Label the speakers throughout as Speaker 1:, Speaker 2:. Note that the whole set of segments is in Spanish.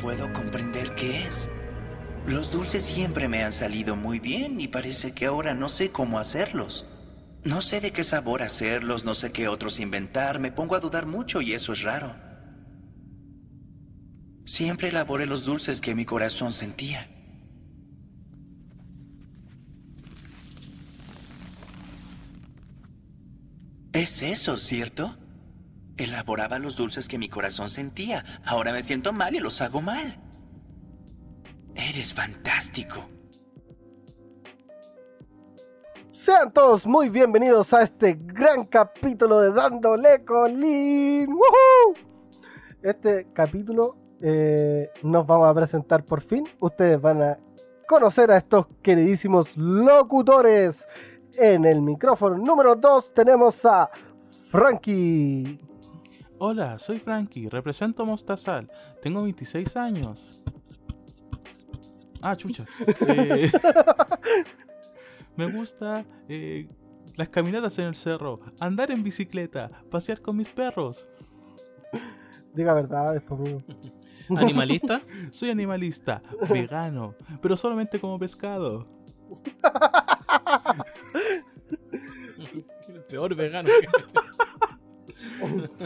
Speaker 1: puedo comprender qué es. Los dulces siempre me han salido muy bien y parece que ahora no sé cómo hacerlos. No sé de qué sabor hacerlos, no sé qué otros inventar, me pongo a dudar mucho y eso es raro. Siempre elaboré los dulces que mi corazón sentía. Es eso, ¿cierto? Elaboraba los dulces que mi corazón sentía. Ahora me siento mal y los hago mal. Eres fantástico.
Speaker 2: Sean todos muy bienvenidos a este gran capítulo de Dándole Colín. ¡Woohoo! Este capítulo eh, nos vamos a presentar por fin. Ustedes van a conocer a estos queridísimos locutores. En el micrófono número 2 tenemos a Frankie.
Speaker 3: Hola, soy Frankie, represento Mostazal, tengo 26 años. Ah, chucha. Eh, me gusta eh, las caminatas en el cerro, andar en bicicleta, pasear con mis perros.
Speaker 2: Diga verdad, conmigo.
Speaker 4: ¿Animalista?
Speaker 3: Soy animalista, vegano, pero solamente como pescado.
Speaker 4: El peor vegano.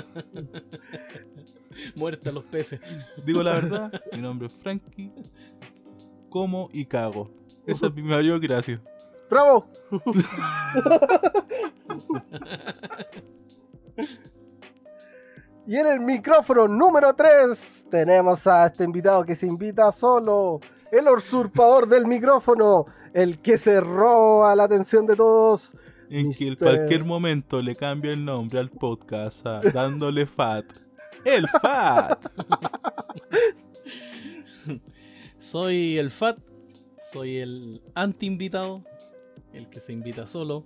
Speaker 4: Muerta los peces.
Speaker 3: Digo la verdad, mi nombre es Frankie. Como y cago. Esa es mi mayor gracia.
Speaker 2: ¡Bravo! y en el micrófono número 3 tenemos a este invitado que se invita solo, el usurpador del micrófono, el que se roba la atención de todos.
Speaker 3: En que en
Speaker 2: Mister-
Speaker 3: cualquier momento le cambia el nombre al podcast a dándole fat. ¡El fat!
Speaker 4: Soy el fat, soy el anti-invitado, el que se invita solo.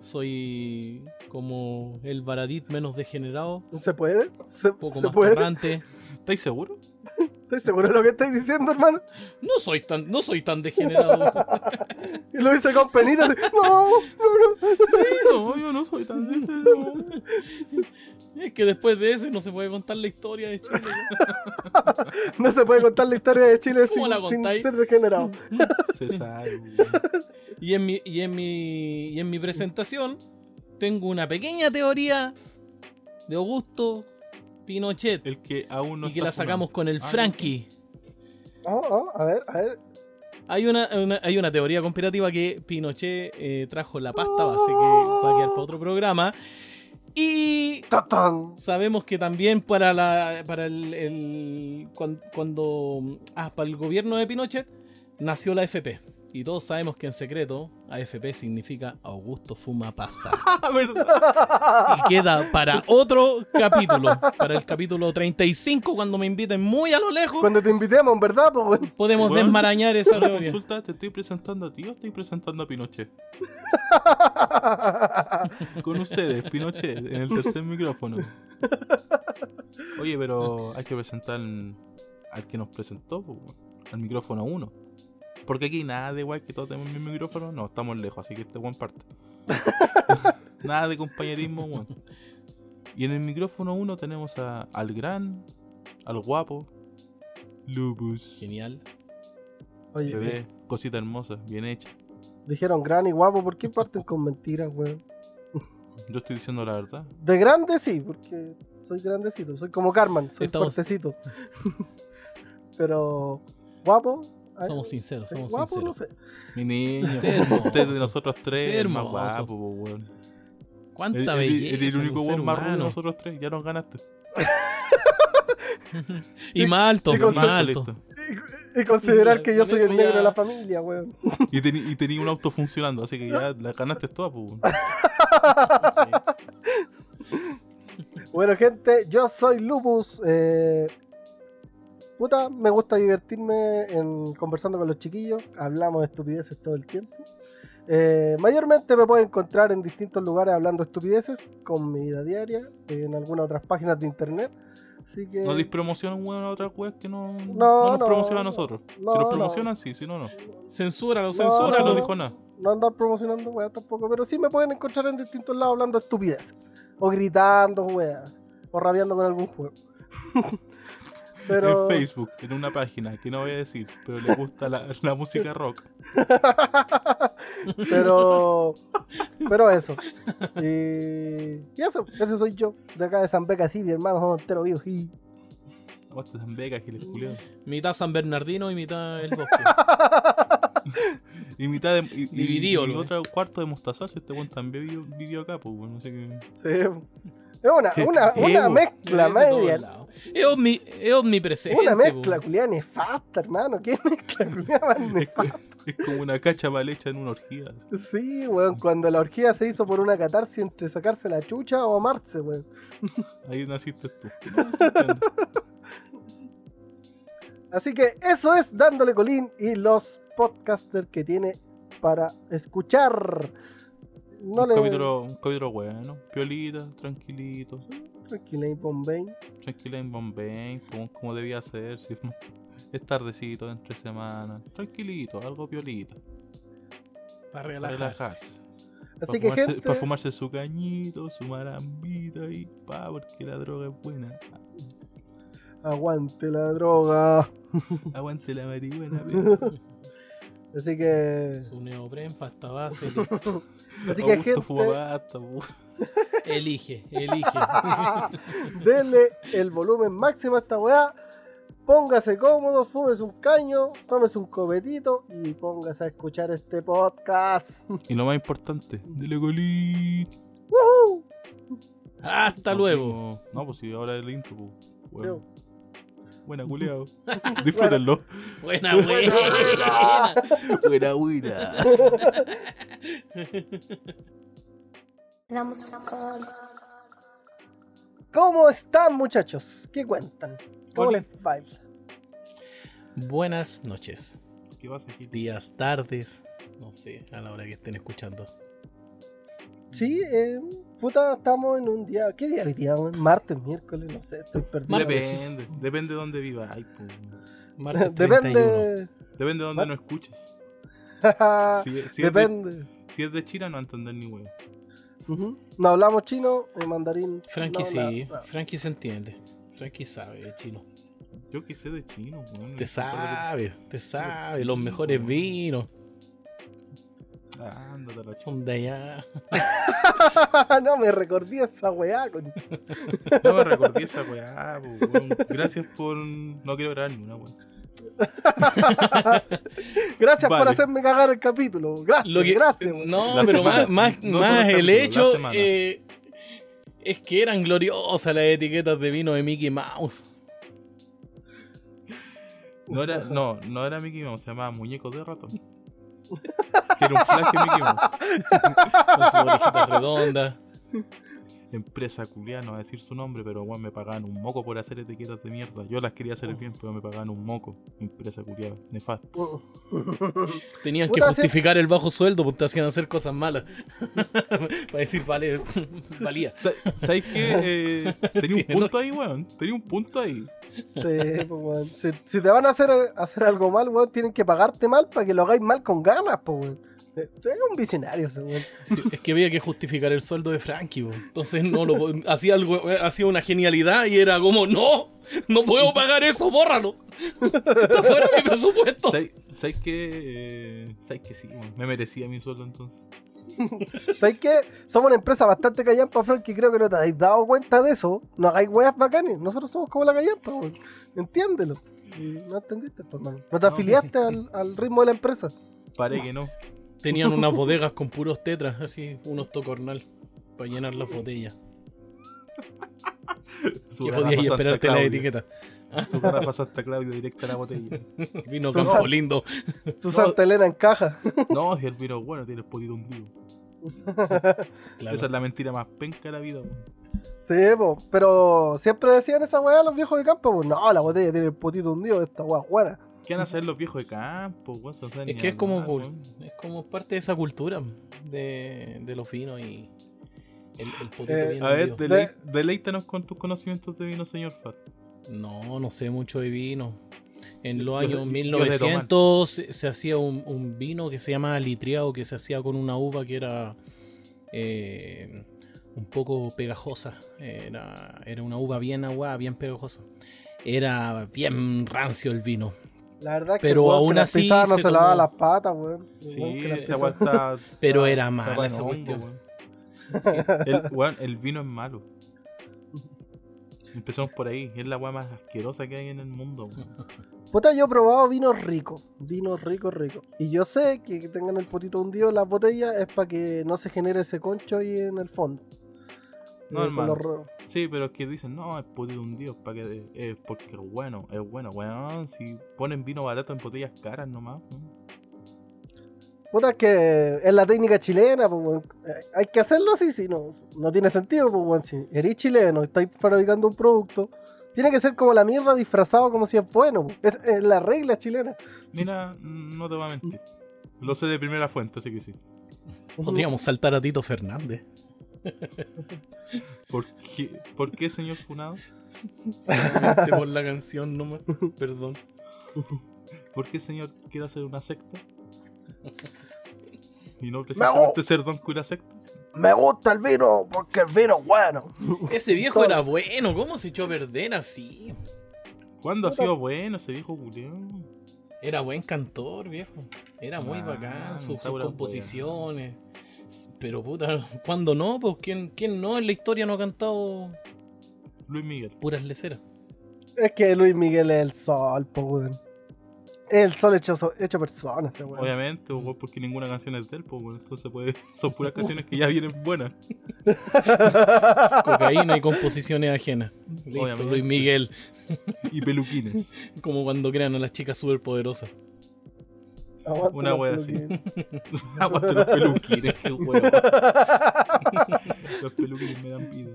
Speaker 4: Soy como el Baradit menos degenerado,
Speaker 2: ¿Se puede? ¿Se,
Speaker 4: un poco
Speaker 2: se
Speaker 4: más
Speaker 2: puede?
Speaker 4: corrante.
Speaker 3: ¿Estáis seguros?
Speaker 2: ¿Estoy seguro de lo que estáis diciendo, hermano?
Speaker 4: No soy tan, no soy tan degenerado.
Speaker 2: Y lo hice con penita. así, No, no, no.
Speaker 3: No, yo no soy tan sincero.
Speaker 4: es que después de ese no se puede contar la historia de Chile.
Speaker 2: No se puede contar la historia de Chile
Speaker 4: ¿Cómo
Speaker 2: sin,
Speaker 4: la
Speaker 2: sin
Speaker 4: contáis?
Speaker 2: ser degenerado.
Speaker 3: Se sabe. güey.
Speaker 4: Y en mi, y en mi, y en mi presentación tengo una pequeña teoría de Augusto Pinochet
Speaker 3: El que aún Eh, no
Speaker 4: y que
Speaker 3: está
Speaker 4: la sacamos
Speaker 3: fumando.
Speaker 4: con el
Speaker 3: Ah,
Speaker 4: Frankie.
Speaker 2: Oh, oh, a ver, a ver.
Speaker 4: Hay una, una- hay una teoría conspirativa que Pinochet eh, trajo la pasta base que va a quedar para otro programa. Y
Speaker 2: Tatán.
Speaker 4: sabemos que también para la para el, el- cuan- cuando ah, para el gobierno de Pinochet nació la AFP. Y todos sabemos que en secreto AFP significa Augusto fuma pasta.
Speaker 3: Ah, verdad.
Speaker 4: Y queda para otro capítulo, para el capítulo 35, cuando me inviten muy a lo lejos,
Speaker 2: Cuando te invitemos, ¿verdad? po, weón?
Speaker 4: podemos
Speaker 3: Bueno,
Speaker 4: desmarañar esa
Speaker 3: Una
Speaker 4: teoría.
Speaker 3: consulta, ¿te estoy presentando a ti o estoy presentando a Pinochet? Con ustedes, Pinochet, en el tercer micrófono. Oye, pero hay que presentar al que nos presentó, po, weón. al micrófono 1. Porque aquí nada de igual que todos tenemos el mismo micrófono, no, estamos lejos, así que este buen parte. nada de compañerismo, weón. Y en el micrófono 1 tenemos a- al gran, al guapo, Lupus.
Speaker 4: Genial.
Speaker 2: Oye,
Speaker 3: Bebé, cosita hermosa, bien hecha.
Speaker 2: dijeron gran y guapo, ¿por qué parten con mentiras, weón?
Speaker 3: Yo estoy diciendo la verdad.
Speaker 2: De grande sí, porque soy grandecito, soy como Carmen, soy
Speaker 4: Estamos-
Speaker 2: fuertecito. Pero guapo, ay,
Speaker 4: Somos sinceros,
Speaker 2: soy
Speaker 4: somos
Speaker 2: guapo,
Speaker 4: sinceros.
Speaker 2: no sé.
Speaker 3: Mi niño,
Speaker 4: Qué hermoso.
Speaker 3: usted de nosotros tres,
Speaker 4: Qué
Speaker 3: el más
Speaker 4: hermoso.
Speaker 3: guapo, po, weón.
Speaker 4: Cuánta
Speaker 3: El, el-
Speaker 4: belleza.
Speaker 3: el- el
Speaker 4: en un
Speaker 3: único
Speaker 4: ser
Speaker 3: weón más rubio de
Speaker 4: humano.
Speaker 3: nosotros tres, ya nos ganaste.
Speaker 4: Y más alto,
Speaker 2: Y con-
Speaker 4: más alto.
Speaker 2: Y, y considerar que yo
Speaker 4: Con
Speaker 2: soy
Speaker 4: eso
Speaker 2: el negro
Speaker 4: ya-
Speaker 2: de la familia, weón.
Speaker 3: Y tení, y tení un auto funcionando, así que ya la ganaste toda, po, weón.
Speaker 4: Sí.
Speaker 2: Bueno, gente, yo soy Lupus. eh, puta, me gusta divertirme en conversando con los chiquillos. Hablamos de estupideces todo el tiempo. Eh, mayormente me pueden encontrar en distintos lugares hablando estupideces con mi vida diaria, en algunas otras páginas de internet. Así que.
Speaker 3: Nos dispromocionan weón, a otras weas que no, no, nos
Speaker 2: no,
Speaker 3: promocionan a nosotros.
Speaker 2: no,
Speaker 3: si
Speaker 2: no.
Speaker 3: nos promocionan, sí, si no, no.
Speaker 4: Censúralo,
Speaker 3: Ahora
Speaker 4: censúralo.
Speaker 3: no dijo nada.
Speaker 2: no andar promocionando weas tampoco, pero sí me pueden encontrar en distintos lados hablando estupideces. O gritando weas. O rabiando con algún juego. Pero...
Speaker 3: en Facebook, en una página que no voy a decir, pero le gusta la, la música rock.
Speaker 2: Pero. Pero eso. Y, y eso, ese soy yo. De acá de San Beca City, hermano, somos entero vivo. Y...
Speaker 3: Hostia, San Vega, Giles Culeado.
Speaker 4: Mitad San Bernardino y mitad el bosque.
Speaker 3: Y mitad de. Y, y-
Speaker 4: Dividido,
Speaker 3: y
Speaker 4: lo-
Speaker 3: otro cuarto de mostazal, si este weón también vivió, vivió acá, pues, weón, no sé qué.
Speaker 2: Sí. Es una, una,
Speaker 3: Sí,
Speaker 2: una
Speaker 3: bo.
Speaker 2: mezcla,
Speaker 4: Es de todos
Speaker 2: media.
Speaker 4: lados. Es, omni- es omnipresente.
Speaker 2: Una mezcla,
Speaker 4: po.
Speaker 2: culiada nefasta, hermano. ¿Qué mezcla, culiada más
Speaker 3: Es,
Speaker 2: nefasta?
Speaker 3: co- es como una cacha mal hecha en una orgía.
Speaker 2: Sí, weón. Cuando la orgía se hizo por una catarsis entre sacarse la chucha o amarse, weón.
Speaker 3: Ahí naciste tú.
Speaker 2: Así que eso es Dándole Colín y los podcasters que tiene para escuchar. No
Speaker 3: un,
Speaker 2: le.
Speaker 3: capítulo, un capítulo bueno, piolita, tranquilito,
Speaker 2: Tranquila y Bombay.
Speaker 3: tranquila en Bombay, como, como debía ser, si es, es tardecito, entre semanas, tranquilito, algo piolita,
Speaker 4: Para
Speaker 3: para
Speaker 4: relajarse.
Speaker 3: relajarse.
Speaker 2: Así
Speaker 3: para
Speaker 2: que,
Speaker 3: fumarse,
Speaker 2: gente.
Speaker 3: Para fumarse su cañito, su marambita y pa, porque la droga es buena.
Speaker 2: Aguante la droga.
Speaker 3: Aguante la marihuana, pero.
Speaker 2: Así que.
Speaker 4: Su neopren, pasta base. listo.
Speaker 2: Así que,
Speaker 3: Augusto fuma
Speaker 2: gente.
Speaker 3: basta, po.
Speaker 4: Elige, elige.
Speaker 2: Denle el volumen máximo a esta weá. Póngase cómodo, fúmese un caño, tómese un copetito y póngase a escuchar este podcast.
Speaker 3: Y lo más importante, dele golín.
Speaker 2: ¡Woohoo!
Speaker 4: Hasta
Speaker 3: Nos
Speaker 4: luego.
Speaker 3: vimos. No, pues sí, ahora el intro, po. Bueno.
Speaker 2: Chao.
Speaker 3: Buena, culeado. Disfrútenlo.
Speaker 4: Buena, buena.
Speaker 3: buena, buena.
Speaker 5: La musical.
Speaker 2: ¿Cómo están, muchachos? ¿Qué cuentan? ¿Cómo
Speaker 3: Oli.
Speaker 2: les va?
Speaker 4: Buenas noches.
Speaker 3: ¿Qué pasa, Gil?
Speaker 4: Días, tardes. No sé, a la hora que estén escuchando.
Speaker 2: Sí, eh, puta, estamos en un día. ¿Qué día es hoy día? weón? Martes, miércoles, no sé, estoy perdido.
Speaker 4: Martes.
Speaker 3: Depende, depende de dónde vivas. Ay, po.
Speaker 4: Martes 31.
Speaker 2: Depende.
Speaker 3: Depende de dónde
Speaker 2: Mar- Ah,
Speaker 3: no escuches. Si, si es de,
Speaker 2: Depende.
Speaker 3: si es de China, no entender ni huevo.
Speaker 2: Ujú. No hablamos chino, eh, mandarín.
Speaker 4: Frankie
Speaker 2: no, Mm,
Speaker 4: sí,
Speaker 2: nada.
Speaker 4: Frankie se entiende. Frankie sabe el chino.
Speaker 3: Yo que sé de chino, weón.
Speaker 4: Te sabe, te sabe. Los mejores vinos
Speaker 3: Ah, ándate a la
Speaker 4: son de allá.
Speaker 2: no me recordé esa weá. Con...
Speaker 3: No me recordé esa weá, po, weón. Gracias por. No quiero grabar ni una weón.
Speaker 2: Gracias por
Speaker 3: Vale.
Speaker 2: hacerme cagar el capítulo. Gracias,
Speaker 4: Lo que- eh.
Speaker 2: gracias. weón.
Speaker 4: No,
Speaker 3: La
Speaker 4: pero
Speaker 3: semana.
Speaker 4: más, más,
Speaker 3: No
Speaker 4: más
Speaker 3: solo el
Speaker 4: el
Speaker 3: capítulo, la
Speaker 4: hecho
Speaker 3: semana.
Speaker 4: eh, es que eran gloriosas las etiquetas de vino de Mickey Mouse.
Speaker 3: No era, no, no era Mickey Mouse, se llamaba Muñeco de Ratón. Que era un plagio de Mickey Mouse.
Speaker 4: Con su orejita redonda.
Speaker 3: Empresa culiada, no voy a decir su nombre, pero weón, me pagaban un moco por hacer etiquetas de mierda. Yo las quería hacer bien, pero me pagaban un moco. Empresa culiada, nefasta.
Speaker 4: Tenían que
Speaker 2: Puta, sí.
Speaker 4: justificar el bajo sueldo porque te hacían hacer cosas malas. Para decir, vale, valía.
Speaker 3: Sa- ¿Sabes qué? Eh, tenía un
Speaker 4: Tiene
Speaker 3: punto ahí, weón. Tenía un punto ahí.
Speaker 2: Sí, pues, weón. si, si te van a hacer, hacer algo mal, weón, tienen que pagarte mal para que lo hagáis mal con ganas, pues, weón. Eh, tú eres un visionario, ese weón.
Speaker 4: Sí, es que había que justificar el sueldo de Frankie. po. Entonces no lo po- hacía algo, eh, hacía una genialidad y era como, no, no puedo pagar eso, bórralo. Está fuera de mi presupuesto.
Speaker 3: ¿Sabes sabes qué? Eh, ¿Sabes qué? Sí, weón. Me merecía mi sueldo entonces.
Speaker 2: ¿Sabes qué? Somos una empresa bastante callampa, Frank, y creo que no te habéis dado cuenta de eso. No hagáis weas bacanes. Nosotros somos como la callampa, weón. Entiéndelo. Y No entendiste, pues, hermano. No te
Speaker 3: No.
Speaker 2: afiliaste al, al ritmo de la empresa.
Speaker 3: Paré que no.
Speaker 4: Tenían unas bodegas con puros tetras, así, unos tocornal, para llenar las botellas.
Speaker 3: Su
Speaker 4: Que
Speaker 3: garrafa
Speaker 4: podías
Speaker 3: Santa
Speaker 4: esperarte la
Speaker 3: Claudia.
Speaker 4: etiqueta.
Speaker 3: Su garrafa Santa Claudio directa a la botella.
Speaker 4: Vino
Speaker 2: Son-
Speaker 4: Campo Lindo.
Speaker 2: Su Santa Elena en caja.
Speaker 3: No, si el vino es bueno, tiene el potito hundido.
Speaker 4: Claro.
Speaker 3: Esa es la mentira más penca de la vida, weón.
Speaker 2: Sí, po, pero siempre decían esa weá los viejos de campo. po, no, la botella tiene el potito hundido, esta weá es buena.
Speaker 3: ¿Qué van a hacer los viejos de campo, weón? Se no saben
Speaker 4: Es
Speaker 3: ni
Speaker 4: que es como,
Speaker 3: hablar,
Speaker 4: cul-
Speaker 3: weón.
Speaker 4: es como parte de esa cultura de, de los vinos y el, el potito
Speaker 2: Eh,
Speaker 4: bien
Speaker 3: A ver,
Speaker 4: hundido.
Speaker 3: delei- deleítanos con tus conocimientos de vino, señor Fat.
Speaker 4: No, no sé mucho de vino. En los
Speaker 3: Yo- yo-
Speaker 4: años
Speaker 3: yo de
Speaker 4: 1900 se, se hacía un, un vino que se llamaba litriado, que se hacía con una uva que era eh, un poco pegajosa. Era, era una uva bien agua, bien pegajosa. Era bien rancio el vino.
Speaker 2: La verdad es que
Speaker 4: Pero
Speaker 2: el weón que
Speaker 4: aún
Speaker 2: las
Speaker 4: así
Speaker 2: pisaba no
Speaker 4: se
Speaker 2: se, lavaba
Speaker 4: tomó-
Speaker 2: las patas, weón. El weón
Speaker 3: Sí,
Speaker 2: que las
Speaker 3: esa
Speaker 2: pisaba-
Speaker 3: weá está.
Speaker 4: Pero
Speaker 3: está-
Speaker 4: era
Speaker 3: está
Speaker 4: mala
Speaker 3: para
Speaker 4: esa
Speaker 3: hongo,
Speaker 4: cuestión.
Speaker 3: weón.
Speaker 4: Sí.
Speaker 3: El, weón, el vino es malo. Empezamos por ahí. Es la weá más asquerosa que hay en el mundo. weón.
Speaker 2: Puta, yo he probado vinos ricos. Vinos ricos, ricos. Y yo sé que que tengan el potito hundido en las botellas es para que no se genere ese concho ahí en el fondo.
Speaker 3: No,
Speaker 2: Eh, con
Speaker 3: hermano.
Speaker 2: los ro-
Speaker 3: Sí, pero es que dicen, no, es potito hundido. Para que, es porque es bueno, es bueno, weón. Si ponen vino barato en botellas caras nomás. weón.
Speaker 2: Puta, es que es la técnica chilena, pues, weón. Eh, Hay que hacerlo así, si no, no tiene sentido, pues, weón. Si eres chileno, estáis fabricando un producto, tiene que ser como la mierda disfrazado como si es bueno. pues. Es, es la regla chilena.
Speaker 3: Mira, no te voy a mentir. Lo sé de primera fuente, así que sí. Pues
Speaker 4: Podríamos saltar a Tito Fernández.
Speaker 3: ¿Por qué, ¿Por qué señor Funado?
Speaker 4: Solamente por la canción nomás. Perdón.
Speaker 3: ¿Por qué señor quiere hacer una secta? Y no precisamente ser don cura secta.
Speaker 2: Me gusta el vino porque el vino es bueno.
Speaker 4: Ese viejo era bueno. ¿Cómo se echó a perder así?
Speaker 3: ¿Cuándo ha sido bueno ese viejo culión?
Speaker 4: Era buen cantor, viejo. Era muy
Speaker 3: Ah,
Speaker 4: bacán. Sus,
Speaker 3: está
Speaker 4: sus
Speaker 3: pura
Speaker 4: composiciones. Pero puta, ¿cuándo no? Pues ¿quién, quién no en la historia no ha cantado
Speaker 3: Luis Miguel.
Speaker 4: puras leceras?
Speaker 2: Es que Luis Miguel es el sol, po, weón. Es el sol hecho, so- hecho persona, ese weón.
Speaker 3: Obviamente, weón, porque ninguna canción es del, pues, weón, entonces puede, son puras canciones que ya vienen buenas.
Speaker 4: Cocaína y composiciones ajenas. Listo,
Speaker 3: Obviamente.
Speaker 4: Luis Miguel.
Speaker 3: Y peluquines.
Speaker 4: Como cuando crean a las chicas superpoderosas.
Speaker 2: Aguante
Speaker 3: Una
Speaker 2: los
Speaker 3: wea así.
Speaker 2: peluquines.
Speaker 3: Aguanta los peluquines, qué huevo. Los peluquines me dan vida.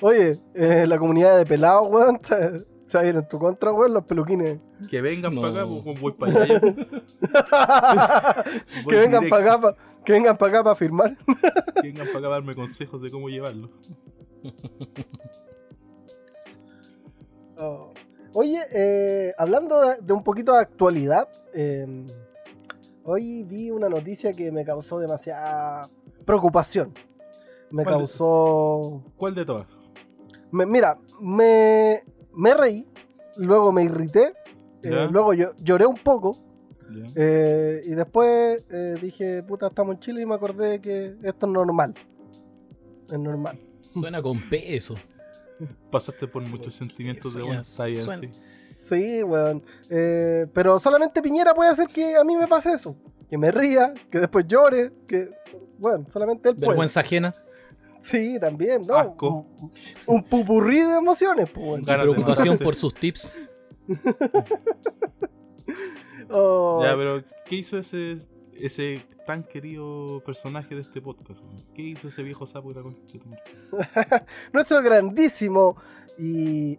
Speaker 2: Oye, eh, la comunidad de pelados, weón, se se va a ir en tu contra, weón, los peluquines.
Speaker 3: Que vengan
Speaker 4: No.
Speaker 3: para acá, pues, weón, voy para allá.
Speaker 2: que vengan para acá, pa- que vengan para acá para firmar.
Speaker 3: Que vengan para acá a darme consejos de cómo llevarlo.
Speaker 2: Oh. Oye, eh, hablando de, de un poquito de actualidad, eh, hoy vi una noticia que me causó demasiada preocupación. Me
Speaker 3: ¿Cuál de-
Speaker 2: causó...
Speaker 3: ¿Cuál de todas?
Speaker 2: Me- mira, me, me reí, luego me irrité, eh,
Speaker 3: Ya.
Speaker 2: luego yo, lloré un poco
Speaker 3: Ya.
Speaker 2: eh, y después eh, dije, puta, estamos en Chile y me acordé que esto es normal. Es normal.
Speaker 4: Suena con peso.
Speaker 3: Pasaste por muchos sentimientos de
Speaker 4: suena-
Speaker 3: una. Está bien,
Speaker 4: suena-
Speaker 3: sí.
Speaker 2: Sí, weón. Eh, pero solamente Piñera puede hacer que a mí me pase eso. Que me ría, que después llore, que... Bueno, solamente él puede.
Speaker 4: Vergüenza ajena.
Speaker 2: Sí, también, ¿no?
Speaker 3: Asco.
Speaker 2: Un, un pupurrí de emociones, pues, weón.
Speaker 4: Y
Speaker 3: Ganas de
Speaker 4: preocupación
Speaker 3: matarte.
Speaker 4: por sus tips.
Speaker 2: Oh,
Speaker 3: Ya, pero ¿qué hizo ese, ese tan querido personaje de este podcast? weón? ¿Qué hizo ese viejo sapo? de la concha de tu madre?
Speaker 2: nuestro grandísimo y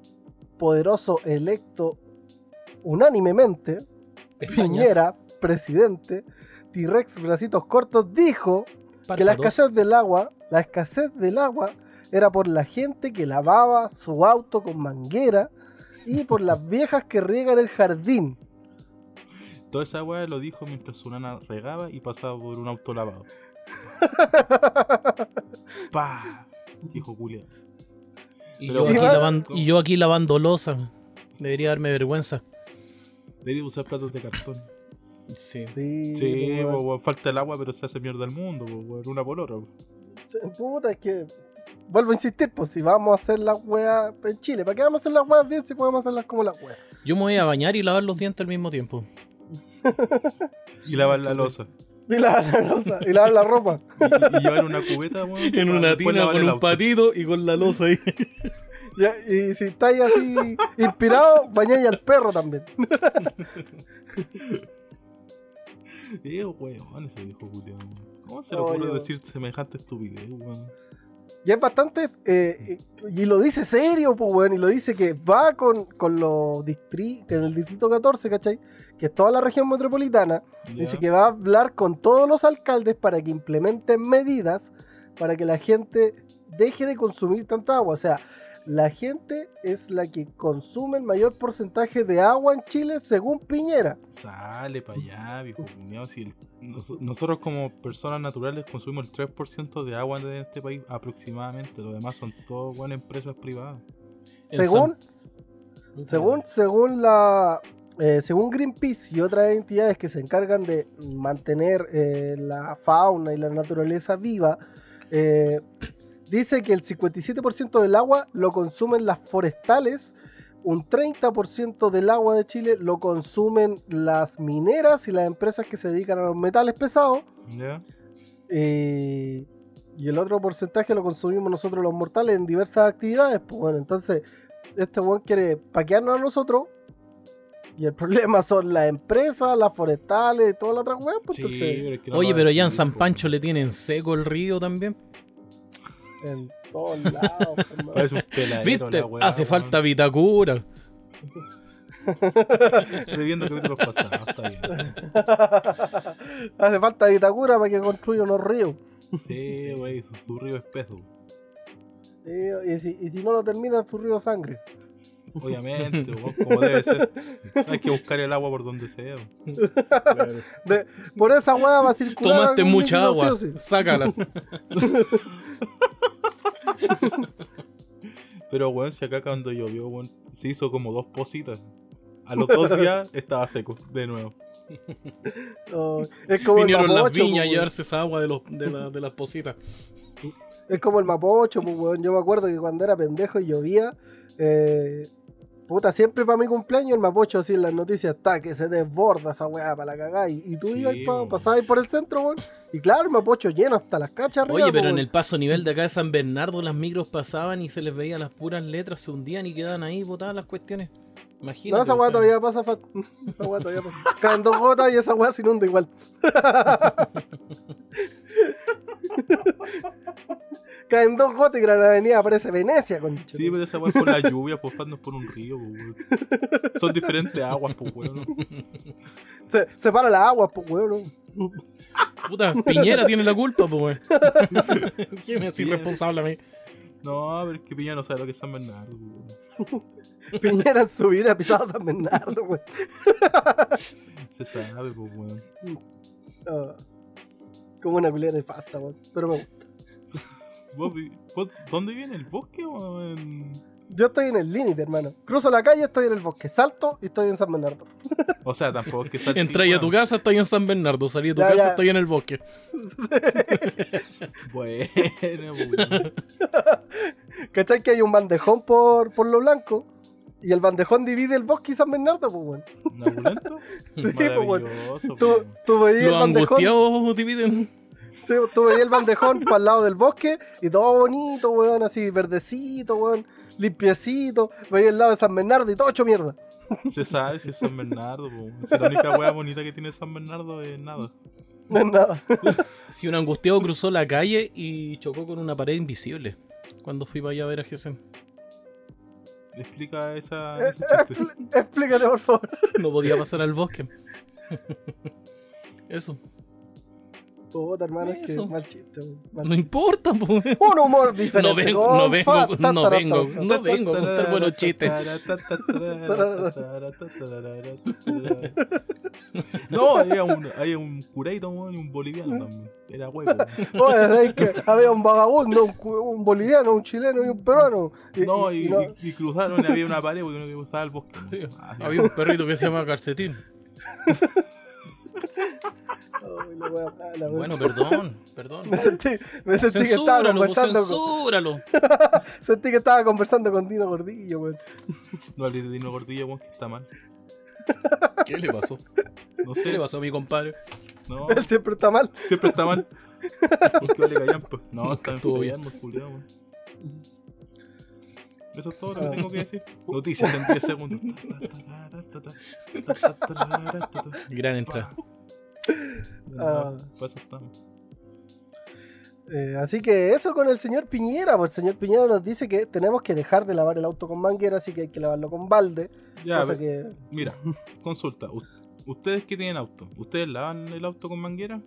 Speaker 2: poderoso electo unánimemente,
Speaker 4: Pestañas.
Speaker 2: Piñera, presidente, T-Rex Bracitos Cortos, dijo que la
Speaker 4: párpados.
Speaker 2: escasez del agua, la escasez del agua era por la gente que lavaba su auto con manguera y por las viejas que riegan el jardín.
Speaker 3: Toda esa weá lo dijo mientras su nana regaba y pasaba por un auto lavado. ¡Pah! Dijo Julia.
Speaker 4: Y
Speaker 3: Pero
Speaker 4: yo, aquí
Speaker 2: bueno.
Speaker 4: lavan- y yo aquí lavando losa. Debería darme vergüenza.
Speaker 3: Debería usar platos de cartón.
Speaker 4: Sí. pues,
Speaker 2: Sí,
Speaker 3: Sí,
Speaker 2: weón.
Speaker 3: weón, falta el agua, pero se hace mierda el mundo. weón, Una por otra. weón.
Speaker 2: Puta, es que. Vuelvo a insistir, pues si vamos a hacer las weas en Chile, ¿para qué vamos a hacer las weas bien si podemos hacerlas como las weas?
Speaker 4: Yo me voy a bañar y lavar los dientes al mismo tiempo.
Speaker 3: Y lavar
Speaker 4: pues.
Speaker 3: la losa.
Speaker 2: Y lavar la losa, y lavar la ropa.
Speaker 3: Y, y llevar una cubeta, weón,
Speaker 4: En
Speaker 3: para
Speaker 4: una
Speaker 3: después
Speaker 4: tina
Speaker 3: lavar
Speaker 4: con
Speaker 3: el
Speaker 4: un
Speaker 3: auto.
Speaker 4: patito y con la losa ahí.
Speaker 2: Ya, Y, si estáis así inspirado, bañáis al perro también.
Speaker 3: Eh, weón, ese viejo Julia, weón. ¿Cómo se le
Speaker 2: No,
Speaker 3: ocurre
Speaker 2: yo-
Speaker 3: decir semejante estupidez, weón?
Speaker 2: Y es bastante. eh, y, y lo dice serio, pues, weón. Y lo dice que va con, con los distritos. En el distrito 14, ¿cachai? Que es toda la región metropolitana. Dice
Speaker 3: Ya.
Speaker 2: que va a hablar con todos los alcaldes para que implementen medidas para que la gente deje de consumir tanta agua. O sea, la gente es la que consume el mayor porcentaje de agua en Chile, según Piñera.
Speaker 3: Sale para allá, viejo culiao, si el- nos- nosotros como personas naturales consumimos el 3% de agua en este país aproximadamente. Lo demás son todo, weón, empresas privadas.
Speaker 2: Según, según, según la. eh, según Greenpeace y otras entidades que se encargan de mantener eh, la fauna y la naturaleza viva, eh, dice que el 57% del agua lo consumen las forestales, un 30% del agua de Chile lo consumen las mineras y las empresas que se dedican a los metales pesados,
Speaker 3: ¿Ya?
Speaker 2: eh, y el otro porcentaje lo consumimos nosotros los mortales en diversas actividades. Pues bueno, entonces este weón quiere paquearnos a nosotros. Y el problema son las empresas, las forestales, toda la otra weá. Pues
Speaker 3: Sí,
Speaker 2: entonces,
Speaker 3: pero es que no
Speaker 4: Oye,
Speaker 3: lo va a
Speaker 4: pero ya en
Speaker 3: decir,
Speaker 4: San
Speaker 3: po.
Speaker 4: Pancho le tienen seco el río también.
Speaker 2: en todos lados. pues, hermano.
Speaker 3: Parece un peladero
Speaker 4: ¿Viste?
Speaker 3: la weá,
Speaker 4: Hace
Speaker 3: weón.
Speaker 4: falta Vitacura.
Speaker 3: Reviendo capítulos pasados, está bien.
Speaker 2: Hace falta Itacura para que construya unos ríos.
Speaker 3: Sí, güey, su, su río espeso.
Speaker 2: Eh, Y si, y si no lo terminan, su río sangre.
Speaker 3: Obviamente, weón, como debe ser. Hay que buscar el agua por donde sea. weón.
Speaker 2: De- por esa weá va a circular.
Speaker 4: Tomaste
Speaker 2: algún
Speaker 4: mucha
Speaker 2: líquido
Speaker 4: agua.
Speaker 2: sí o sí.
Speaker 4: Sácala.
Speaker 3: Pero, weón, si acá cuando llovió, weón, se hizo como dos positas. A los dos días estaba seco, de nuevo.
Speaker 2: No, Oh, es como el
Speaker 4: Vinieron las
Speaker 2: mapocho,
Speaker 4: viñas a
Speaker 2: pues,
Speaker 4: llevarse esa agua de, los, de, la- de las positas.
Speaker 2: Es como el Mapocho, pues, weón. Yo me acuerdo que cuando era pendejo y llovía, eh, puta, siempre para mi cumpleaños el Mapocho, así en las noticias, está que se desborda esa weá para la cagada. Y, y tú
Speaker 3: Sí,
Speaker 2: ibas, pa-
Speaker 3: weón.
Speaker 2: pasabas por el centro, weón. Y claro, el Mapocho lleno hasta las cachas arriba.
Speaker 4: Oye, pero
Speaker 2: pues,
Speaker 4: en el paso nivel de acá de San Bernardo las micros pasaban y se les veían las puras letras, se hundían y quedaban ahí botadas las cuestiones. Imagínate.
Speaker 2: No, esa
Speaker 4: o
Speaker 2: weá
Speaker 4: sea,
Speaker 2: todavía pasa. Fat. Esa weá todavía pasa. Caen dos gotas y esa weá se inunda igual. Caen dos gotas y Gran Avenida aparece Venecia, con
Speaker 3: Sí, pero esa weón es por la lluvia, por no es por un río, po, weón. Son diferentes aguas, pues, weón.
Speaker 2: se, se para la agua, pues, weón.
Speaker 4: Puta, Piñera tiene la culpa, pues. ¿Quién me hace
Speaker 3: Piñera.
Speaker 4: irresponsable a mí?
Speaker 3: No, pero es que Piña no sabe lo que es San Bernardo, po, weón.
Speaker 2: Piñera en su vida pisaba San Bernardo, weón.
Speaker 3: Se sabe, pues, weón.
Speaker 2: Ah, como una culera de pasta, weón. Pero me gusta.
Speaker 3: ¿Vos vi- vos- ¿Dónde viene el bosque o en.?
Speaker 2: Yo estoy en el límite, hermano. Cruzo la calle, estoy en el bosque. Salto y estoy en San Bernardo.
Speaker 3: O sea, tampoco es que sea.
Speaker 4: Entra a tu casa, estoy en San Bernardo. Salí de tu
Speaker 2: Ya,
Speaker 4: casa,
Speaker 2: ya.
Speaker 4: estoy en el bosque.
Speaker 3: Bueno, weón.
Speaker 2: ¿Cachai que hay un bandejón por, por lo blanco? Y el bandejón divide el bosque y San Bernardo, pues, weón.
Speaker 3: ¿Nabulento?
Speaker 2: Sí, po, weón.
Speaker 3: Maravilloso,
Speaker 2: Tú,
Speaker 3: weón.
Speaker 2: tú veías el
Speaker 4: Los
Speaker 2: bandejón.
Speaker 4: angustiados dividen.
Speaker 2: sí, tú veías el bandejón para el lado del bosque y todo bonito, weón, así verdecito, weón, limpiecito. Veía el lado de San Bernardo y todo hecho mierda.
Speaker 3: Se sabe si es San Bernardo, po. Si la única wea bonita que tiene San Bernardo es nada.
Speaker 2: No es nada.
Speaker 4: Si un angustiado cruzó la calle y chocó con una pared invisible. Cuando fui para allá a ver a Gesen.
Speaker 3: Explica esa, ese
Speaker 2: Eh,
Speaker 3: chiste.
Speaker 2: Explícate, por favor.
Speaker 4: No podía pasar al bosque. Eso.
Speaker 2: Puta, hermano, es que
Speaker 4: Eso.
Speaker 2: mal chiste, weón. mal
Speaker 4: No importa, pues.
Speaker 2: Un humor diferente. oh,
Speaker 4: No vengo, no vengo,
Speaker 2: compa. Ta,
Speaker 4: no
Speaker 2: ta, ta,
Speaker 4: vengo.
Speaker 2: ta, ta.
Speaker 4: No vengo a contar buenos chistes.
Speaker 3: No, había un, había un cureito weón, y un boliviano también. Era huevo.
Speaker 2: Oye, ¿sabes qué? había un vagabundo, un, cu- un boliviano, un chileno y un peruano. Y-
Speaker 3: No,
Speaker 2: y-
Speaker 3: y,
Speaker 2: y no-
Speaker 3: y- y cruzaron y había una pared porque uno que cruzaba el bosque.
Speaker 4: Sí,
Speaker 3: Ah, sí.
Speaker 4: Había un perrito que se llama Calcetín.
Speaker 2: Ay, la wea mala, wea.
Speaker 4: Bueno, perdón, perdón.
Speaker 2: me sentí, me sentí que estaba
Speaker 4: Censúralo, pues,
Speaker 2: conversando con,
Speaker 4: censúralo.
Speaker 2: sentí que estaba conversando con Dino Gordillo, weón.
Speaker 3: No hablé de Dino Gordillo, weón, que está mal.
Speaker 4: ¿Qué le pasó?
Speaker 3: No
Speaker 4: ¿Qué
Speaker 3: sé,
Speaker 4: le pasó a mi compadre?
Speaker 3: no,
Speaker 2: Él siempre está mal.
Speaker 3: siempre está mal. ¿Por qué vale callampa? No, está
Speaker 4: estuvo bien.
Speaker 3: enfermo, el culiao, weón. Eso es todo lo
Speaker 4: Ah.
Speaker 3: que tengo que decir. Noticias en 10 segundos.
Speaker 4: Gran entrada.
Speaker 3: De nada,
Speaker 2: Ah.
Speaker 3: pues, eso estamos.
Speaker 2: Eh, así que eso con el señor Piñera, pues el señor Piñera nos dice que tenemos que dejar de lavar el auto con manguera, así que hay que lavarlo con balde.
Speaker 3: Ya, a
Speaker 2: cosa
Speaker 3: ver,
Speaker 2: que
Speaker 3: mira, consulta. U- ¿Ustedes que tienen auto? ¿Ustedes lavan el auto con manguera?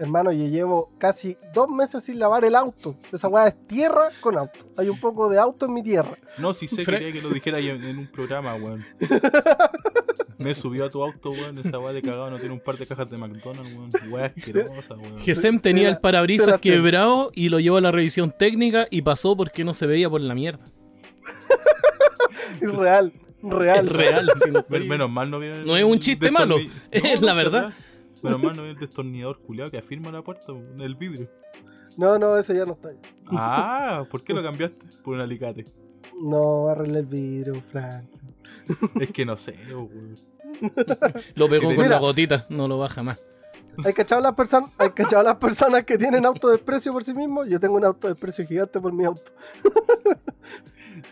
Speaker 2: Hermano, yo llevo casi dos meses sin lavar el auto. Esa weá es tierra con auto. Hay un poco de auto en mi tierra.
Speaker 3: No, si sé
Speaker 4: Fre-
Speaker 3: quería que lo dijera yo en, en un programa, weón. Me subió a tu auto, weón. Esa weá de cagado no tiene un par de cajas de McDonald's, weón. Weá asquerosa, weón.
Speaker 4: Gesem tenía el
Speaker 2: se
Speaker 4: parabrisas
Speaker 2: la-
Speaker 4: quebrado y lo llevó a la revisión técnica y pasó porque no se veía por la mierda.
Speaker 2: Es real, real.
Speaker 4: Es real. si no-
Speaker 3: Men- Menos mal no viene.
Speaker 4: No es un chiste malo, es la verdad.
Speaker 3: Menos mal no viene el destornillador culiado que afirma la puerta, el vidrio.
Speaker 2: No, no, ese ya no está. ahí.
Speaker 3: Ah, ¿por qué lo cambiaste? Por un alicate.
Speaker 2: No, arreglé el vidrio, Frank.
Speaker 3: Es que no sé, oh, weón.
Speaker 4: Lo pegó
Speaker 3: Mira.
Speaker 4: con la gotita, no lo baja más.
Speaker 2: Hay que echar a las personas, hay que echar a las personas que tienen autodesprecio por sí mismos. Yo tengo un autodesprecio gigante por mi auto.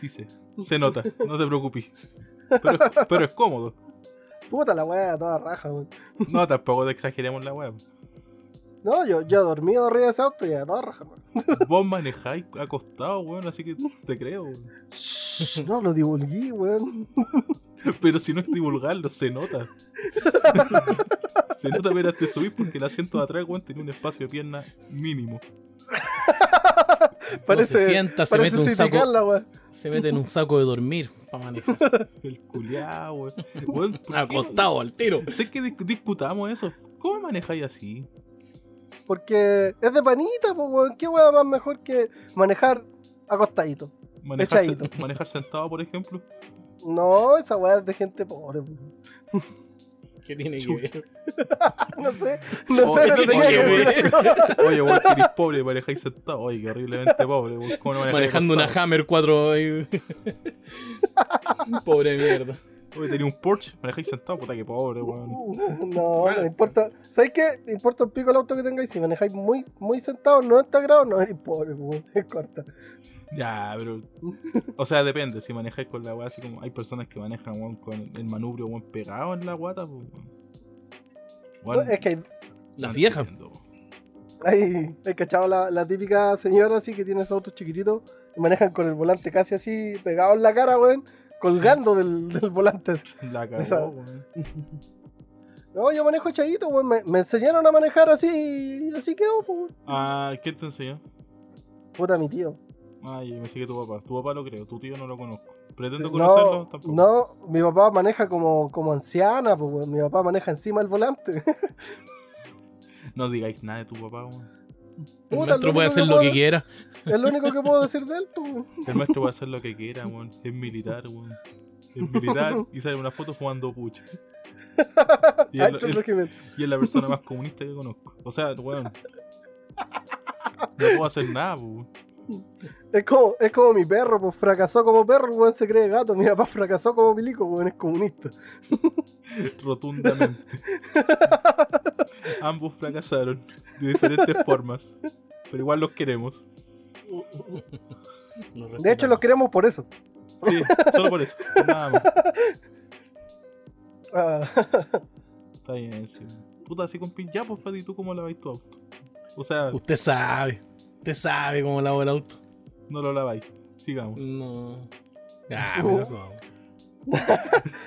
Speaker 3: Sí sé. Se nota, no te preocupes. Pero, pero es cómodo.
Speaker 2: Puta la weá, toda raja, weón.
Speaker 3: No, tampoco te exageremos la weá.
Speaker 2: No, yo, yo he dormido arriba de ese auto y a toda raja, weón.
Speaker 3: Vos manejáis acostado, weón, así que te creo. weón.
Speaker 2: Shh, No lo divulgué, weón.
Speaker 3: Pero si no es divulgarlo, se nota. Se nota ver te subir porque el asiento de atrás, weón, tenía un espacio de pierna mínimo.
Speaker 2: Parece.
Speaker 4: no se sienta, se mete un saco,
Speaker 2: sindicarla, weón.
Speaker 4: se mete en un saco de dormir para manejar.
Speaker 3: El culiao, weón. Weón, ¿por qué?
Speaker 4: Acostado al tiro.
Speaker 3: Sé que dis- discutamos eso. ¿Cómo manejáis así?
Speaker 2: Porque es de panita, pues, weón. ¿Qué weá más mejor que manejar acostadito?
Speaker 3: Manejar, sen-
Speaker 2: Echadito.
Speaker 3: manejar sentado, por ejemplo.
Speaker 2: No, esa weá es de gente pobre, weón.
Speaker 4: ¿Qué tiene que ver?
Speaker 2: No sé, no
Speaker 3: Pobre,
Speaker 2: sé, no tenía que
Speaker 4: pobre.
Speaker 2: ver.
Speaker 3: Oye, vos que eres pobre y manejáis sentado. Oye, que horriblemente pobre. weón. ¿Cómo no manejáis
Speaker 4: Manejando una
Speaker 3: acostado?
Speaker 4: Hammer 4. ahí. Pobre mierda.
Speaker 3: Oye, tenía un Porsche, manejáis sentado. Puta que pobre, weón.
Speaker 2: No, no importa. ¿Sabes qué? Me importa un pico el auto que tengáis. Si manejáis muy, muy sentados, 90 grados, no eres pobre, weón. Se corta.
Speaker 3: Ya, pero. O sea, depende. Si manejáis con la weá, así como hay personas que manejan weón, con el manubrio weón, pegado en la guata, pues, weón. Weón,
Speaker 2: No, es que hay,
Speaker 3: no
Speaker 4: Las viejas.
Speaker 3: entiendo, weón.
Speaker 2: hay, hay cachado la, la típica señora así que tiene esos autos chiquititos y manejan con el volante casi así pegado en la cara, weón. Colgando del, del volante. así.
Speaker 3: La cagó,
Speaker 2: Esa-
Speaker 3: weón.
Speaker 2: No, yo manejo echadito, weón. Me, me enseñaron a manejar así y así quedó, pues, weón.
Speaker 3: Ah, ¿qué te enseñó?
Speaker 2: Puta, mi tío.
Speaker 3: Ay, me sigue tu papá. Tu papá lo creo, tu tío no lo conozco. Pretendo conocerlo
Speaker 2: No,
Speaker 3: tampoco.
Speaker 2: no, mi papá maneja como, como anciana, pues, weón. Mi papá maneja encima del volante.
Speaker 3: No digáis nada de tu papá, weón.
Speaker 4: El
Speaker 2: Puta,
Speaker 4: maestro
Speaker 2: lo
Speaker 4: puede
Speaker 2: único
Speaker 4: hacer
Speaker 2: que
Speaker 4: lo que
Speaker 2: puedo-
Speaker 4: quiera.
Speaker 2: Es lo único que puedo decir de él, pues.
Speaker 3: El maestro va a hacer lo que quiera, weón. Es militar, weón. Es militar y sale una foto fumando pucha. Y es,
Speaker 2: Ay,
Speaker 3: lo-
Speaker 2: tu
Speaker 3: es-
Speaker 2: régimen.
Speaker 3: y es la persona más comunista que conozco. O sea, weón. No puedo hacer nada, weón.
Speaker 2: Es como, es como mi perro, pues fracasó como perro, weón, se cree gato. Mi papá fracasó como milico, weón, es comunista.
Speaker 3: Rotundamente. Ambos fracasaron de diferentes formas. Pero igual los queremos.
Speaker 2: De hecho, los queremos por eso.
Speaker 3: Sí, solo por eso. Nada más.
Speaker 2: Ah,
Speaker 3: Está bien, sí. Puta, así con pin. Ya, pues, Fati, ¿tú cómo laváis tu auto? O sea,
Speaker 4: Usted sabe. Usted sabe cómo lavo el auto.
Speaker 3: no lo laváis. Sigamos.
Speaker 4: No. Ah, pero
Speaker 2: Uh.
Speaker 4: no.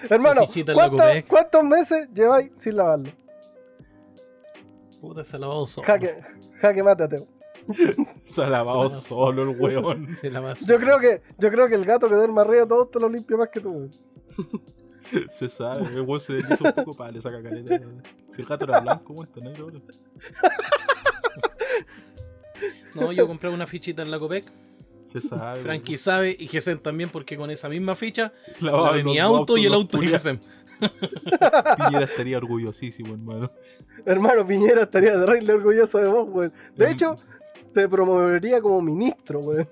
Speaker 2: hermano,
Speaker 4: fichita en la
Speaker 2: ¿cuántos,
Speaker 4: Copec.
Speaker 2: cuántos meses lleváis sin lavarlo?
Speaker 4: Puta, se ha lavado solo.
Speaker 2: Jaque, jaque mate, Teo.
Speaker 3: Se ha lavado
Speaker 4: Se la-
Speaker 3: solo el weón.
Speaker 4: Se lava
Speaker 2: Yo
Speaker 4: solo.
Speaker 2: creo que, yo creo que el gato que duerme arriba todo te lo limpia más que tú. weón.
Speaker 3: Se sabe. El weón se desliza un poco para le saca caleta. Si el gato era blanco, weón, está negro ahora.
Speaker 4: No, yo compré una fichita en la Copec.
Speaker 3: Se sabe.
Speaker 4: Frankie sabe y Gesem también, porque con esa misma ficha
Speaker 3: weón.
Speaker 4: la
Speaker 3: Lavaba
Speaker 4: de mi
Speaker 3: los
Speaker 4: auto
Speaker 3: autos
Speaker 4: y el
Speaker 3: los
Speaker 4: auto de
Speaker 3: culiados.
Speaker 4: Gesem.
Speaker 3: Piñera estaría orgullosísimo, hermano.
Speaker 2: Hermano, Piñera estaría de rey orgulloso de vos, weón. De
Speaker 3: El-
Speaker 2: hecho, te promovería como ministro, weón.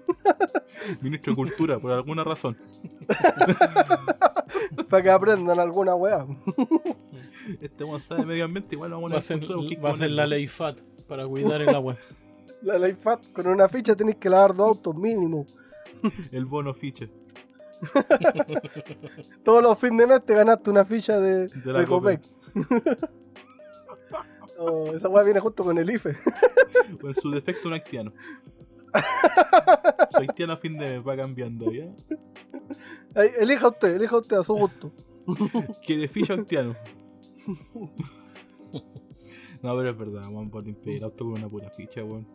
Speaker 3: Ministro de Cultura, por alguna razón.
Speaker 2: Para que aprendan alguna weá.
Speaker 3: Este weón sabe de medio ambiente, igual lo vamos a
Speaker 4: Va a ser,
Speaker 3: encontrar, ¿qué
Speaker 4: va a ser la
Speaker 3: ponerle?
Speaker 4: ley FAT para cuidar el agua.
Speaker 2: La ley fat, con una ficha tenéis que lavar dos autos mínimo.
Speaker 3: El bono ficha.
Speaker 2: Todos los fines de mes te ganaste una ficha de,
Speaker 3: De la
Speaker 2: de Copec. Oh, esa weá viene junto con el E. IFE.
Speaker 3: O en su defecto un haitiano. Su haitiano a fin de mes va cambiando, ¿ya?
Speaker 2: Ahí, elija usted, elija usted a su gusto.
Speaker 3: Quiere ficha haitiano. No, pero es verdad, weón, por limpiar el auto con una pura ficha, weón.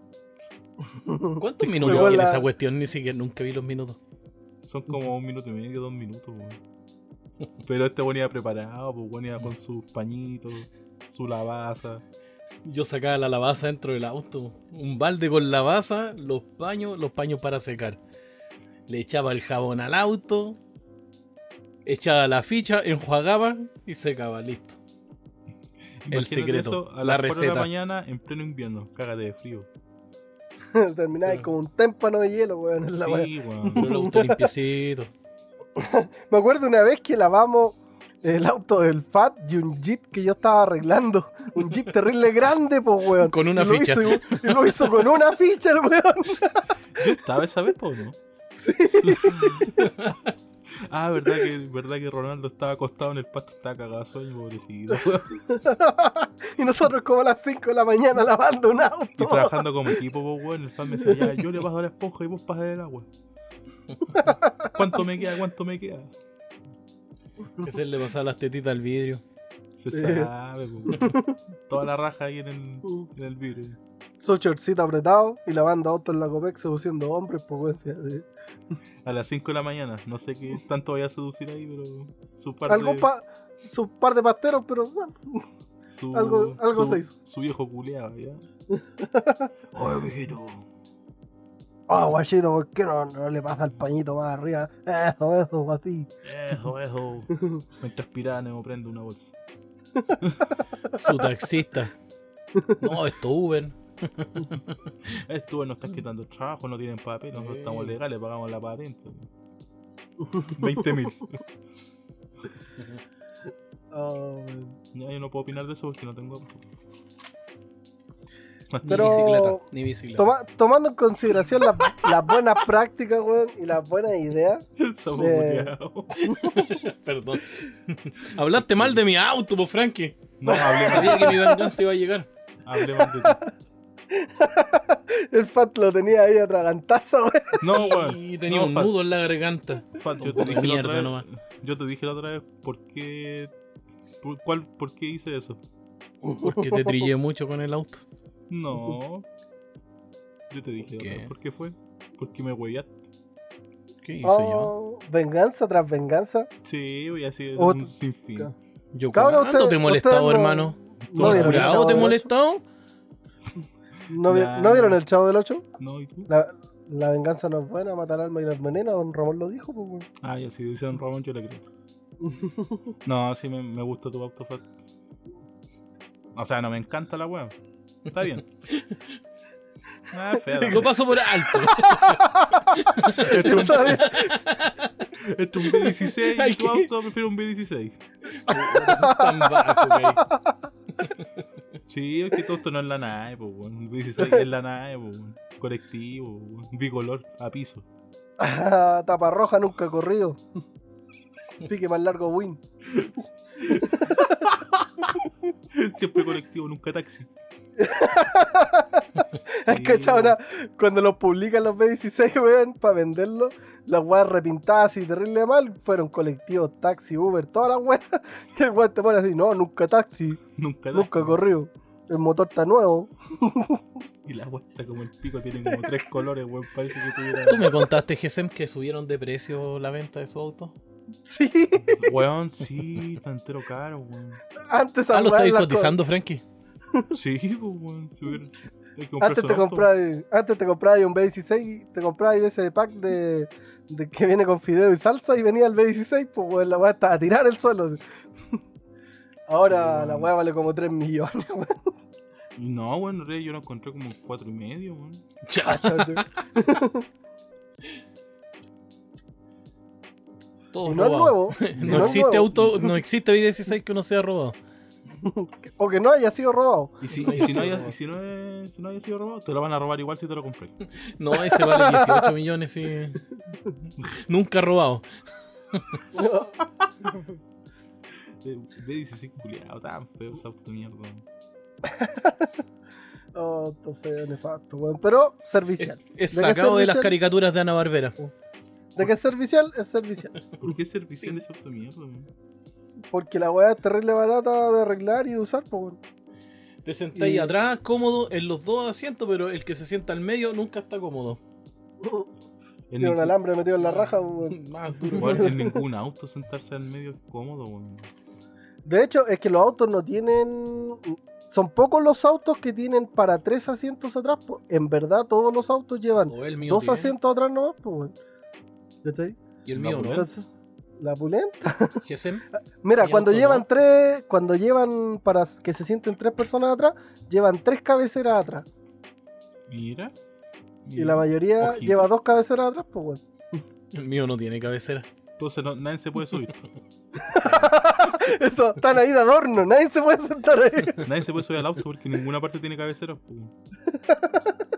Speaker 4: ¿Cuántos minutos
Speaker 2: Luego
Speaker 4: tiene
Speaker 2: la-
Speaker 4: esa cuestión? Ni siquiera nunca vi los minutos.
Speaker 3: Son como un minuto y medio, dos minutos, weón. Pero este weón iba preparado, pues weón iba con sus pañitos, su lavaza.
Speaker 4: Yo sacaba la lavaza dentro del auto. Un balde con lavaza, los paños, los paños para secar. Le echaba el jabón al auto. echaba la ficha, enjuagaba y secaba, listo. El
Speaker 3: Imagínate
Speaker 4: secreto,
Speaker 3: eso a
Speaker 4: la
Speaker 3: las cuatro de
Speaker 4: receta.
Speaker 3: la mañana en pleno invierno, cágate de frío.
Speaker 2: Terminaba ahí
Speaker 3: Claro.
Speaker 2: como un témpano de hielo, weón. en la weá.
Speaker 3: Sí, weón.
Speaker 4: Pero el auto limpiecito.
Speaker 2: Me acuerdo una vez que lavamos el auto del Fat y un jeep que yo estaba arreglando. Un jeep terrible grande, pues, weón.
Speaker 4: Con una
Speaker 2: Y lo
Speaker 4: ficha.
Speaker 2: hizo- y lo hizo con una ficha, el weón.
Speaker 3: Yo estaba esa vez, po, ¿no? ah, verdad que, verdad que Ronaldo estaba acostado en el pasto, estaba cagado de sueño, pobrecito.
Speaker 2: Y nosotros como a las 5 de la mañana lavando un
Speaker 3: Y
Speaker 2: auto.
Speaker 3: trabajando como equipo, po, weón. El fan me decía, ya, yo le paso la esponja y vos pasas el agua. ¿Cuánto me queda? ¿Cuánto me queda?
Speaker 4: Que se le pasaba las tetitas al vidrio.
Speaker 3: Se
Speaker 2: Sí.
Speaker 3: sabe, po, weón. Toda la raja ahí en el, en el vidrio.
Speaker 2: Su shortcito apretado y lavando autos en la Copex seduciendo hombres, pues, weón. sí, así.
Speaker 3: A las 5 de la mañana. No sé qué tanto vaya a seducir ahí, pero su parte.
Speaker 2: Algo pa... Su par de pasteros, pero bueno,
Speaker 3: su,
Speaker 2: algo- algo
Speaker 3: su-
Speaker 2: se hizo.
Speaker 3: Su viejo culeaba, ¿ya? Oye, viejito.
Speaker 2: ah, guachito, ¿por qué no, no le pasa el pañito más arriba? Eso, eso, así.
Speaker 3: Eso, eso. Mientras Piranha me prende una bolsa.
Speaker 4: Su taxista. No, esto Uber.
Speaker 3: Estuve, no estás quitando el trabajo, no tienen papel, nosotros
Speaker 4: Sí.
Speaker 3: estamos legales, pagamos la patente. 20 mil.
Speaker 2: Oh, weón.
Speaker 3: yo no puedo opinar de eso porque no tengo.
Speaker 4: Ni
Speaker 2: Pero-
Speaker 4: bicicleta. Ni bicicleta.
Speaker 2: Toma- tomando en consideración las las buenas prácticas, weón, y las buenas ideas.
Speaker 3: Somos
Speaker 2: Eh.
Speaker 3: culiados.
Speaker 4: Perdón. Hablaste mal de mi auto, pues Frankie.
Speaker 3: No, hablemos,
Speaker 4: Sabía que mi venganza iba a llegar.
Speaker 3: hablemos de ti.
Speaker 2: El Fat lo tenía ahí atragantazo, weón.
Speaker 3: No,
Speaker 4: Y
Speaker 3: weón.
Speaker 4: tenía
Speaker 3: no,
Speaker 4: un
Speaker 3: Fat,
Speaker 4: nudo en la garganta.
Speaker 3: Fat, yo te
Speaker 4: Como
Speaker 3: dije la
Speaker 4: mierda
Speaker 3: otra vez.
Speaker 4: nomás.
Speaker 3: Yo te dije la otra vez por qué. Por, cuál, ¿Por qué hice eso?
Speaker 4: Porque te trillé mucho con el auto.
Speaker 3: No. Yo te dije,
Speaker 4: ¿Por
Speaker 3: la otra
Speaker 4: qué?
Speaker 3: vez, ¿por qué fue? Porque me hueviaste.
Speaker 4: ¿Qué hice
Speaker 2: Oh, venganza tras venganza.
Speaker 3: Sí, voy así es
Speaker 2: Ot-
Speaker 3: un sinfín.
Speaker 2: Ca-
Speaker 4: yo? Yo
Speaker 2: Cabrón,
Speaker 4: cuándo
Speaker 2: ustedes-
Speaker 4: te he molestado,
Speaker 2: ustedes no-
Speaker 4: hermano. ¿Tú
Speaker 2: No
Speaker 4: has
Speaker 2: vieron el
Speaker 4: curado
Speaker 2: Chavo
Speaker 4: te he
Speaker 2: del Ocho?
Speaker 4: molestado?
Speaker 2: ¿No, vi-
Speaker 3: Nah.
Speaker 2: ¿no vieron el chavo del 8?
Speaker 3: No, ¿y tú?
Speaker 2: La, la venganza no es buena, matar al alma y las venena, don Ramón lo dijo, pues, weón.
Speaker 3: Ah, ya, si dice Don Ramón, yo le creo. No, sí, me, me gusta tu auto, Fat. O sea, no me encanta la weá. Está bien. Ah, es fea. la
Speaker 4: Lo
Speaker 3: weá.
Speaker 4: paso por alto.
Speaker 3: Este
Speaker 2: Yo sabía-
Speaker 3: es un B16 y tu
Speaker 4: Aquí.
Speaker 3: auto prefiero un B16.
Speaker 4: Tan bajo, güey.
Speaker 3: Sí, es que todo esto no es la nave, po, weón. Un B16 es la nave, po, weón. Colectivo, weón. bicolor, a piso.
Speaker 2: Ah, Tapa roja nunca corrido. Pique más largo, win.
Speaker 3: Siempre colectivo, nunca taxi.
Speaker 2: ¿Has
Speaker 3: Sí,
Speaker 2: cachado
Speaker 3: weón.
Speaker 2: una- Cuando los publican los B16, weón, para venderlo, las weas repintadas y terrible mal fueron colectivos, taxi, Uber, todas las weas. Y el weón te pone así, no, nunca taxi,
Speaker 3: Nunca taxi.
Speaker 2: nunca corrido. El motor está nuevo.
Speaker 3: Y la agua está como el pico, tiene como tres colores, weón. Parece que tuviera.
Speaker 4: ¿Tú me contaste, Gesem, que subieron de precio la venta de su auto?
Speaker 2: Sí,
Speaker 3: Weón, sí, está entero caro, weón.
Speaker 2: antes
Speaker 4: Ah, lo
Speaker 2: weas
Speaker 4: estáis
Speaker 2: las co-
Speaker 4: cotizando, Frankie.
Speaker 3: Sí, pues, weón. Si hubiera. Hay que comprarse
Speaker 2: Antes
Speaker 3: un
Speaker 2: te,
Speaker 3: auto.
Speaker 2: comprabas, antes te comprabas un B16, te comprabas ese pack de, de que viene con fideo y salsa y venía el B16, pues weón, la weá estaba a tirar el suelo. así. Ahora la
Speaker 3: Sí, weón.
Speaker 2: weá vale como 3 millones, weón.
Speaker 3: No, weón, en realidad yo lo encontré como cuatro y medio, weón.
Speaker 4: Ya. Todo
Speaker 2: Y no es
Speaker 4: robado.
Speaker 2: nuevo. y
Speaker 4: No
Speaker 2: es
Speaker 4: existe
Speaker 2: nuevo.
Speaker 4: auto, no existe B16 que no sea robado.
Speaker 2: O que no haya sido robado.
Speaker 3: Y si,
Speaker 4: No
Speaker 3: y
Speaker 4: haya
Speaker 3: si no,
Speaker 4: sido
Speaker 3: haya,
Speaker 4: robado.
Speaker 3: y si, no es- si no haya sido robado, te lo van a robar igual si te lo compré.
Speaker 4: No, ese vale 18 millones y. Nunca robado.
Speaker 3: Eh, B16 culiado, tan feo esa auto mierda. weón.
Speaker 2: Oh, entonces, nefasto, weón. Pero servicial.
Speaker 4: Es
Speaker 2: ¿De qué
Speaker 4: sacado de las
Speaker 2: servicial?
Speaker 4: caricaturas de Ana Barbera.
Speaker 2: ¿De qué es servicial? Es servicial.
Speaker 3: ¿Por qué servicio de esa auto mierda, weón?
Speaker 2: Porque la weá es terrible barata de arreglar y de usar, pues weón.
Speaker 4: Te sentáis
Speaker 2: Y-
Speaker 4: atrás, cómodo, en los dos asientos, pero el que se sienta al medio nunca está cómodo.
Speaker 3: En
Speaker 2: Tiene un
Speaker 3: ningún-
Speaker 2: alambre metido en la raja, weón.
Speaker 4: Más duro.
Speaker 3: weón, en ningún auto sentarse al medio es cómodo, weón.
Speaker 2: De hecho, es que los autos no tienen. Son pocos los autos que tienen para tres asientos atrás. po. En verdad, todos los autos llevan
Speaker 4: O Oh, el mío
Speaker 2: dos
Speaker 4: tiene,
Speaker 2: asientos atrás nomás, pues, weón. ¿Cachai?
Speaker 4: y el mío no.
Speaker 3: Napoleón.
Speaker 2: Entonces, La pulenta.
Speaker 4: Gesem.
Speaker 2: Mira,
Speaker 4: Y
Speaker 2: cuando
Speaker 4: auto,
Speaker 2: llevan
Speaker 4: ¿no?
Speaker 2: tres, cuando llevan para que se sienten tres personas atrás, llevan tres cabeceras atrás.
Speaker 3: Mira.
Speaker 2: Y la mayoría
Speaker 3: Ojito.
Speaker 2: lleva dos cabeceras atrás, pues bueno.
Speaker 4: El mío no tiene cabecera.
Speaker 3: Entonces no- nadie se puede subir.
Speaker 2: Eso, están ahí de adorno, nadie se puede sentar ahí.
Speaker 3: nadie se puede subir al auto porque ninguna parte tiene cabecera. pum.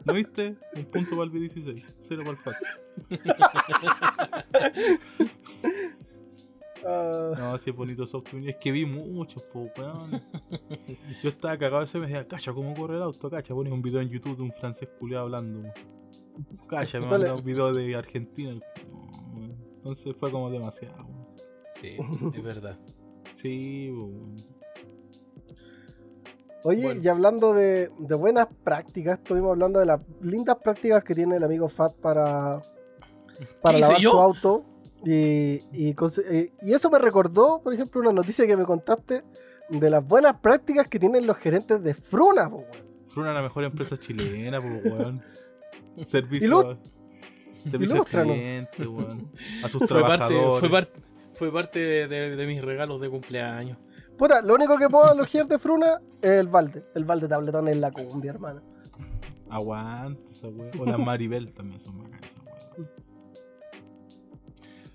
Speaker 3: ¿No viste? Un punto para el B16. Cero para el FAT.
Speaker 2: Ah,
Speaker 3: No, sí es bonito software. Es que vi muchos, po, weón. Yo estaba cagado de eso y me decía, cacha, ¿cómo corre el auto? Cacha, pones un video en YouTube de un francés culiado hablando. weón. Cacha, me
Speaker 2: Vale.
Speaker 3: mandaba un video de Argentina. No, weón. Entonces fue como demasiado. weón.
Speaker 4: Sí, es verdad.
Speaker 3: Sí, weón.
Speaker 2: Oye,
Speaker 3: Bueno.
Speaker 2: y hablando de, de buenas prácticas, estuvimos hablando de las lindas prácticas que tiene el amigo Fat para, para
Speaker 4: hice
Speaker 2: lavar
Speaker 4: yo?
Speaker 2: su auto. Y, y conse- eh, y eso me recordó, por ejemplo, una noticia que me contaste de las buenas prácticas que tienen los gerentes de Fruna, po, weón.
Speaker 3: Fruna es la mejor empresa chilena, po, pues, weón. Servicio,
Speaker 2: Ilu-
Speaker 3: a- servicio al
Speaker 2: ilústranos.
Speaker 3: cliente, weón. A sus
Speaker 4: Fue parte,
Speaker 3: trabajadores.
Speaker 4: fue parte, fue parte de, de- de mis regalos de cumpleaños.
Speaker 2: Puta, lo único que puedo elogiar de Fruna es el balde. El balde tabletón es la cumbia, hermano.
Speaker 3: Aguante esa weón. O la Maribel también son bacanas esas weón.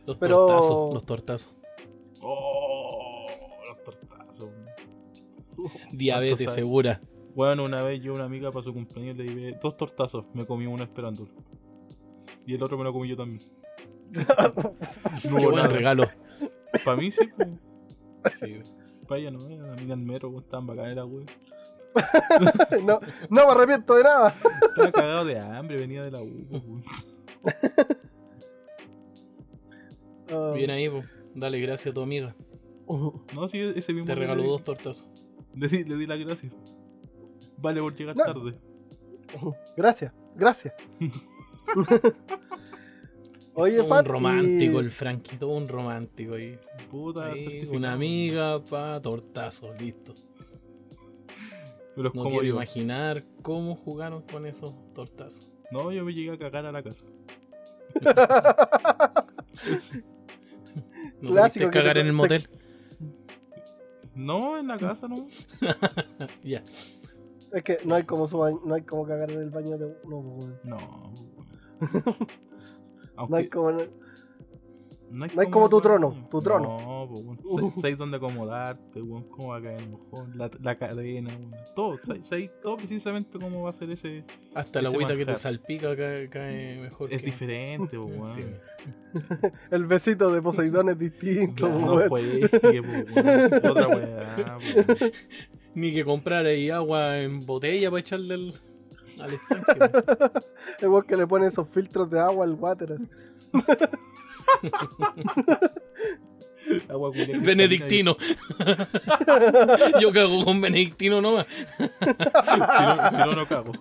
Speaker 4: Los
Speaker 2: Pero-
Speaker 4: tortazos, los tortazos.
Speaker 3: Oh, los tortazos, weón.
Speaker 4: Diabetes
Speaker 3: Tortazos.
Speaker 4: segura.
Speaker 3: Bueno, una vez yo a una amiga para su cumpleaños le llevé dos tortazos, me comí uno esperándolo. Y el otro me lo comí yo también. no
Speaker 4: Qué
Speaker 3: hubo
Speaker 4: buen regalo.
Speaker 3: Para mí sí, pues.
Speaker 4: Sí.
Speaker 3: Para ella no, eh, la amiga del mero, pues, tan bacana era, güey.
Speaker 2: No, no me arrepiento de nada.
Speaker 3: Estaba cagado de hambre, venía de la U, pues, güey.
Speaker 2: Ah,
Speaker 4: Bien ahí, po. Dale gracias a tu amiga.
Speaker 2: Oh.
Speaker 3: No, sí, ese mismo.
Speaker 4: Te
Speaker 3: día
Speaker 4: regaló
Speaker 3: le,
Speaker 4: dos tortazos.
Speaker 3: Le di, le di las gracias. Vale por llegar
Speaker 2: No.
Speaker 3: tarde.
Speaker 2: Gracias, gracias. Oye,
Speaker 4: Todo
Speaker 2: Fat,
Speaker 4: un romántico
Speaker 2: y-
Speaker 4: el Frankie, todo un romántico ahí.
Speaker 3: Puta,
Speaker 4: Ahí,
Speaker 3: certificado.
Speaker 4: una amiga, pa, tortazo, listo.
Speaker 3: Me los
Speaker 4: No
Speaker 3: como
Speaker 4: quiero
Speaker 3: yo.
Speaker 4: imaginar cómo jugaron con esos tortazos.
Speaker 3: No, yo me llegué a cagar a la casa.
Speaker 2: Clásico
Speaker 4: No pudiste
Speaker 2: que
Speaker 4: cagar
Speaker 2: te-
Speaker 4: en el
Speaker 2: te-
Speaker 4: motel.
Speaker 3: No, en la casa no.
Speaker 4: Ya.
Speaker 2: Es que no hay como su baño- no hay como cagar en el baño de uno, po, weón.
Speaker 3: No.
Speaker 2: No hay
Speaker 3: Aunque-
Speaker 2: como no hay
Speaker 3: cómo
Speaker 2: como tu
Speaker 3: acomodar,
Speaker 2: trono,
Speaker 3: weón.
Speaker 2: tu trono.
Speaker 3: No, pues, weón. Sé- Sabes dónde acomodarte, weón. Cómo va a caer el mojón, la, la cadena, weón. Todo, sabes sabes todo precisamente cómo va a ser ese.
Speaker 4: Hasta la
Speaker 3: Ese
Speaker 4: agüita que te
Speaker 3: manjar.
Speaker 4: salpica cae, cae mejor.
Speaker 3: Es
Speaker 4: que-
Speaker 3: diferente, po, weón.
Speaker 4: Sí.
Speaker 2: el besito de Poseidón es distinto, po,
Speaker 3: No
Speaker 2: weón.
Speaker 3: juegues, po, weón. pues, Otra pues, weá, po, weón.
Speaker 4: Ni que comprar ahí agua en botella para echarle al, al estanque. po. pues.
Speaker 2: Es vos que le ponen esos filtros de agua al water. así.
Speaker 3: Agua culia cristalina
Speaker 4: benedictino. Yo cago con benedictino nomás.
Speaker 3: y- Si no, si no, no cago.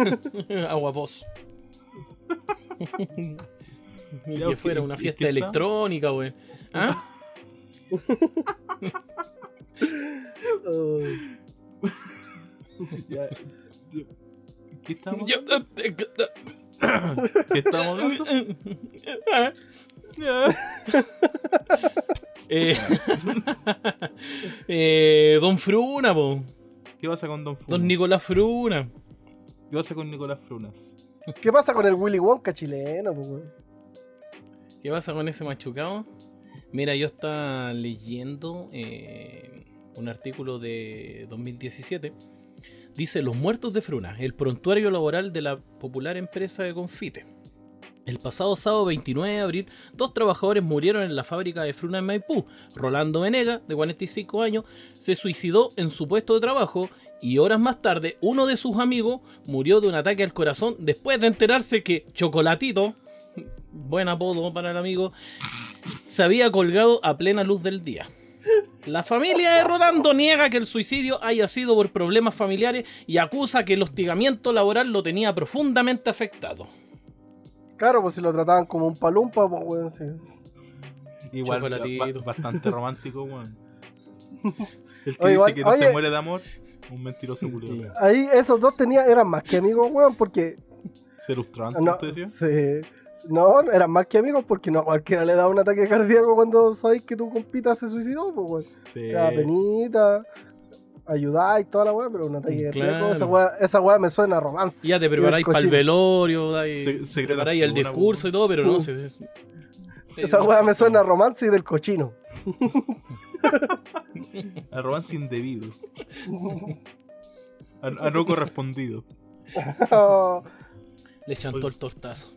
Speaker 4: Agua voz. Ni
Speaker 3: Ya,
Speaker 4: que
Speaker 3: ok,
Speaker 4: fuera
Speaker 3: ¿y-
Speaker 4: una
Speaker 3: y
Speaker 4: fiesta
Speaker 3: qué está?
Speaker 4: electrónica, güey. ¿Ah? Oh.
Speaker 2: Ay,
Speaker 3: Ya. yo- ¿Qué estamos,
Speaker 4: Yo-
Speaker 3: ¿Qué estamos hablando?
Speaker 4: Eh, eh, don Fruna, po.
Speaker 3: ¿Qué pasa con Don Funas?
Speaker 4: Don Nicolás Fruna.
Speaker 3: ¿Qué pasa con Nicolás Frunas?
Speaker 2: ¿Qué pasa con el Willy Wonka chileno, po, weón?
Speaker 4: ¿Qué pasa con ese machucado? Mira, yo estaba leyendo eh, un artículo de 2017. Dice Los muertos de Fruna, el prontuario laboral de la popular empresa de confite. El pasado sábado 29 de abril, dos trabajadores murieron en la fábrica de Fruna en Maipú. Rolando Venega, de 45 años, se suicidó en su puesto de trabajo y horas más tarde uno de sus amigos murió de un ataque al corazón después de enterarse que Chocolatito, buen apodo para el amigo, se había colgado a plena luz del día. La familia de Rolando niega que el suicidio haya sido por problemas familiares y acusa que el hostigamiento laboral lo tenía profundamente afectado.
Speaker 2: Claro, pues si lo trataban como un palumpa, pues weón. sí.
Speaker 3: Igual, ba-
Speaker 4: Chocolatito.
Speaker 3: bastante romántico, weón. El que
Speaker 2: Oye,
Speaker 3: dice
Speaker 2: igual-
Speaker 3: que no se
Speaker 2: oye.
Speaker 3: muere de amor, un mentiroso culiado.
Speaker 2: Ahí esos dos tenían, eran más que amigos, weón, porque
Speaker 3: Se ilustró antes,
Speaker 2: No,
Speaker 3: usted decía.
Speaker 2: se, No, eran más que amigos porque no a cualquiera le da un ataque cardíaco cuando sabéis que tu compita se suicidó, pues, weón.
Speaker 3: Sí.
Speaker 2: Te da penita, ayudáis, toda la weá, pero un ataque
Speaker 4: Claro.
Speaker 2: cardíaco, esa weá, esa weá me suena a romance.
Speaker 4: Y ya te preparáis para el
Speaker 2: cochino.
Speaker 4: velorio,
Speaker 3: Se- pues.
Speaker 4: dais,
Speaker 3: secreta
Speaker 4: preparáis el
Speaker 3: figura,
Speaker 4: discurso y todo, pero
Speaker 2: Mm.
Speaker 4: no sé. es-
Speaker 2: Esa weá me suena a romance y del cochino.
Speaker 3: A romance indebido. A, a no correspondido.
Speaker 2: Oh,
Speaker 4: Le chantó el tortazo.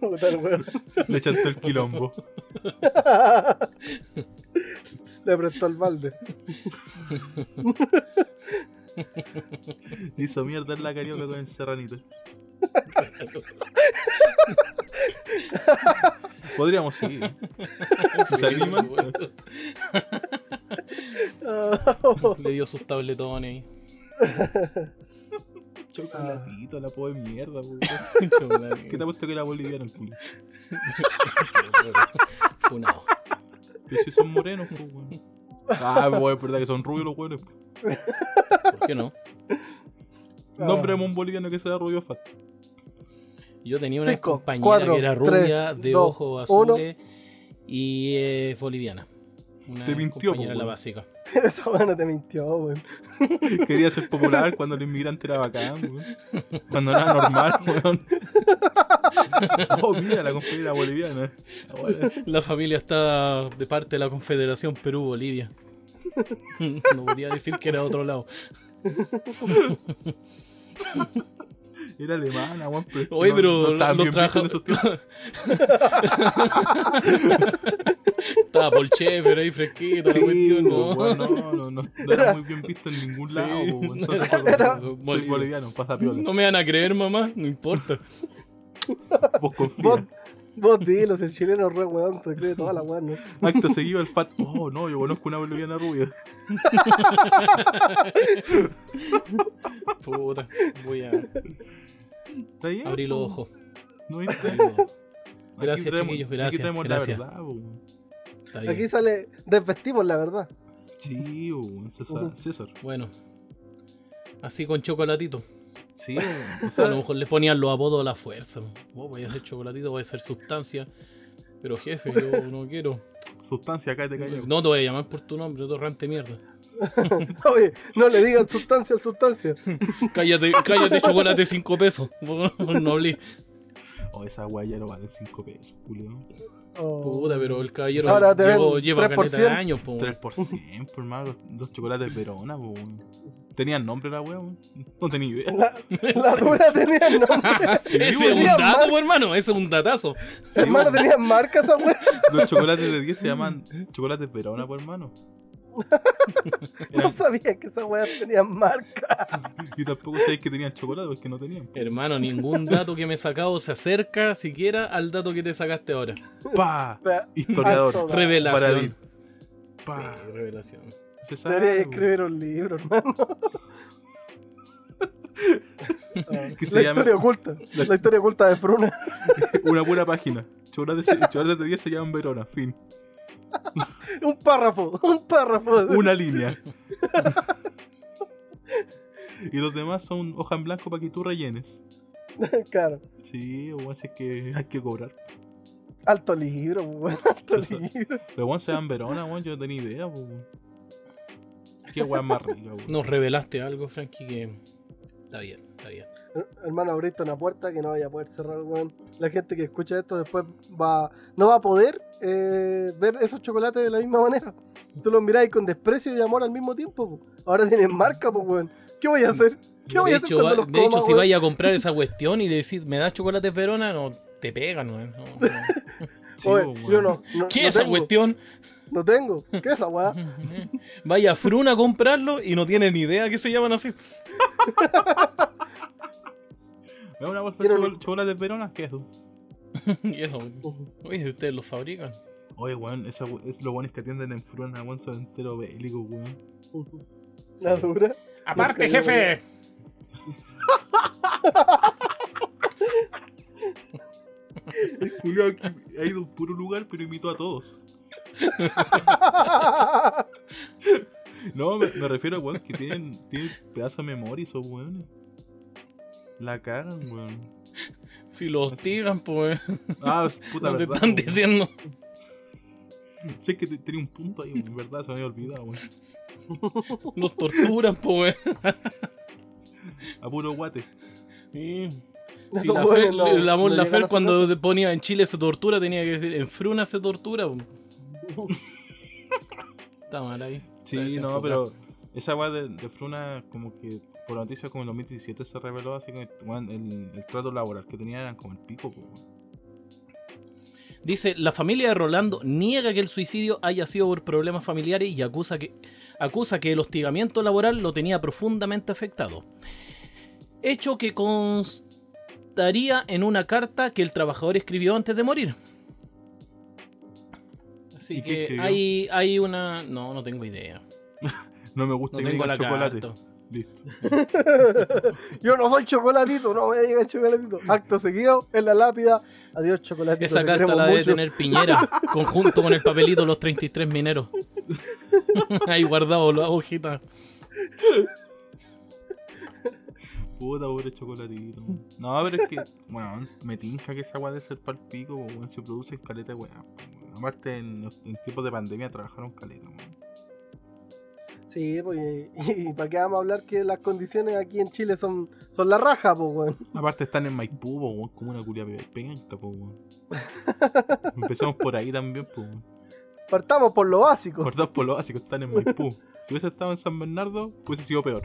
Speaker 2: Puta, el weón.
Speaker 3: Le chantó el quilombo.
Speaker 2: Le prestó el balde.
Speaker 3: Le hizo mierda en la carioca con el serranito. Podríamos seguir. Si se animan.
Speaker 2: Oh,
Speaker 4: Le dio sus tabletones.
Speaker 3: Chocolatito, la pobre mierda, po. ¿Qué
Speaker 4: ¿Qué
Speaker 3: te ha puesto que era boliviano el culo?
Speaker 4: Funado.
Speaker 3: Que si son morenos, pues, weón. Ah, weón, es verdad que son rubios los weones. pues. po.
Speaker 4: ¿Por qué no? Ah.
Speaker 3: Nombremos un boliviano que sea rubio fat.
Speaker 4: Yo tenía una
Speaker 2: Cinco,
Speaker 4: compañera
Speaker 2: cuatro,
Speaker 4: que era rubia,
Speaker 2: tres,
Speaker 4: de
Speaker 2: dos,
Speaker 4: ojos
Speaker 2: uno.
Speaker 4: azules y eh, boliviana. Una
Speaker 3: Te mintió, po,
Speaker 4: compañera de la
Speaker 3: weón.
Speaker 4: básica.
Speaker 2: Esa weá no te mintió, weón.
Speaker 3: Quería ser popular cuando el inmigrante era bacán, weón. Cuando era normal, weón. Oh, mira, la compañera boliviana. Ahora,
Speaker 4: La familia está de parte de la Confederación Perú-Bolivia. No podía decir que era de otro lado.
Speaker 3: Era alemana, weón. pero
Speaker 4: Oye,
Speaker 3: no-
Speaker 4: pero
Speaker 3: no estaban
Speaker 4: los
Speaker 3: bien vistos en
Speaker 4: trabajadores.
Speaker 3: esos tiempos.
Speaker 4: Estaba por pero ahí fresquito. la
Speaker 3: Sí,
Speaker 4: cuestión,
Speaker 3: po,
Speaker 4: ¿no?
Speaker 3: weón, no, no, no, no era muy bien visto en ningún
Speaker 4: Sí.
Speaker 3: lado, po, weón. Entonces,
Speaker 4: Era-
Speaker 3: pues,
Speaker 4: era-
Speaker 3: soy
Speaker 4: Bolivia.
Speaker 3: boliviano, pasa piola.
Speaker 4: No me van a creer, mamá. No importa.
Speaker 3: Vos
Speaker 2: Vos,
Speaker 3: confía.
Speaker 2: vos dilo, si el chileno es re weón, te cree toda la weá, ¿no?
Speaker 3: Acto seguido el fat. Oh, no, yo conozco una boliviana rubia.
Speaker 4: Puta. Voy a
Speaker 3: ¿Está bien?
Speaker 4: abrir los
Speaker 3: po?
Speaker 4: ojos.
Speaker 3: No hay
Speaker 4: Abrir los ojos.
Speaker 3: Aquí
Speaker 4: Gracias,
Speaker 3: traemos-
Speaker 4: chiquillos,
Speaker 3: Aquí
Speaker 4: gracias,
Speaker 3: traemos
Speaker 4: gracias.
Speaker 3: la verdad, po, weón.
Speaker 4: Está bien.
Speaker 2: Aquí sale, desvestimos la verdad.
Speaker 3: Sí, po, weón, César.
Speaker 4: Uh.
Speaker 2: Ujú.
Speaker 3: César.
Speaker 4: Bueno. Así con chocolatito.
Speaker 3: Sí, o
Speaker 4: A
Speaker 3: sea,
Speaker 4: lo mejor le ponían los apodos a la fuerza. Vos voy a hacer chocolatito, voy a hacer sustancia. Pero jefe, yo no quiero.
Speaker 3: sustancia acá te callas.
Speaker 4: No te voy a llamar por tu nombre, torrante mierda.
Speaker 2: Oye, no le digan sustancia, sustancia.
Speaker 4: Cállate, cállate, chocolate 5 pesos. Vos No hablé.
Speaker 3: Oh, esa weá ya no vale 5 pesos, Julio.
Speaker 2: Oh.
Speaker 4: Puta, pero el caballero
Speaker 2: Ahora te
Speaker 4: llevo-
Speaker 2: ven
Speaker 4: lleva
Speaker 2: 3%.
Speaker 4: caneta de años, po.
Speaker 3: 3%, hermano. Los, los chocolates Verona, po, weón. Tenían nombre la weá, weón. No tenía idea.
Speaker 2: La dura tenía nombre.
Speaker 4: Ese es un
Speaker 2: Tenían
Speaker 4: dato,
Speaker 2: mar-
Speaker 4: po, hermano. Ese es un datazo.
Speaker 3: Sí,
Speaker 2: Hermano,
Speaker 3: weón.
Speaker 2: tenían marca esa weá.
Speaker 3: Los chocolates de 10 se llaman chocolates Verona, pues hermano.
Speaker 2: No
Speaker 3: Eran-
Speaker 2: sabía que esa weá tenía marca.
Speaker 3: y tampoco sabéis que tenían chocolate, porque no tenían.
Speaker 4: Hermano, ningún dato que me he sacado se acerca siquiera al dato que te sacaste ahora.
Speaker 3: ¡Pa!
Speaker 2: Vea,
Speaker 3: Historiador.
Speaker 2: alto.
Speaker 3: Paradis.
Speaker 4: Revelación.
Speaker 3: Pa.
Speaker 4: Sí, revelación.
Speaker 3: Se sabe,
Speaker 2: Debería
Speaker 3: weón.
Speaker 2: escribir un libro, hermano.
Speaker 3: Que se
Speaker 2: La
Speaker 3: llama-
Speaker 2: historia oculta. La historia oculta de Fruna.
Speaker 3: Una pura página. Chocolates, chocolates de 10 se llaman Verona, fin.
Speaker 2: Un párrafo, un párrafo.
Speaker 3: Una línea. y los demás son hoja en blanco para que tú rellenes.
Speaker 2: Claro.
Speaker 3: Sí, weón, si es que hay que cobrar.
Speaker 2: Alto libro, weón. Alto
Speaker 3: Sí, sí.
Speaker 2: libro.
Speaker 3: Pero weón, se llaman Verona, weón, yo no tenía idea, weón. Qué weón más rica, weón.
Speaker 4: Nos revelaste algo, Frankie, que. Está bien, está bien.
Speaker 2: Hermano, abriste una puerta que no vaya a poder cerrar, weón. La gente que escucha esto después va, no va a poder eh, ver esos chocolates de la misma manera. Tú los miráis con desprecio y amor al mismo tiempo. po. Ahora tienen marca, pues, weón. ¿Qué voy a hacer? ¿Qué voy
Speaker 4: De
Speaker 2: a hacer
Speaker 4: hecho,
Speaker 2: cuando
Speaker 4: va-
Speaker 2: los
Speaker 4: de hecho,
Speaker 2: coma,
Speaker 4: si
Speaker 2: weón?
Speaker 4: vayas a comprar esa cuestión y le decís, ¿me das chocolates Verona? No, te pegan, weón. No, no.
Speaker 3: Sí,
Speaker 2: Oye,
Speaker 3: weón.
Speaker 2: yo no, no-
Speaker 4: ¿Qué
Speaker 2: no
Speaker 4: es esa
Speaker 2: tengo,
Speaker 4: cuestión?
Speaker 2: No tengo. ¿Qué es esa weá?
Speaker 4: Vaya a Fruna a comprarlo y no tiene ni idea que se llaman así.
Speaker 3: Me da una bolsa de
Speaker 2: Quiero-
Speaker 3: chocolate chocolates Verona, ¿qué es eso?
Speaker 4: Y eso, oye, ustedes los fabrican.
Speaker 3: Oye, weón, esa, we- es lo bueno es que atienden en Fruna, weón, son entero bélico, weón.
Speaker 2: La dura.
Speaker 4: ¡Aparte, jefe!
Speaker 3: El culiao aquí ha ido a un puro lugar, pero imitó a todos. No, me, me refiero a weón que tienen, tienen pedazo de memoria esos weones. La cagan, weón.
Speaker 4: Si lo hostigan, pues.
Speaker 3: Ah, es puta
Speaker 4: No te
Speaker 3: verdad.
Speaker 4: están
Speaker 3: weón.
Speaker 4: diciendo.
Speaker 3: Si es que te- tenía un punto ahí, weón, verdad, se me había olvidado, weón.
Speaker 4: Los torturan, pues.
Speaker 3: A puro guate.
Speaker 4: Sí.
Speaker 2: Esos
Speaker 4: Si la
Speaker 2: hueones
Speaker 4: Fer,
Speaker 2: no-
Speaker 4: la-
Speaker 2: no
Speaker 4: la
Speaker 2: llegan
Speaker 4: Fer
Speaker 2: a
Speaker 4: cuando ponía en Chile se tortura tenía que decir en Fruna se tortura. po. Está mal ahí.
Speaker 3: Sí,
Speaker 4: Debe
Speaker 3: no,
Speaker 4: ser
Speaker 3: pero esa weá de, de Fruna, como que por la noticia, como en 2017 se reveló, así que weón, el, el trato laboral que tenían eran como el pico, po, weón.
Speaker 4: Dice, la familia de Rolando niega que el suicidio haya sido por problemas familiares y acusa que, acusa que el hostigamiento laboral lo tenía profundamente afectado. Hecho que constaría en una carta que el trabajador escribió antes de morir.
Speaker 3: ¿Y
Speaker 4: Así
Speaker 3: qué
Speaker 4: que
Speaker 3: escribió?
Speaker 4: hay, hay una... No, no tengo idea.
Speaker 3: No me gusta
Speaker 4: No
Speaker 3: que me
Speaker 4: tengo
Speaker 3: digan
Speaker 4: la
Speaker 3: chocolate.
Speaker 4: carta.
Speaker 3: Listo.
Speaker 2: Yo no soy chocolatito, no me digan chocolatito. Acto seguido, en la lápida. Adiós, chocolatito.
Speaker 4: Esa
Speaker 2: te
Speaker 4: carta
Speaker 2: queremos
Speaker 4: la debe
Speaker 2: mucho.
Speaker 4: tener Piñera, conjunto con el papelito de los 33 mineros. Ahí guardado la hojita.
Speaker 3: Puta, pobre chocolatito. weón. No, pero es que, bueno, me tinca que esa weá de ser pal pico, po, weón, se produce en caleta, de weá. po, weón. Aparte, en, los- en tiempos de pandemia trabajaron caleta, weón.
Speaker 2: Sí, pues, y, para qué vamos a hablar que las condiciones aquí en Chile son, son la raja, pues, weón.
Speaker 3: Aparte, están en Maipú, po, weón, como una culia penca, po, weón. Empezamos por ahí también, po, weón.
Speaker 2: Partamos por lo básico.
Speaker 3: Cortados por lo básico, están en Maipú. Si hubiese estado en San Bernardo, hubiese sido peor.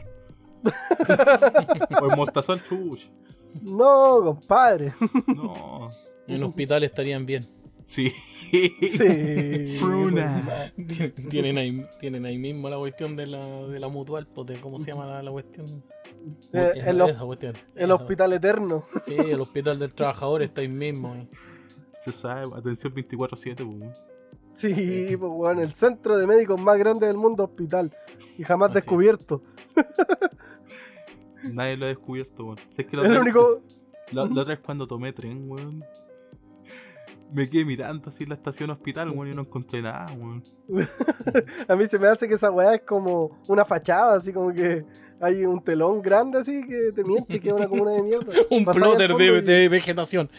Speaker 3: o en Mostazal, chuch.
Speaker 2: No, compadre.
Speaker 3: No.
Speaker 4: En hospital estarían bien.
Speaker 3: Sí.
Speaker 2: Sí. pues.
Speaker 3: Fruna.
Speaker 4: tienen, ahí, tienen ahí mismo la cuestión de la, de la mutual, pues, de cómo se llama la, la cuestión.
Speaker 2: Eh,
Speaker 4: Esa-
Speaker 2: el, hos-
Speaker 4: esa cuestión.
Speaker 2: el
Speaker 4: Esa-
Speaker 2: hospital eterno.
Speaker 4: Sí, el hospital del trabajador está ahí mismo. eh.
Speaker 3: Se sabe, atención 24-7, po, weón.
Speaker 2: Sí, pues, weón. El centro de médicos más grande del mundo, hospital. Y jamás
Speaker 4: Así es.
Speaker 2: descubierto.
Speaker 3: Nadie lo ha descubierto, weón. Sé que la
Speaker 2: El
Speaker 3: otra-
Speaker 2: único.
Speaker 3: La, la otra es cuando tomé tren, weón. Me quedé mirando así en la estación hospital, weón, y no encontré nada, weón.
Speaker 2: A mí se me hace que esa weá es como una fachada, así como que hay un telón grande así que te miente que es una comuna de mierda.
Speaker 4: Un
Speaker 2: Pasáis al
Speaker 4: plotter
Speaker 2: fondo
Speaker 4: de,
Speaker 2: y-
Speaker 4: de vegetación.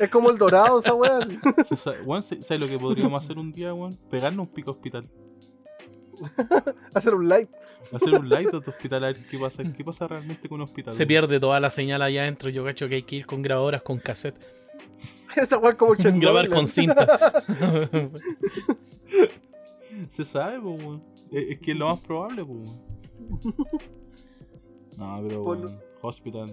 Speaker 2: Es como el dorado esa weá. así.
Speaker 3: Se sabe- weón, se- ¿sabes lo que podríamos hacer un día, weón? Pegarnos un pico hospital.
Speaker 2: Hacer un live.
Speaker 3: Hacer un live de otro hospital, a ver qué pasa, qué pasa realmente con un hospital.
Speaker 4: Se
Speaker 3: weón.
Speaker 4: pierde toda la señal allá adentro. Yo cacho que hay que ir con grabadoras, con cassette.
Speaker 2: Esa weá es como Chernobyl.
Speaker 4: Grabar con cinta.
Speaker 3: Se sabe, po, weón. Es, es que es lo más probable, po, weón. No, pero,
Speaker 2: Ponlo.
Speaker 3: weón, hospital.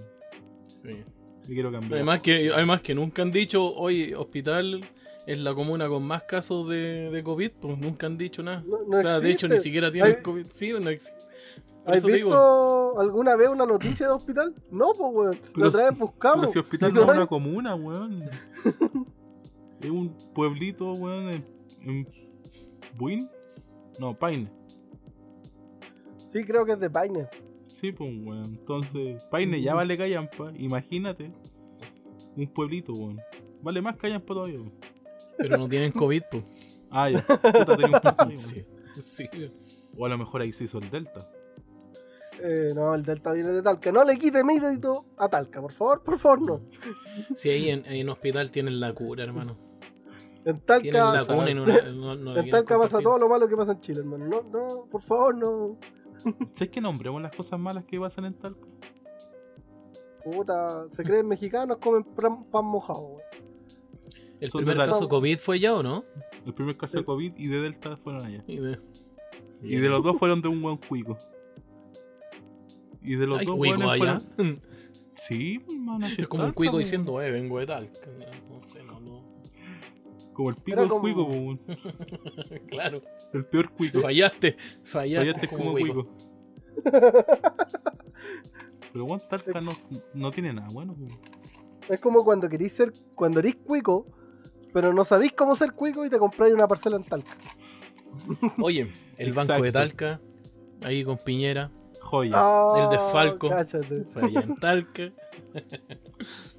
Speaker 4: Sí.
Speaker 3: Yo quiero cambiar.
Speaker 4: Además que, además que nunca han dicho, hoy hospital es la comuna con más casos de, de COVID, pues nunca han dicho nada.
Speaker 2: No- no
Speaker 4: o sea, de hecho ni
Speaker 2: existe.
Speaker 4: siquiera tienen
Speaker 2: Hay-
Speaker 4: COVID. Sí, no existe. Por
Speaker 2: ¿Has
Speaker 4: eso te digo,
Speaker 2: visto alguna vez una noticia de hospital? No, pues weón.
Speaker 3: Pero
Speaker 2: La otra
Speaker 3: si-
Speaker 2: vez
Speaker 3: Pero
Speaker 2: buscamos.
Speaker 3: si
Speaker 2: y
Speaker 3: hospital no es
Speaker 2: no hay.
Speaker 3: una comuna, weón. es un pueblito, weón, en, en Buin. No, Paine.
Speaker 2: Sí, creo que es de Paine.
Speaker 3: Sí, pues, weón. Entonces, Paine ya vale Callampa. Imagínate un pueblito, weón. Vale más Callampa todavía, weón.
Speaker 4: pero no tienen COVID, pues.
Speaker 3: Ah, ya. Puta, tenía un punto ahí, weón.
Speaker 4: Sí. sí.
Speaker 3: O a lo mejor ahí se hizo el Delta.
Speaker 2: Eh, no, el Delta viene de Talca. No le quite mérito a Talca, por favor, por favor, no.
Speaker 4: Sí, ahí en, ahí en hospital tienen la cura, hermano.
Speaker 2: En
Speaker 4: Tienen la
Speaker 2: Talca,
Speaker 4: cuna y no, no, no la
Speaker 2: en
Speaker 4: quieren
Speaker 2: Talca pasa
Speaker 4: compartir.
Speaker 2: todo lo malo que pasa en Chile, hermano. No, no, por favor, no.
Speaker 3: ¿Sabes que nombremos las cosas malas que pasan en Talca?
Speaker 2: Puta, se creen mexicanos, comen pan, pan mojado, weón.
Speaker 4: El
Speaker 3: Son
Speaker 4: primer
Speaker 3: de la-
Speaker 4: caso COVID fue ya, ¿o no?
Speaker 3: Los primeros casos de COVID y de Delta fueron allá.
Speaker 4: Y de-
Speaker 3: Y de los dos fueron de un buen cuico. Y de los
Speaker 4: Hay
Speaker 3: dos
Speaker 4: cuico
Speaker 3: hueones
Speaker 4: allá.
Speaker 3: fueron... Sí, hermano. si
Speaker 4: Es como un
Speaker 3: Talca,
Speaker 4: cuico
Speaker 3: weón.
Speaker 4: diciendo, eh, vengo de Talca. No sé, no, no.
Speaker 3: Como el pico
Speaker 2: Era
Speaker 3: del
Speaker 2: como-
Speaker 3: cuico, weón.
Speaker 4: Claro,
Speaker 3: El peor cuico.
Speaker 4: fallaste, fallaste,
Speaker 3: Fallaste como cuico. Pero weón, Talca no, no tiene nada bueno, weón.
Speaker 2: Es como cuando querís ser, cuando eres cuico, pero no sabís cómo ser cuico y te compráis una parcela en Talca.
Speaker 4: Oye, el Banco de Talca, ahí con Piñera,
Speaker 3: Joya.
Speaker 2: Ah,
Speaker 4: el desfalco.
Speaker 2: cáchate.
Speaker 4: fue allá en Talca.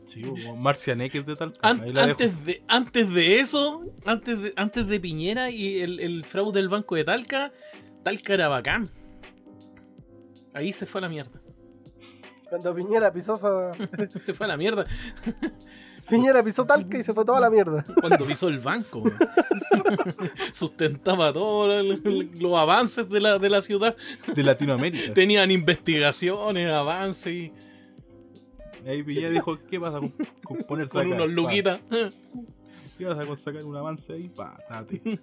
Speaker 3: Sí, weón. Marcianeque es de Talca.
Speaker 4: An-
Speaker 3: ahí la dejo.
Speaker 4: antes, de, antes de eso, antes de, antes de Piñera y el, el fraude del Banco de Talca, Talca era bacán. Ahí se fue a la mierda.
Speaker 2: Cuando Piñera pisó esa-
Speaker 4: Se fue a la mierda.
Speaker 2: Piñera pisó Talca y se fue toda la mierda.
Speaker 4: Cuando pisó el banco. weón. Sustentaba todos los avances de la, de la ciudad.
Speaker 3: de Latinoamérica.
Speaker 4: Tenían investigaciones, avances y
Speaker 3: Ahí Piñera dijo, ¿qué pasa con, con poner
Speaker 4: con
Speaker 3: sacar?
Speaker 4: unos
Speaker 3: Pa,
Speaker 4: luquitas.
Speaker 3: ¿Qué pasa con sacar un avance ahí? Patate.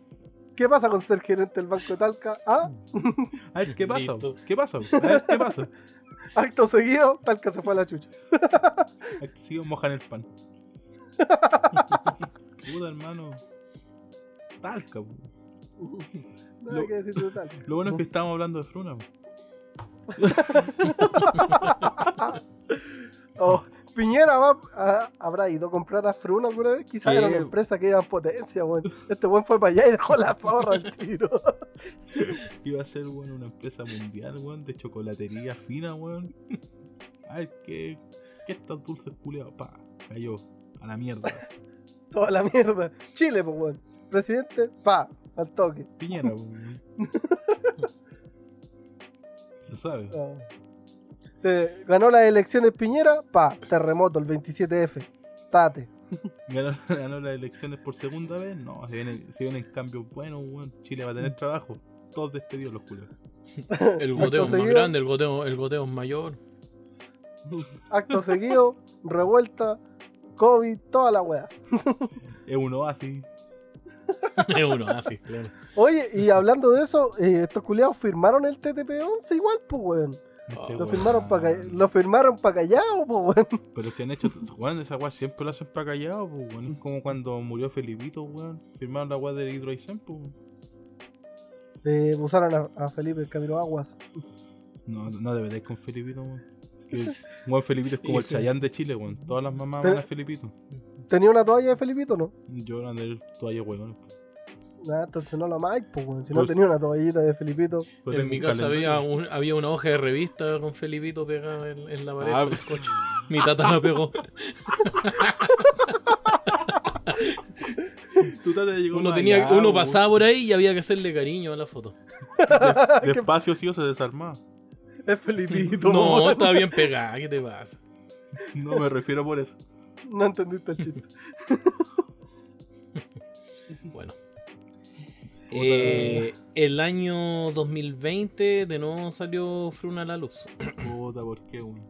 Speaker 2: ¿Qué pasa con ser gerente del Banco de Talca? Ah,
Speaker 3: A ver, ¿qué pasa?
Speaker 4: Listo.
Speaker 3: ¿Qué pasa? A ver, ¿qué pasa?
Speaker 2: acto seguido, Talca se fue a la chucha.
Speaker 3: Aquí sigo mojan el pan. Puta, hermano. Talca, po.
Speaker 2: No
Speaker 3: Lo-
Speaker 2: hay que decir de Talca.
Speaker 3: Lo bueno es que estábamos hablando de Fruna, po.
Speaker 2: Oh, Piñera va- ah, habrá ido a comprar a Fruna alguna vez. Quizás
Speaker 3: Sí.
Speaker 2: era una empresa que iba en potencia, weón. Este weón fue para allá y dejó la zorra al tiro.
Speaker 3: Iba a ser, weón, una empresa mundial, weón, de chocolatería fina, weón. A ver, ¿qué, qué están dulces culiados? Pa, cayó. A la mierda.
Speaker 2: Toda la mierda. Chile, pues, weón. Presidente, pa, al toque.
Speaker 3: Piñera, po, weón. Se sabe.
Speaker 2: Ah. Se ganó las elecciones Piñera, pa, terremoto el 27F. Tate.
Speaker 3: Ganó, ganó las elecciones por segunda vez. No, se vienen, se vienen cambios buenos, weón. Chile va a tener trabajo. Todos despedidos los culiados.
Speaker 4: El goteo es más
Speaker 2: seguido.
Speaker 4: grande, el goteo, el goteo es mayor.
Speaker 2: Acto seguido, revuelta, COVID, toda la weá.
Speaker 3: Es un oasis.
Speaker 4: Es uno, así, claro.
Speaker 2: Oye, y hablando de eso, eh, estos culiados firmaron el TTP-11 igual, pues, weón.
Speaker 3: Este,
Speaker 4: Lo
Speaker 2: Lo
Speaker 3: weón,
Speaker 2: firmaron para lo firmaron pa' callado, pues, weón.
Speaker 3: Pero si han hecho, weón, esa weá siempre la hacen para callado, pues, weón. Es como cuando murió Felipito, weón. Firmaron la weá de Hidroicen, pues. weón.
Speaker 2: Se usaron a, a Felipe Camilo Aguas.
Speaker 3: No, no de verdad con Felipito, weón. Que, weón, Felipito es como el
Speaker 4: Sí, sí.
Speaker 3: Chayán de Chile, weón. Todas las mamás
Speaker 2: Pero-
Speaker 3: van a Felipito.
Speaker 2: ¿Tenía una toalla de Felipito, no?
Speaker 3: Yo era de toalla, weón.
Speaker 2: Ah, entonces no la amáis, pues, weón. Si no
Speaker 3: Pues-
Speaker 2: tenía una toallita de Felipito.
Speaker 3: Yo Pues tengo
Speaker 4: en mi
Speaker 3: un
Speaker 4: casa
Speaker 3: calendario.
Speaker 4: había, un- había una hoja de revista con Felipito pegada en, en la pared
Speaker 3: Ah,
Speaker 4: del coche. Mi tata la pegó.
Speaker 3: Tu tata llegó
Speaker 4: Uno,
Speaker 3: más
Speaker 4: tenía,
Speaker 3: allá,
Speaker 4: uno
Speaker 3: weón.
Speaker 4: pasaba por ahí y había que hacerle cariño a la foto.
Speaker 3: Despacio, sí, o se desarmaba.
Speaker 2: Es Felipito.
Speaker 4: No,
Speaker 2: weón.
Speaker 4: está bien pegada, ¿qué te pasa?
Speaker 3: No me refiero por eso.
Speaker 2: No entendiste el chiste.
Speaker 4: Bueno. Eh, el año 2020 de nuevo salió Fruna a la luz.
Speaker 3: Puta, ¿por qué, weón?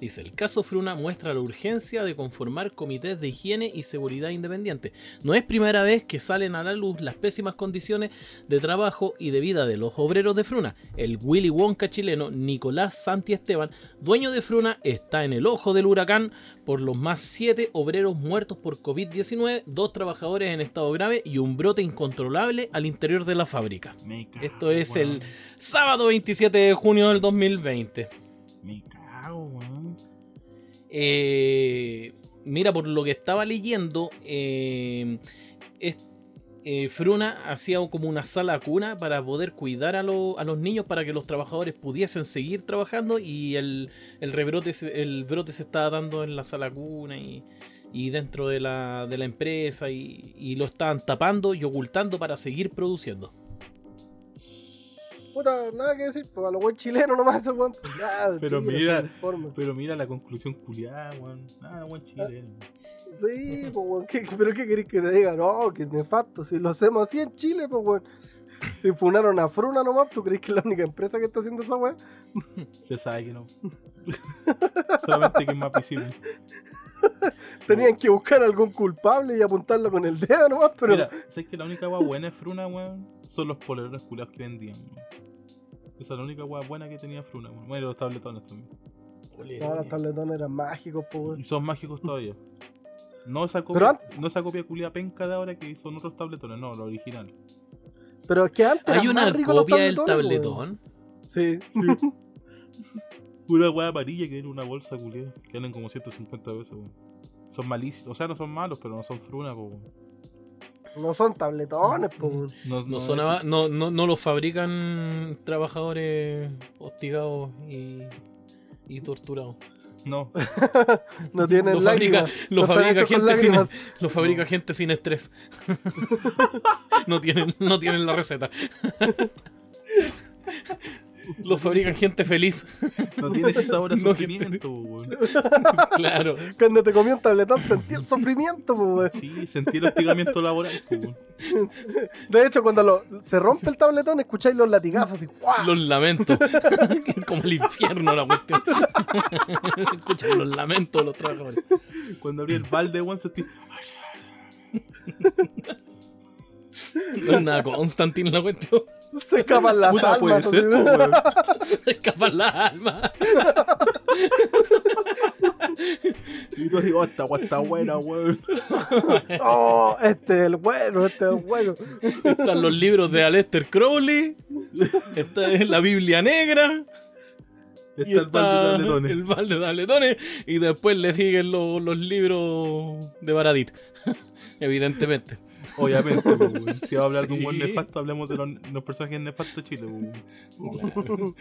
Speaker 4: Dice, el caso Fruna muestra la urgencia de conformar comités de higiene y seguridad independientes. No es primera vez que salen a la luz las pésimas condiciones de trabajo y de vida de los obreros de Fruna. El Willy Wonka chileno Nicolás Santi Esteban, dueño de Fruna, está en el ojo del huracán por los más siete obreros muertos por COVID-19, dos trabajadores en estado grave y un brote incontrolable al interior de la fábrica.
Speaker 3: Me cago,
Speaker 4: Esto es
Speaker 3: weón.
Speaker 4: el sábado 27 de junio del 2020.
Speaker 3: Me cago, weón.
Speaker 4: Eh, mira, por lo que estaba leyendo, eh, es- eh, Fruna hacía como una sala cuna para poder cuidar a, lo- a los niños para que los trabajadores pudiesen seguir trabajando y el, el rebrote se- el brote se estaba dando en la sala cuna y, y dentro de la, de la empresa y, y lo estaban tapando y ocultando para seguir produciendo.
Speaker 2: Puta, nada que decir, pues a lo buen chileno nomás ese weón. pues, ya,
Speaker 3: Pero
Speaker 2: tigre,
Speaker 3: mira.
Speaker 2: se informa.
Speaker 3: Pero mira la conclusión culiada, weón. Nada, weón, chile.
Speaker 2: Sí, pues, weón. ¿qué- pero ¿qué querés que te diga? No, que nefasto. Si lo hacemos así en Chile, pues, weón. Si funaron a Fruna nomás, ¿tú crees que es la única empresa que está haciendo esa weón?
Speaker 3: Se sabe que no. Solamente que es más visible.
Speaker 2: Tenían que buscar algún culpable y apuntarlo con el dedo nomás, pero.
Speaker 3: Mira, ¿sabes que la única agua buena de Fruna, weón? Son los polerones culiados que vendían, weón. Esa es la única agua buena que tenía Fruna, weón. Bueno, y los tabletones también.
Speaker 2: No, los tabletones eran mágicos, pues, weón.
Speaker 3: Y son mágicos todavía. No esa
Speaker 2: Pero
Speaker 3: copia,
Speaker 2: antes-
Speaker 3: no esa copia culia penca de ahora que son otros tabletones, no, los originales.
Speaker 2: Pero es que antes.
Speaker 4: Hay
Speaker 2: eran más
Speaker 4: una
Speaker 2: ricos los
Speaker 4: copia del
Speaker 2: tabletones, weón. Sí.
Speaker 4: tabletón.
Speaker 3: Una weá amarilla que era una bolsa culiada, que valen como 150 pesos, weón. Son malísimos, o sea, no son malos, pero no son Fruna, po, weón.
Speaker 2: No son tabletones, pues, weón.
Speaker 4: No, sonaba, no, no, no los fabrican trabajadores hostigados y, y torturados.
Speaker 3: No,
Speaker 2: No tienen
Speaker 4: Lo fabrica,
Speaker 2: lágrimas.
Speaker 4: lo
Speaker 2: No están
Speaker 4: fabrica,
Speaker 2: hechos con
Speaker 4: gente, sin,
Speaker 2: lágrimas.
Speaker 4: lo fabrica gente sin estrés. no, tienen, no tienen la receta. Lo fabrican gente feliz.
Speaker 3: No tiene ese sabor a
Speaker 4: No,
Speaker 3: sufrimiento, po, weón.
Speaker 4: Claro.
Speaker 2: Cuando te comí un tabletón sentí el sufrimiento, po, weón.
Speaker 3: Sí, sentí el hostigamiento laboral, po, weón.
Speaker 2: De hecho, cuando lo- se rompe el tabletón, escucháis los latigazos y ¡guau!
Speaker 4: Los lamentos. Que es Como el infierno la cuestión. Escuchan los lamentos de los trabajadores.
Speaker 3: Cuando abrí el balde, weón, sentí.
Speaker 4: No es nada Constantin la cuestión.
Speaker 2: se escapan las
Speaker 3: Puta, puede
Speaker 2: almas. así,
Speaker 3: ser, po,
Speaker 2: Ah, weón.
Speaker 3: weón.
Speaker 4: Escapan las almas.
Speaker 3: Y tú así, oh, esta weá está buena, weón.
Speaker 2: Oh, este es el bueno, este es el bueno.
Speaker 4: Están los libros de Aleister Crowley. Está la Biblia Negra.
Speaker 3: Está
Speaker 4: y
Speaker 3: el balde de tabletones.
Speaker 4: el balde de tabletones, Y después le siguen los, los libros de Baradit. Evidentemente.
Speaker 3: Obviamente, po, weón. Si va a hablar de un
Speaker 4: Sí.
Speaker 3: buen nefasto, hablemos de los, los personajes nefastos de Chile, po, weón.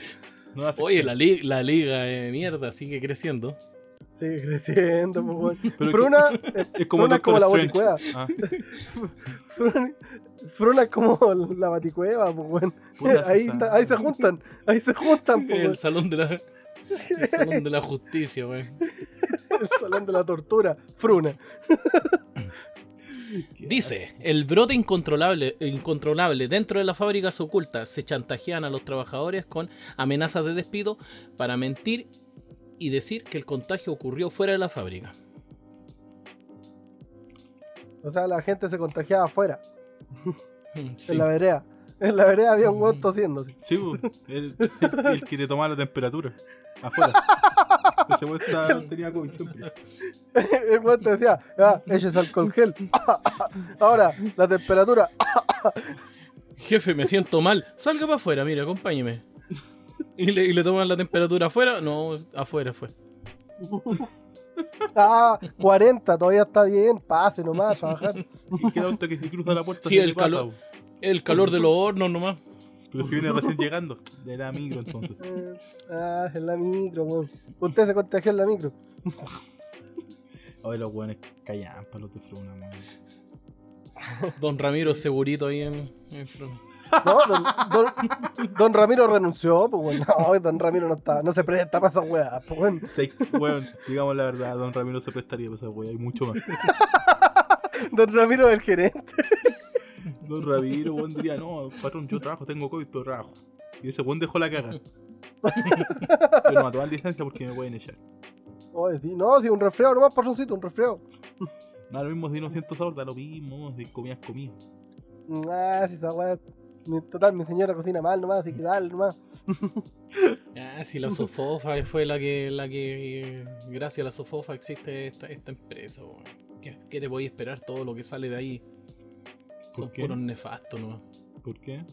Speaker 3: No hace-
Speaker 4: Oye, la, li- la liga de mierda sigue creciendo.
Speaker 2: Sigue creciendo, po, weón.
Speaker 3: Pero
Speaker 2: Fruna, eh,
Speaker 3: es como el
Speaker 2: Fruna es como
Speaker 3: Doctor
Speaker 2: la
Speaker 3: Strange. Ah,
Speaker 2: Fruna, Fruna es como la baticueva, po, weón.
Speaker 3: Puta,
Speaker 2: Ahí,
Speaker 3: Susana.
Speaker 2: está- ahí se juntan, ahí se juntan, po, weón.
Speaker 4: El salón de la, el salón de la justicia, wey.
Speaker 2: El salón de la tortura, Fruna.
Speaker 4: Dice, el brote incontrolable, incontrolable dentro de las fábricas ocultas se chantajean a los trabajadores con amenazas de despido para mentir y decir que el contagio ocurrió fuera de la fábrica.
Speaker 2: O sea, la gente se contagiaba afuera,
Speaker 4: Mm, sí.
Speaker 2: en la vereda. En la vereda había un
Speaker 3: Mm.
Speaker 2: weón tosiendo. así.
Speaker 3: Sí, po, el, el- el que te tomaba la temperatura. Afuera. Ese weón está- tenía COVID siempre.
Speaker 2: El weón te decía, ah, ese es alcohol gel. Ahora, la temperatura.
Speaker 4: Jefe, me siento mal. Salga para afuera, mira, acompáñeme. Y le, y le toman la temperatura afuera. No, afuera fue.
Speaker 2: Ah, 40, todavía está bien, pase nomás, a trabajar.
Speaker 3: Y queda auto que se cruza la puerta.
Speaker 4: Sí,
Speaker 3: se le
Speaker 4: el
Speaker 3: pasa,
Speaker 4: calor.
Speaker 3: po.
Speaker 4: El calor de los hornos nomás.
Speaker 3: Pero si viene recién llegando, de la micro entonces.
Speaker 2: Eh, Ah, en la micro, weón. Usted se contagió en la micro.
Speaker 3: Oye, los weones callan para los de Fruna, man.
Speaker 4: Don Ramiro segurito ahí en, en front.
Speaker 2: No, don, don- don Ramiro renunció, pues weón. No, don Ramiro no está, no se presta para esa weá, pues weón.
Speaker 3: Sí, weón, digamos la verdad, Don Ramiro se prestaría para esa wea, hay mucho más.
Speaker 2: Don Ramiro es el gerente.
Speaker 3: Don Ramiro, weón, diría, no, patrón, yo trabajo, tengo COVID, pero trabajo. Y ese weón dejó la caga. pero mató a licencia porque me pueden echar.
Speaker 2: Oye, sí, no, sí, un resfriado nomás, patroncito, un resfriado.
Speaker 3: Da lo mismo si no siento sabor, da lo mismo, si comías comida.
Speaker 2: Ah, sí, esa weá. mi- Total, mi señora cocina mal nomás, así que dale nomás.
Speaker 4: Ah, sí, la Sofofa fue la que, la que gracias a la Sofofa existe esta, esta empresa. weón. ¿Qué, qué te voy a esperar todo lo que sale de ahí? Son
Speaker 3: ¿Por qué?
Speaker 4: puros nefastos nomás.
Speaker 3: ¿Por qué?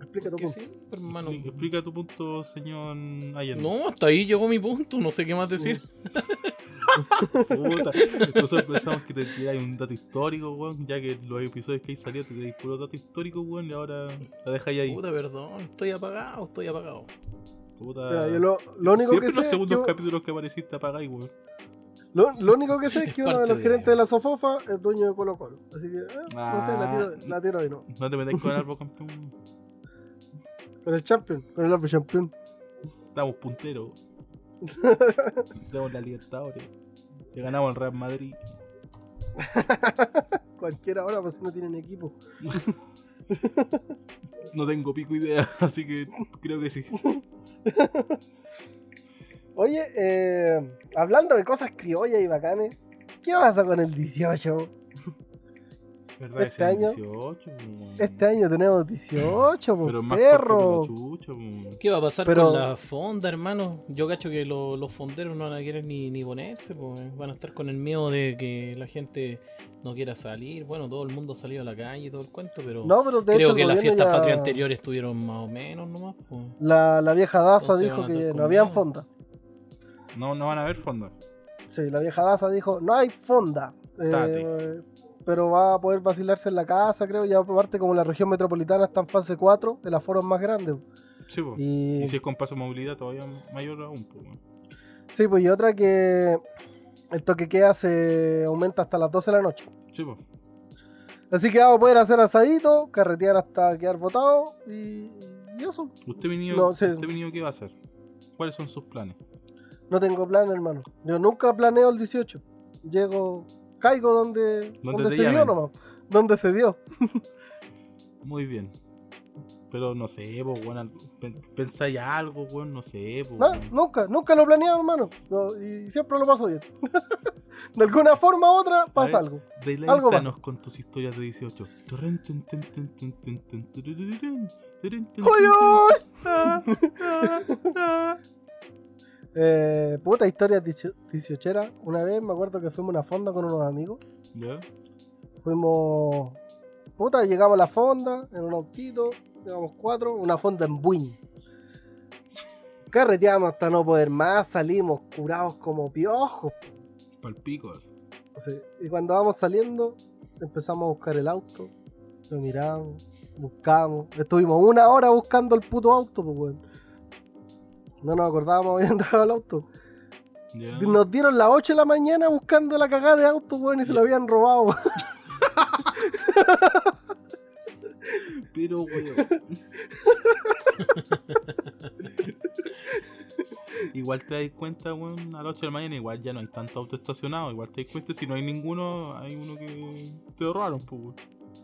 Speaker 2: Explícate
Speaker 4: ¿Qué
Speaker 2: tú.
Speaker 4: sí, hermano?
Speaker 3: Expli- Explica tu punto, señor Ayer.
Speaker 4: No, hasta ahí llegó mi punto, no sé qué más decir.
Speaker 3: Puta. Nosotros pensamos que te tiráis un dato histórico, weón, ya que los episodios que hay salido te tiráis puro dato histórico, weón, y ahora la dejáis ahí.
Speaker 4: Puta, perdón, estoy apagado, estoy apagado.
Speaker 3: Puta.
Speaker 2: Mira, yo lo, lo único
Speaker 3: Siempre
Speaker 2: que sé
Speaker 3: los
Speaker 2: es
Speaker 3: segundos
Speaker 2: que-
Speaker 3: capítulos que apareciste apagáis, weón.
Speaker 2: Lo, lo único que sé es que uno de
Speaker 4: Parte
Speaker 2: los
Speaker 4: de-
Speaker 2: gerentes de la Sofofa es dueño de Colo Colo. Así que, eh, no
Speaker 3: Ah.
Speaker 2: sé, la tiro, la tiro ahí, ¿no?
Speaker 3: No te metáis con el árbol campeón.
Speaker 2: Con el champion, con el Alfa champion.
Speaker 3: Estamos punteros. Tenemos la Libertadores. Le ganamos al Real Madrid.
Speaker 2: Cualquiera hora, pues si no tienen equipo.
Speaker 3: No tengo pico idea, así que creo que sí.
Speaker 2: Oye, eh, hablando de cosas criollas y bacanes, ¿qué pasa con el 18?
Speaker 3: ¿Verdad? que
Speaker 2: Este
Speaker 3: sean
Speaker 2: año-
Speaker 3: 18, weón.
Speaker 2: Este año tenemos 18, po,
Speaker 3: Pero es más
Speaker 2: perro.
Speaker 3: corto que la chucha, weón.
Speaker 4: ¿Qué va a pasar
Speaker 2: Pero-
Speaker 4: con la fonda, hermano? Yo cacho que lo- los fonderos no van a querer ni, ni ponerse, pues, eh. van a estar con el miedo de que la gente no quiera salir. Bueno, todo el mundo salió a la calle y todo el cuento, pero
Speaker 2: No, pero de
Speaker 4: creo
Speaker 2: hecho, el
Speaker 4: que las
Speaker 2: gobierno
Speaker 4: fiestas
Speaker 2: ya-
Speaker 4: patrias anteriores estuvieron más o menos nomás. pues.
Speaker 2: La, la vieja Daza
Speaker 4: Entonces
Speaker 2: dijo
Speaker 4: van a andar
Speaker 2: que no
Speaker 4: con
Speaker 2: habían
Speaker 4: miedo.
Speaker 2: fonda.
Speaker 3: No, no van a haber fondos.
Speaker 2: Sí, la vieja Daza dijo, no hay fonda. Eh,
Speaker 3: Tate.
Speaker 2: pero va a poder vacilarse en la casa, creo. Ya aparte, como la región metropolitana está en fase 4, el aforo es más grande.
Speaker 3: Sí, po. Y...
Speaker 2: Y,
Speaker 3: si es con paso de movilidad todavía mayor aún, po, weón.
Speaker 2: Sí, pues y otra que el toque queda se aumenta hasta las 12 de la noche.
Speaker 3: Sí, po.
Speaker 2: Así que vamos a poder hacer asadito, carretear hasta quedar botado y, y eso.
Speaker 3: ¿Usted venido,
Speaker 2: No, sí.
Speaker 3: usted venido qué va a hacer? ¿Cuáles son sus planes?
Speaker 2: No tengo plan, hermano. Yo nunca planeo el 18. Llego, caigo donde, donde
Speaker 3: te
Speaker 2: se dio
Speaker 3: llamen.
Speaker 2: nomás. Donde se dio.
Speaker 3: Muy bien. Pero no sé, pues, bueno, pensáis algo, weón, no sé, po,
Speaker 2: No,
Speaker 3: weón.
Speaker 2: nunca, nunca lo planeo, hermano. No, y siempre lo paso bien. de alguna forma u otra pasa
Speaker 3: A ver.
Speaker 2: algo. Algo más.
Speaker 3: Deleítanos con tus historias de 18. Turun, tun, tun, tun, tun, tun, tun, turururun, turun, tun,
Speaker 2: ¡Uy,
Speaker 3: tun, tun.
Speaker 2: uy!
Speaker 3: Ah, ah, ah.
Speaker 2: Eh, puta historia dicho- dieciochera. Una vez me acuerdo que fuimos a una fonda con unos amigos.
Speaker 3: ¿Ya?
Speaker 2: Fuimos. Puta, llegamos a la fonda en un autito. Llevamos cuatro. Una fonda en Buin. Carreteamos hasta no poder más. Salimos curados como piojos.
Speaker 3: Palpicos.
Speaker 2: Sí, Y cuando vamos saliendo, empezamos a buscar el auto. Lo miramos, buscamos. Estuvimos una hora buscando el puto auto, pues, weón. No nos acordábamos habían dejado el auto.
Speaker 3: ¿Ya?
Speaker 2: Nos dieron las 8 de la mañana buscando la cagada de auto, weón, y se lo habían robado. weón.
Speaker 3: Pero, weón. igual te das cuenta, weón, a las 8 de la mañana, igual ya no hay tanto auto estacionado. Igual te das cuenta, si no hay ninguno, hay uno que te robaron, pues, weón.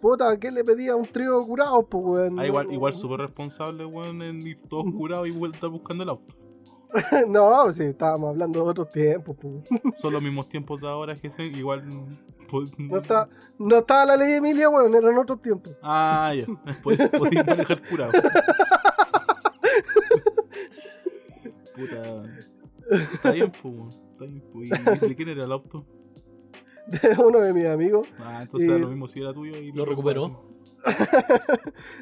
Speaker 2: Puta, ¿qué le pedía a un trío curado, pues, weón?
Speaker 3: Ah, igual, igual
Speaker 2: su.
Speaker 3: súper responsable, weón, en ir todos curados y vuelta buscando el auto.
Speaker 2: No, sí, estábamos hablando de otros tiempos, pues.
Speaker 3: Son los mismos tiempos de ahora que se igual. pues,
Speaker 2: No, está, no estaba la ley de Emilia, weón, eran otros tiempos.
Speaker 3: Ah, ya. Podéis podéis manejar curado. Puta. Está bien, po. weón. Está bien, po. ¿Y de quién era el auto?
Speaker 2: De uno de mis amigos.
Speaker 3: Ah, entonces era
Speaker 2: Eh,
Speaker 3: lo mismo si era tuyo y
Speaker 4: ¿Lo recuperó?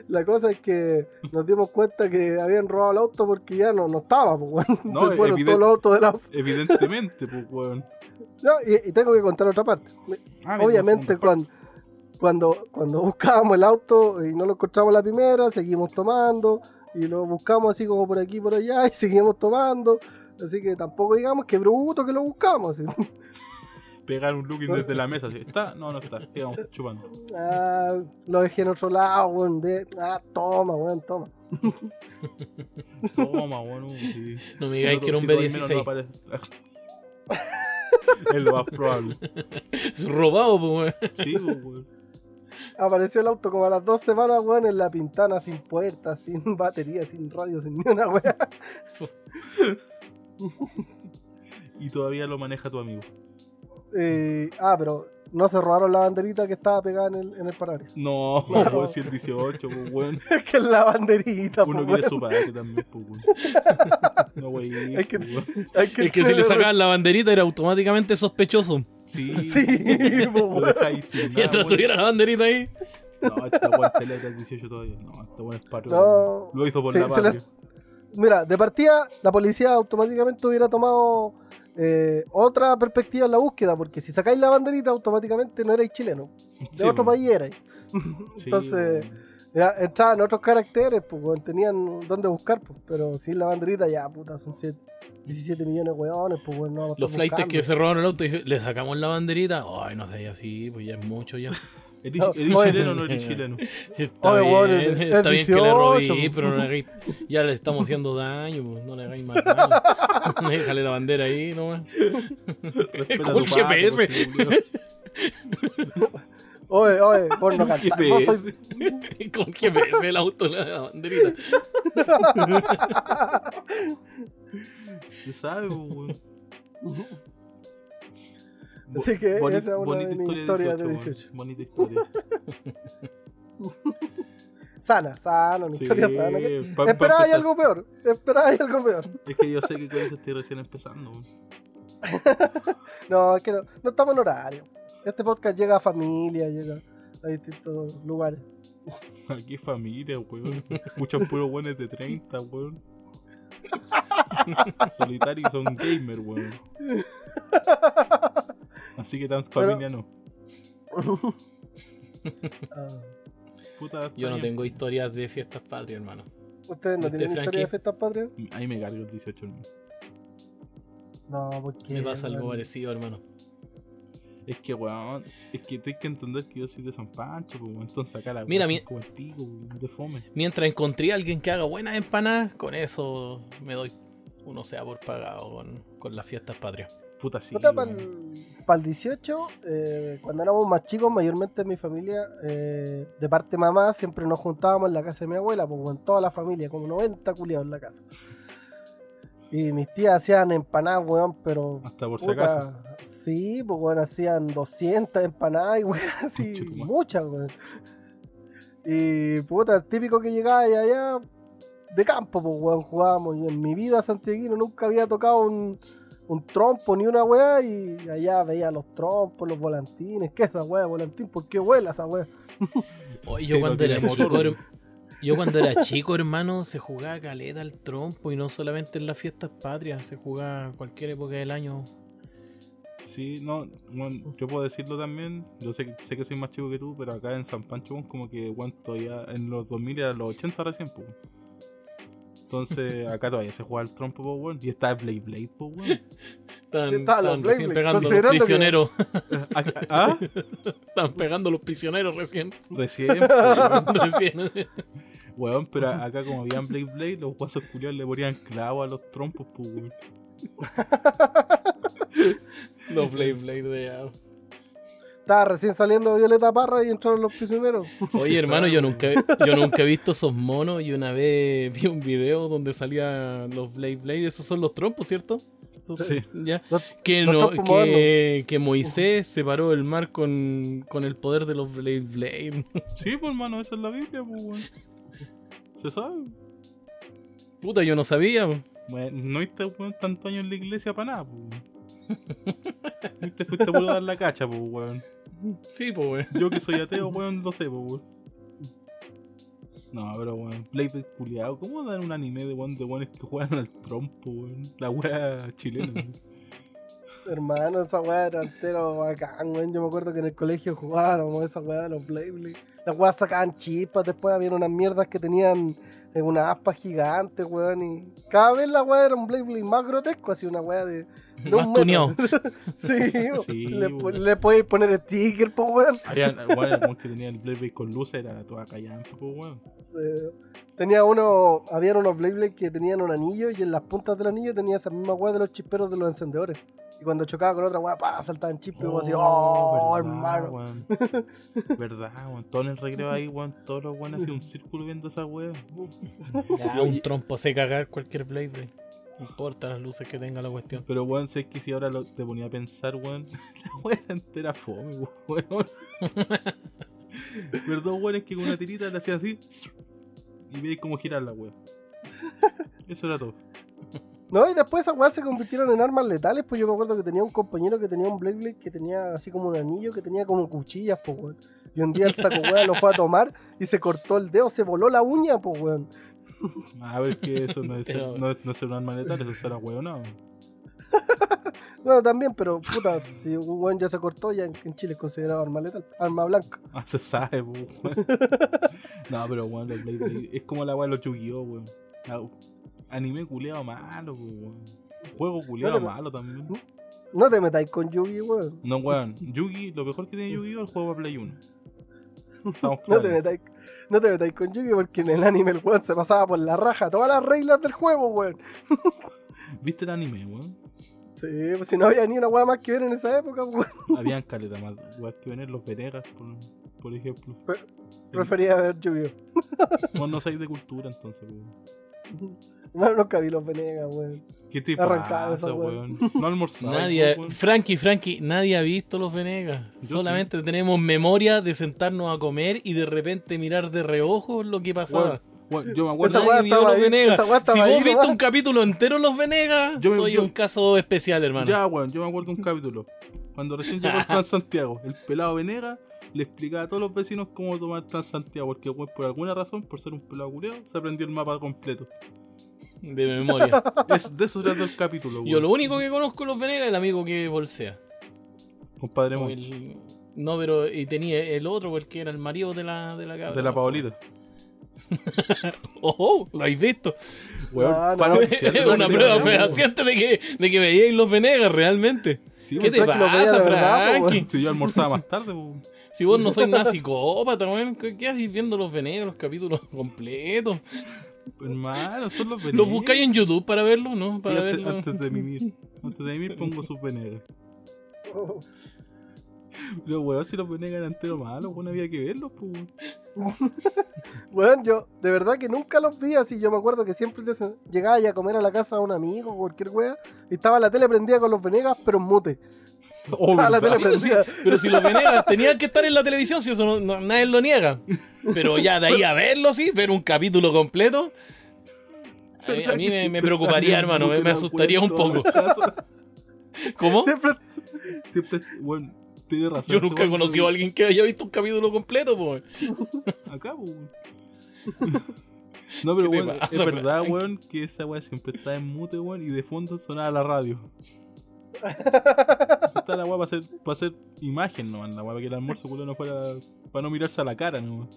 Speaker 2: La cosa es que nos dimos cuenta que habían robado el auto porque ya no, no estaba, pues, weón.
Speaker 3: No,
Speaker 2: Se fueron
Speaker 3: evidente.
Speaker 2: todos los autos de la...
Speaker 3: Evidentemente, pues, weón.
Speaker 2: No, y, y tengo que contar otra parte.
Speaker 3: Ah, mira,
Speaker 2: Obviamente,
Speaker 3: la segunda
Speaker 2: cuando, cuando, cuando buscábamos el auto y no lo encontramos la primera, seguimos tomando y lo buscamos así como por aquí y por allá y seguimos tomando. Así que tampoco digamos que bruto que lo buscamos. así.
Speaker 3: parte. Pegar un looking desde la mesa. así, ¿Está? No, no está. Quedamos chupando.
Speaker 2: Ah, lo dejé en otro lado, weón. de- Ah, toma, weón, toma.
Speaker 3: Toma, weón. un- sí.
Speaker 4: No me
Speaker 3: Si
Speaker 4: digáis
Speaker 3: no,
Speaker 4: que era un
Speaker 3: si no, al menos no
Speaker 4: B16.
Speaker 3: aparece. es lo más probable.
Speaker 4: Es robado, po, weón.
Speaker 3: Sí, pues, weón.
Speaker 2: Apareció el auto como a las dos semanas, weón, en la pintana, sin puertas, sin batería, sin radio, sin ni una weón.
Speaker 3: Y todavía lo maneja tu amigo.
Speaker 2: Eh, ah, pero no se robaron la banderita que estaba pegada en el, en el parabrisas.
Speaker 3: No, pues,
Speaker 2: No.
Speaker 3: weón, si el 18, pues, weón.
Speaker 2: Es que es la banderita,
Speaker 3: Uno
Speaker 2: po,
Speaker 3: quiere
Speaker 2: weón.
Speaker 3: su padre también, pues, weón. No, weón.
Speaker 2: Es que-
Speaker 3: pues, weón.
Speaker 2: Hay
Speaker 4: Es que si le sacaban la banderita era automáticamente sospechoso.
Speaker 3: Sí,
Speaker 2: Sí,
Speaker 3: pues,
Speaker 2: pues,
Speaker 3: weón.
Speaker 2: weón.
Speaker 3: Lo dejáis sin nada,
Speaker 4: Mientras
Speaker 3: weón.
Speaker 4: tuviera la banderita ahí.
Speaker 3: No, esta weón se le da el 18 todavía. No, esta weón es patrio.
Speaker 2: No.
Speaker 3: Lo hizo por
Speaker 2: Se-
Speaker 3: la
Speaker 2: se
Speaker 3: patria.
Speaker 2: las- Mira, de partida, la policía automáticamente hubiera tomado eh, otra perspectiva en la búsqueda, porque si sacáis la banderita, automáticamente no erais chileno. De
Speaker 3: Sí,
Speaker 2: otro
Speaker 3: weón.
Speaker 2: país erais.
Speaker 3: Sí,
Speaker 2: Entonces,
Speaker 3: weón.
Speaker 2: ya, entraban otros caracteres, pues, weón, tenían dónde buscar, pues, pero sin la banderita, ya, puta, son siete- 17 millones de weones, pues, weón, no vamos a
Speaker 4: Los
Speaker 2: estar
Speaker 4: flights que
Speaker 2: buscando.
Speaker 4: se robaron el auto y le sacamos la banderita. Ay, no sé, así, pues ya es mucho ya.
Speaker 3: ¿Eres,
Speaker 2: No,
Speaker 3: eres
Speaker 2: oye.
Speaker 3: chileno o no eres chileno?
Speaker 4: Sí, está
Speaker 2: Oye,
Speaker 4: bien,
Speaker 2: weón, es- pues. es
Speaker 4: está bien que le
Speaker 2: 18,
Speaker 4: robé, pero no le hagáis- ya le estamos haciendo daño, pues, no le hagáis más daño. Déjale la bandera ahí nomás.
Speaker 3: Respeta
Speaker 4: como
Speaker 3: a tu
Speaker 4: el
Speaker 3: patria,
Speaker 4: GPS.
Speaker 3: pues, weón.
Speaker 2: Oye, oye, vos no
Speaker 3: Un
Speaker 2: cantáis, vos sois-
Speaker 3: GPS.
Speaker 4: Con GPS el auto, la banderita.
Speaker 3: Se sabe, pues, weón. Bo-
Speaker 2: Así que
Speaker 3: boni-
Speaker 2: esa es una de
Speaker 3: bonita
Speaker 2: mis
Speaker 3: historia
Speaker 2: historias de
Speaker 3: weón.
Speaker 2: 18.
Speaker 3: Bonita historia.
Speaker 2: Sana, sana, una
Speaker 3: Sí,
Speaker 2: historia sana. que-
Speaker 3: pa- pa
Speaker 2: Esperaba
Speaker 3: empezar.
Speaker 2: algo peor, esperaba algo peor.
Speaker 3: Es que yo sé que con eso estoy recién empezando. weón.
Speaker 2: No, es que no, no estamos en horario. Este podcast llega a familia, llega a distintos lugares.
Speaker 3: Aquí familia, weón. Escuchan puros weones de 30, weón. Solitario y son gamer, weón. Así que tan familia no.
Speaker 2: Ah,
Speaker 3: Puta, está
Speaker 4: Yo no
Speaker 3: bien.
Speaker 4: tengo historias de fiestas patrias, hermano.
Speaker 2: ¿Ustedes no
Speaker 4: ¿Y usted,
Speaker 2: tienen historia
Speaker 4: Frankie?
Speaker 2: de fiestas patrias?
Speaker 3: Ahí me cargo el 18. hermano.
Speaker 2: No, porque.
Speaker 4: Me pasa algo
Speaker 2: bueno,
Speaker 4: parecido, hermano.
Speaker 3: Es que, weón, es que tienes que entender que yo soy de San Pancho, pues, weón. Entonces acá la
Speaker 4: Mira,
Speaker 3: weá
Speaker 4: mi-
Speaker 3: son como el pico, weón, de fome.
Speaker 4: Mientras encontré a alguien que haga buenas empanadas, con eso me doy uno sea por pagado con, con las fiestas patrias.
Speaker 3: Puta, sí.
Speaker 2: Puta,
Speaker 3: weón.
Speaker 2: para el 18, eh, cuando éramos más chicos, mayormente mi familia, eh, de parte mamá, siempre nos juntábamos en la casa de mi abuela, pues en toda la familia, como 90 culiados en la casa. Y mis tías hacían empanadas, weón, pero.
Speaker 3: Hasta por si
Speaker 2: puta,
Speaker 3: acaso.
Speaker 2: Sí, pues weón, hacían 200 empanadas y weón, así,
Speaker 3: Conchetumare.
Speaker 2: muchas, weón. Y puta, típico que llegaba de allá de campo, pues weón, jugábamos. Yo en mi vida santiaguino nunca había tocado un, un trompo ni una weá y allá veía los trompos, los volantines. ¿Qué es esa weá, volantín? ¿Por qué vuela esa weá?
Speaker 4: Oye,
Speaker 3: Pero
Speaker 4: yo cuando era
Speaker 3: tiene
Speaker 4: chico,
Speaker 3: motor,
Speaker 4: her- yo cuando era chico, hermano, se jugaba caleta al trompo y no solamente en las fiestas patrias, se jugaba cualquier época del año.
Speaker 3: Sí, no, weón, yo puedo decirlo también. Yo sé, que- sé que soy más chico que tú, pero acá en San Pancho, weón, como que, weón, todavía en los 2000 eran los 80 recién, pues. weón. Entonces, acá todavía se juega el trompo, pues, weón. Y está el Blade Blade, pues, weón.
Speaker 4: Están,
Speaker 2: ¿Qué tal, los
Speaker 4: están recién
Speaker 2: Blakely?
Speaker 4: pegando a los
Speaker 2: Considerando que-
Speaker 4: prisioneros.
Speaker 3: ¿Ah? ah,
Speaker 4: Están pegando a los prisioneros recién.
Speaker 3: Recién, pues, weón.
Speaker 4: recién.
Speaker 3: Weón, pero acá como habían Blade Blade, los guasos culiados le ponían clavo a los trompos, pues, weón.
Speaker 4: Los Blade Blade de allá.
Speaker 2: Estaba recién saliendo Violeta Parra y entraron los prisioneros.
Speaker 4: Oye,
Speaker 3: Sí,
Speaker 4: hermano,
Speaker 3: sabe.
Speaker 4: yo nunca, yo nunca he visto esos monos y una vez vi un video donde salían los Blade Blade. Esos son los trompos, ¿cierto? Esos-
Speaker 3: Sí.
Speaker 4: Ya.
Speaker 2: Los-
Speaker 4: Que,
Speaker 2: los
Speaker 4: no,
Speaker 2: trompos
Speaker 4: que, que Moisés separó el mar con, con el poder de los Blade Blade.
Speaker 3: Sí, pues, hermano, esa es la Biblia, pues, weón. Se sabe.
Speaker 4: Puta, yo no sabía.
Speaker 3: Bueno, no viste weón, tanto año en la iglesia para nada, pues. weón. Viste, fuiste puro a dar la cacha, pues, weón.
Speaker 4: Sí, pues, weón.
Speaker 3: Yo que soy ateo, weón, lo sé, pues, weón. No, pero, weón, Blade culiado. ¿Cómo dan un anime de weón de weones que juegan al trompo, weón? La wea chilena, weón.
Speaker 2: Hermano, esa weá era entero bacán, weón. Yo me acuerdo que en el colegio jugábamos esa weá de los Blade Blade. Las weas sacaban chispas, después había unas mierdas que tenían eh, unas aspas gigantes, weón. Y cada vez la weá era un Blade Blade más grotesco, así una weá de. de
Speaker 4: Más
Speaker 2: un metro.
Speaker 4: tuneado.
Speaker 2: sí,
Speaker 3: Sí,
Speaker 2: le, po-
Speaker 3: weón.
Speaker 2: le podéis poner sticker, pues weón.
Speaker 3: Había, weón, el weón que tenía el Blade Blade con luces era toda callante, pues, weón.
Speaker 2: Eh, Tenía uno, habían unos Blade Blade que tenían un anillo y en las puntas del anillo tenía esa misma weá de los chisperos de los encendedores. Y cuando chocaba con otra weá, pa, saltaban chispas y vos así, oh,
Speaker 3: verdad,
Speaker 2: hermano.
Speaker 3: weón. Verdad, weón. Todo en el recreo ahí, weón. Todos los weones hacían un círculo viendo esa wea.
Speaker 4: Ya, un trompo sé cagar cualquier Blade Blade. No importa las luces que tenga la cuestión.
Speaker 3: Pero weón, sé que si ahora lo- te ponía a pensar, weón, la weá era entera fome, weón. Pero dos weones que con una tirita le hacían así y veis cómo girar la weón. Eso era todo.
Speaker 2: No, y después esas weas se convirtieron en armas letales, pues yo me acuerdo que tenía un compañero que tenía un Blade Blade que tenía así como un anillo, que tenía como cuchillas, pues weón. Y un día el saco wea lo fue a tomar y se cortó el dedo, se voló la uña, pues weón.
Speaker 3: A ver, que eso no es,
Speaker 4: Pero-
Speaker 3: no, es- no es un arma letal, eso será weón, no.
Speaker 2: No, también, pero puta, si un weón ya se cortó, ya en, en Chile es considerado arma letal, arma blanca.
Speaker 3: Ah, se sabe, po, weón. No, pero weón, los Blade Blade- es como la weá de los Yu-Gi-Oh, weón. Ah, Anime culeado malo, po, weón. Juego culeado
Speaker 2: Bueno,
Speaker 3: malo también.
Speaker 2: No te metáis con Yugi, weón.
Speaker 3: No, weón. Yugi, lo mejor que tiene Yu-Gi-Oh es el juego para Play 1. Estamos
Speaker 2: No
Speaker 3: claros.
Speaker 2: te metáis. No te metáis con Yugi porque en el anime el weón se pasaba por la raja todas las reglas del juego, weón.
Speaker 3: ¿Viste el anime, weón?
Speaker 2: Sí, pues si no había ni una wea más que ver en esa época, weón.
Speaker 3: Habían caleta más, weón, que venir los Venegas, por, por ejemplo.
Speaker 2: Pre- Prefería ver Yu-Gi-Oh.
Speaker 3: Vos no sois de cultura, entonces, weón.
Speaker 2: No, nunca vi los Venegas, weón.
Speaker 3: ¿Qué te
Speaker 2: Arrancada
Speaker 3: pasa,
Speaker 2: esa,
Speaker 3: weón? No almorzabas.
Speaker 4: Nadie,
Speaker 3: weón.
Speaker 4: Frankie, Frankie, nadie ha visto los Venegas.
Speaker 3: Yo
Speaker 4: Solamente tenemos memoria de sentarnos a comer y de repente mirar de reojo lo que pasaba.
Speaker 3: Weón, yo me
Speaker 2: Esa
Speaker 3: acuerdo.
Speaker 2: weá
Speaker 4: nadie vio
Speaker 2: estaba
Speaker 4: los
Speaker 2: ahí,
Speaker 4: Venegas.
Speaker 2: esa weá
Speaker 4: Si
Speaker 2: estaba
Speaker 4: vos
Speaker 2: ahí
Speaker 4: viste
Speaker 2: nomás.
Speaker 4: un capítulo entero de los Venegas,
Speaker 3: Yo me-
Speaker 4: soy
Speaker 3: yo-
Speaker 4: un caso especial, hermano.
Speaker 3: Ya, weón, yo me acuerdo un capítulo. Cuando recién llegó el Transantiago, el pelado Venega le explicaba a todos los vecinos cómo tomar Transantiago, porque weón, por alguna razón, por ser un pelado culeado, se aprendió el mapa completo.
Speaker 4: De memoria.
Speaker 3: Es, de eso se trata el capítulo, weón.
Speaker 4: Yo lo único que conozco de los Venegas es el amigo que bolsea.
Speaker 3: Compadre
Speaker 4: O
Speaker 3: Moncho.
Speaker 4: el- No, pero y tenía el otro porque era el marido de la, de la cabra.
Speaker 3: De la
Speaker 4: ¿no?
Speaker 3: Paolita.
Speaker 4: ¡Oh! oh, lo habéis visto.
Speaker 3: Weón,
Speaker 2: Ah, no.
Speaker 3: para oficial de
Speaker 4: Es una
Speaker 3: Don
Speaker 4: prueba
Speaker 3: Leguizamo,
Speaker 4: fehaciente de que, de que veíais los Venegas realmente.
Speaker 3: Sí,
Speaker 4: ¿Qué
Speaker 3: weón.
Speaker 4: te
Speaker 2: pensaba pues, que lo veía
Speaker 4: pasa,
Speaker 2: de verdad, po,
Speaker 4: Frankie?
Speaker 2: weón.
Speaker 3: Si yo almorzaba más tarde, weón.
Speaker 4: Si vos no sois nada psicópata, weón, ¿qué, qué haces viendo los venegas, los capítulos completos?
Speaker 3: hermano, son los venegas.
Speaker 4: ¿Los buscáis en YouTube para verlo, no?
Speaker 3: Sí,
Speaker 4: Para
Speaker 3: antes,
Speaker 4: verlo.
Speaker 3: antes de mimir. Antes de mimir pongo sus venegas.
Speaker 2: Oh.
Speaker 3: Pero weón, si los venegas eran entero malos, weón, había que verlos, pues. weón.
Speaker 2: Bueno, yo de verdad que nunca los vi así. Yo me acuerdo que siempre des- llegaba ya a comer a la casa de un amigo o cualquier wea. Y estaba la tele prendida con los venegas, pero en mute.
Speaker 3: Oh,
Speaker 2: Estaba la
Speaker 3: ¿verdad?
Speaker 2: tele
Speaker 4: Sí, pues sí,
Speaker 2: prendida.
Speaker 4: pero si los venegas tenían que estar en la televisión, si eso no- no- nadie lo niega. Pero ya de ahí a verlo, sí, ver un capítulo completo. A mí, a mí me, me preocuparía, hermano, me, me asustaría un poco. ¿Cómo?
Speaker 2: Siempre
Speaker 3: Siempre, bueno, tiene
Speaker 2: pues,
Speaker 3: razón.
Speaker 4: Yo nunca he
Speaker 3: Este weón vive
Speaker 4: conocido a alguien que haya visto un capítulo completo, pues.
Speaker 3: Acá, weón. No, pero
Speaker 4: ¿Qué te
Speaker 3: bueno,
Speaker 4: pasa,
Speaker 3: es verdad,
Speaker 4: Frank?
Speaker 3: weón, que esa weá siempre está en mute, weón, y de fondo sonaba la radio. está la weá para hacer, para hacer imagen, no, la weá para que el almuerzo culo no fuera. para no mirarse a la cara, no.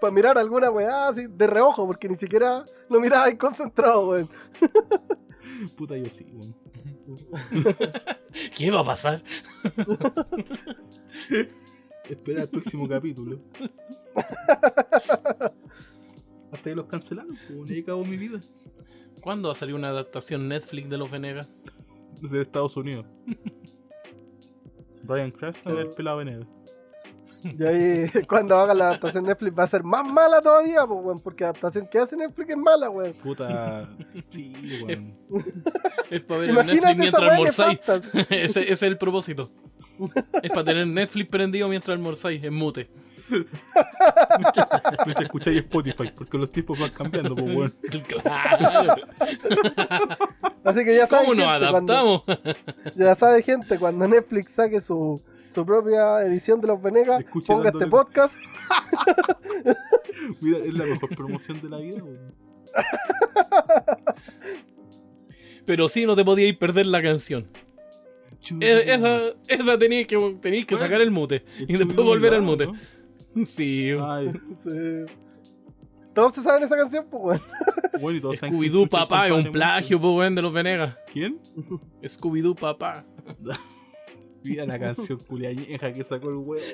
Speaker 2: para mirar alguna weá así de reojo, porque ni siquiera lo miraba ahí concentrado, weón.
Speaker 3: Puta, yo sí, weón.
Speaker 4: ¿Qué va a pasar?
Speaker 3: Espera el próximo capítulo. Hasta que los cancelaron, weón, ahí acabó mi vida.
Speaker 4: ¿Cuándo va a salir una adaptación Netflix de los Venegas?
Speaker 3: Desde Estados Unidos. Brian Cranston, el pelado Venegas.
Speaker 2: Y ahí cuando haga la adaptación Netflix va a ser más mala todavía, pues, weón, porque la adaptación que hace Netflix es mala, weón.
Speaker 3: Puta. Sí, weón.
Speaker 4: Es para ver en
Speaker 2: Imagínate
Speaker 4: Netflix
Speaker 2: esa
Speaker 4: mientras
Speaker 2: weá que
Speaker 4: almorzáis.
Speaker 2: faltas.
Speaker 4: ese, ese es el propósito. Es para tener Netflix prendido mientras almorzáis, en mute.
Speaker 3: Mientras escucháis Spotify, porque los tiempos van cambiando, pues weón.
Speaker 4: Claro.
Speaker 2: Así que ya sabes.
Speaker 4: ¿Cómo nos adaptamos?
Speaker 2: Ya sabe, gente, cuando Netflix saque su, su propia edición de los Venegas,
Speaker 3: Escuche
Speaker 2: ponga
Speaker 3: dándole-
Speaker 2: este podcast.
Speaker 3: Mira, es la mejor promoción de la vida, weón.
Speaker 4: Pero sí, no te podíais perder la canción. E-
Speaker 2: Mm.
Speaker 4: Esa, esa teníais que, teníais que sacar el mute y después volver al mute. Sí,
Speaker 3: Ay,
Speaker 2: Sí. Todos se saben esa canción, pues, weón.
Speaker 3: bueno, y todos saben que
Speaker 4: Scooby-Doo
Speaker 3: escucha el
Speaker 4: papá es
Speaker 3: compadre
Speaker 4: un plagio, po, weón, de los Venegas.
Speaker 3: mucho. ¿Quién?
Speaker 4: Scooby-Doo papá.
Speaker 3: Mira la canción culiañeja que sacó el huevo.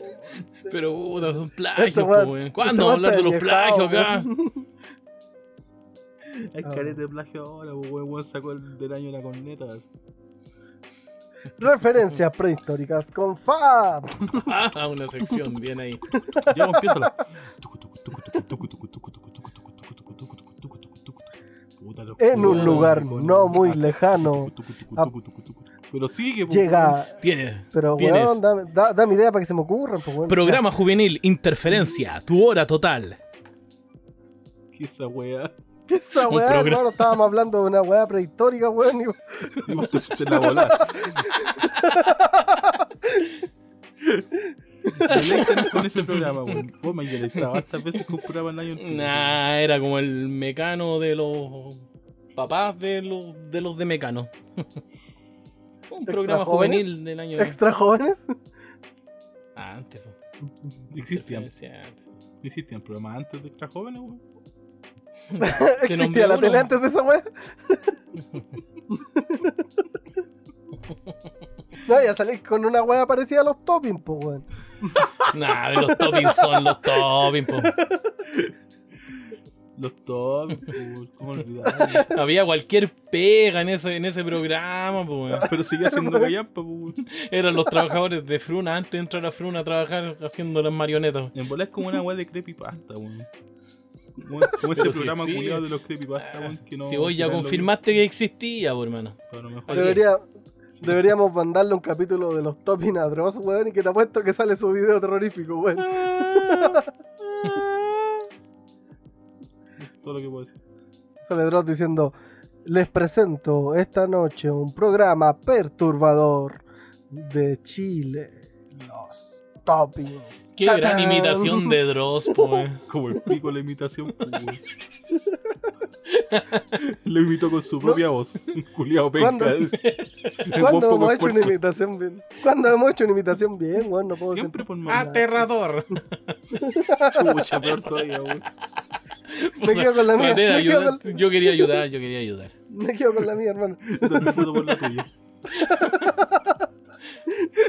Speaker 4: Pero puta, son plagios,
Speaker 2: Este
Speaker 4: po,
Speaker 2: weón-
Speaker 4: weón.
Speaker 2: este
Speaker 4: ¿Cuándo vamos a hablar de los
Speaker 2: weón está
Speaker 4: plagios acá?
Speaker 2: enviejado,
Speaker 3: Hay careta de plagio ahora, pues weón, weón sacó el del año de la corneta.
Speaker 2: Referencias prehistóricas con Fab.
Speaker 4: Ah, una sección, bien ahí.
Speaker 3: Ya vos empieza la. Puta, los
Speaker 2: En un
Speaker 3: culiados,
Speaker 2: lugar
Speaker 3: weón.
Speaker 2: no muy
Speaker 3: Ah,
Speaker 2: lejano. Ah.
Speaker 3: Pero sigue, pues, weón.
Speaker 2: Llega.
Speaker 4: Tiene.
Speaker 2: Pero,
Speaker 4: Tienes.
Speaker 2: weón, dame, da- dame idea para que se me ocurran, pues, weón.
Speaker 4: Programa juvenil, interferencia, tu hora total.
Speaker 3: ¿Qué esa weá?
Speaker 2: ¿Qué es esa
Speaker 4: un
Speaker 2: weá,
Speaker 4: programa.
Speaker 2: hermano? Estábamos hablando de una weá prehistórica, weón. y-
Speaker 3: Y vos te fuiste en la bola. Deléctanos con ese programa, weón. Vos me deleitado hartas veces con un programa en año entero.
Speaker 4: Nah, era como el mecano de los papás de los de, los de mecano. Un programa
Speaker 2: jóvenes?
Speaker 4: juvenil del año.
Speaker 2: Extra jóvenes.
Speaker 4: Ah, antes. po.
Speaker 3: Existían,
Speaker 4: Interferencia antes.
Speaker 3: existían programas antes de extra jóvenes, weón.
Speaker 2: Existía la tele
Speaker 4: nombré uno.
Speaker 2: antes de esa weá. no, ya salís con una weá parecida a los toppings, pues, weón.
Speaker 4: Nah, de los toppings son los toppings. po.
Speaker 3: Los top, weón. ¿Cómo olvidar?
Speaker 4: Había cualquier pega en ese, en ese programa. po, weón.
Speaker 3: Pero sigue haciendo pues, callampa, weón.
Speaker 4: Eran los trabajadores de Fruna antes de entrar a Fruna a trabajar haciendo las marionetas.
Speaker 3: En bola es como una weá de creepypasta, weón. Como, como ese
Speaker 4: Pero si
Speaker 3: programa
Speaker 4: existe. Ah,
Speaker 3: culiado de los creepypasta, weón. Que no,
Speaker 4: si vos ya
Speaker 3: que no lo
Speaker 4: confirmaste que existía, po, hermano.
Speaker 3: vi, pero a lo mejor-
Speaker 2: Debería,
Speaker 3: sí.
Speaker 2: deberíamos mandarle un capítulo de los toppings a Dross, weón, y que te apuesto que sale su video terrorífico, weón.
Speaker 3: Todo lo que puedo decir.
Speaker 2: Sale Dross diciendo, les presento esta noche un programa perturbador de Chile. Los toppings.
Speaker 4: Qué gran
Speaker 2: ¡Tatán!
Speaker 4: imitación de Dross, pues. po, weón.
Speaker 3: Como el pico la imitación. pues, weón. Lo imitó con su propia voz. Culiado
Speaker 2: ¿Cuándo?
Speaker 3: penca. Es- es buen
Speaker 2: ¿Cuándo hemos hecho
Speaker 3: poco
Speaker 2: una
Speaker 3: esfuerzo.
Speaker 2: imitación bien? ¿Cuándo hemos hecho una imitación bien, weón? No puedo
Speaker 4: Ah.
Speaker 3: Siempre por mamá.
Speaker 4: Aterrador.
Speaker 3: Chucha, peor todavía, weón.
Speaker 2: Me quedo con la mía.
Speaker 4: Traté de
Speaker 2: Me quedo
Speaker 4: ayudar.
Speaker 2: con-
Speaker 4: Yo quería ayudar, yo quería ayudar.
Speaker 2: Me quedo con la mía, hermano.
Speaker 3: Dame puto por la tuya.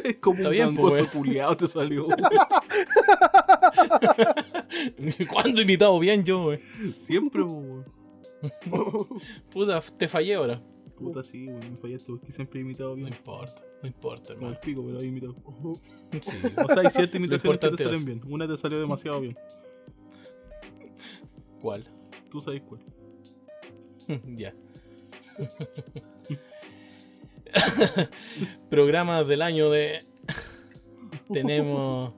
Speaker 3: Es como
Speaker 4: Está
Speaker 3: un
Speaker 4: bien, pues,
Speaker 3: gangoso
Speaker 4: weón.
Speaker 3: culiado te salió.
Speaker 4: ¿Cuándo he imitado bien yo, güey?
Speaker 3: Siempre, po, weón.
Speaker 4: Puta, te fallé ahora.
Speaker 3: Puta, sí, weón. Me fallaste porque siempre he imitado
Speaker 4: No
Speaker 3: bien.
Speaker 4: importa, no importa,
Speaker 3: Como el
Speaker 4: hermano.
Speaker 3: pico, pero he imitado. O
Speaker 4: Sí.
Speaker 3: sea, hay ciertas imitaciones que
Speaker 4: importante
Speaker 3: te
Speaker 4: es-
Speaker 3: salen bien. Una te salió demasiado bien.
Speaker 4: ¿Cuál?
Speaker 3: Tú sabes cuál.
Speaker 4: ya. Programas del año de. Tenemos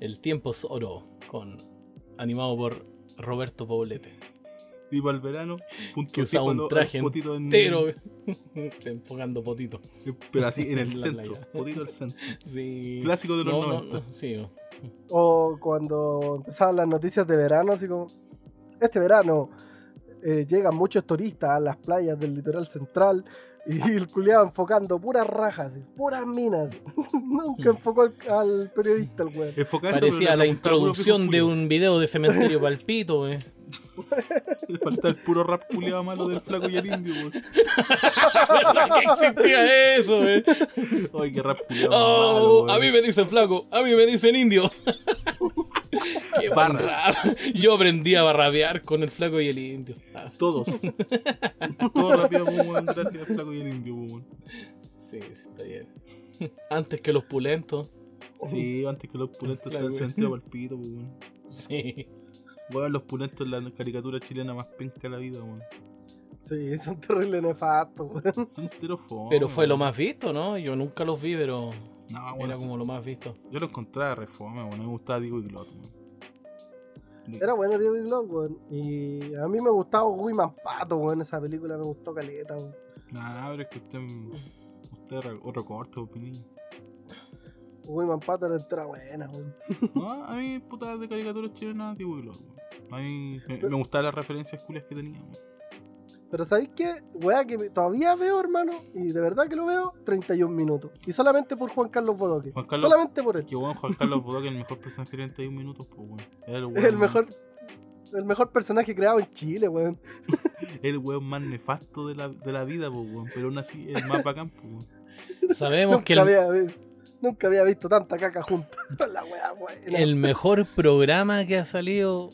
Speaker 4: El tiempo es oro, con animado por Roberto Poblete.
Speaker 3: Y para el verano, punto
Speaker 4: Que
Speaker 3: sí,
Speaker 4: usaba
Speaker 3: cuando
Speaker 4: un traje
Speaker 3: al potito en-
Speaker 4: Pero. Se enfocando potito.
Speaker 3: Pero así, en el
Speaker 4: en la
Speaker 3: centro.
Speaker 4: playa.
Speaker 3: Potito del centro.
Speaker 4: Sí.
Speaker 3: Clásico de los
Speaker 4: No, no,
Speaker 3: 90.
Speaker 4: no, sí, no.
Speaker 2: O cuando empezaban las noticias de verano, así como, este verano eh, llegan muchos turistas a las playas del litoral central y el culiado enfocando puras rajas, así, puras minas. Nunca enfocó al, al periodista el weón.
Speaker 3: Enfocaba eso,
Speaker 4: Parecía
Speaker 3: pero le
Speaker 4: la
Speaker 3: apuntaba puro
Speaker 4: introducción
Speaker 3: pico
Speaker 4: de
Speaker 3: culiao.
Speaker 4: un video de Cementerio Palpito, eh. güey.
Speaker 3: Le falta el puro rap culiado malo del flaco y el indio, weón.
Speaker 4: ¿Verdad que existía eso, güey?
Speaker 3: Ay, qué rap culiado
Speaker 4: Oh,
Speaker 3: malo,
Speaker 4: a mí
Speaker 3: weón.
Speaker 4: me dicen flaco, a mí me dicen indio. Qué buen
Speaker 3: Barras.
Speaker 4: rap. Yo aprendí a barrabear con el flaco y el indio. Ah,
Speaker 3: Todos. Todos rápido, po, weón. Gracias al flaco y el indio, po, weón.
Speaker 4: sí, sí, está bien. Antes que los pulentos.
Speaker 3: Sí, antes que los pulentos
Speaker 4: Claro,
Speaker 3: están
Speaker 4: weón.
Speaker 3: sentido para el pito, po, weón.
Speaker 4: Sí.
Speaker 3: Weón, los pulentos, la caricatura chilena más penca de la vida, weón.
Speaker 2: Sí, son terribles nefastos, weón.
Speaker 3: Son terofones.
Speaker 4: Pero fue lo más visto, Oh, ¿no? Yo nunca los vi, pero
Speaker 3: No, weón.
Speaker 4: era como lo más visto.
Speaker 3: Yo lo encontraba re fome, weón. Me gustaba Diego y Glot, weón.
Speaker 2: Era bueno Diego y Glot, weón. Y a mí me gustaba Wiman Pato, weón. Esa película me gustó caleta, weón.
Speaker 3: Nah, pero es que usted. Usted era otro corto, opinión.
Speaker 2: Wiman Pato era entera buena, weón.
Speaker 3: No, a mí, puta, de caricaturas chilenas, Diego y Glot, weón. A mí me, me gustaban las referencias culias que tenía, weón.
Speaker 2: Pero ¿sabéis qué? Weá que me- todavía veo, hermano, y de verdad que lo veo, 31 minutos. Y solamente por Juan Carlos Bodoque.
Speaker 3: Juan Carlos-
Speaker 2: Solamente por él.
Speaker 3: Que weón, Juan Carlos Bodoque, el mejor personaje de 31 minutos, pues weón. Era el,
Speaker 2: Es
Speaker 3: weón
Speaker 2: el mejor, el mejor personaje creado en Chile, weón.
Speaker 3: El weón más nefasto de la, de la vida, pues weón. Pero aún así, el más bacán, pues weón.
Speaker 4: Sabemos
Speaker 2: Nunca,
Speaker 4: que el,
Speaker 2: había, vi- nunca había visto tanta caca junta. La weá, buena.
Speaker 4: el mejor programa que ha salido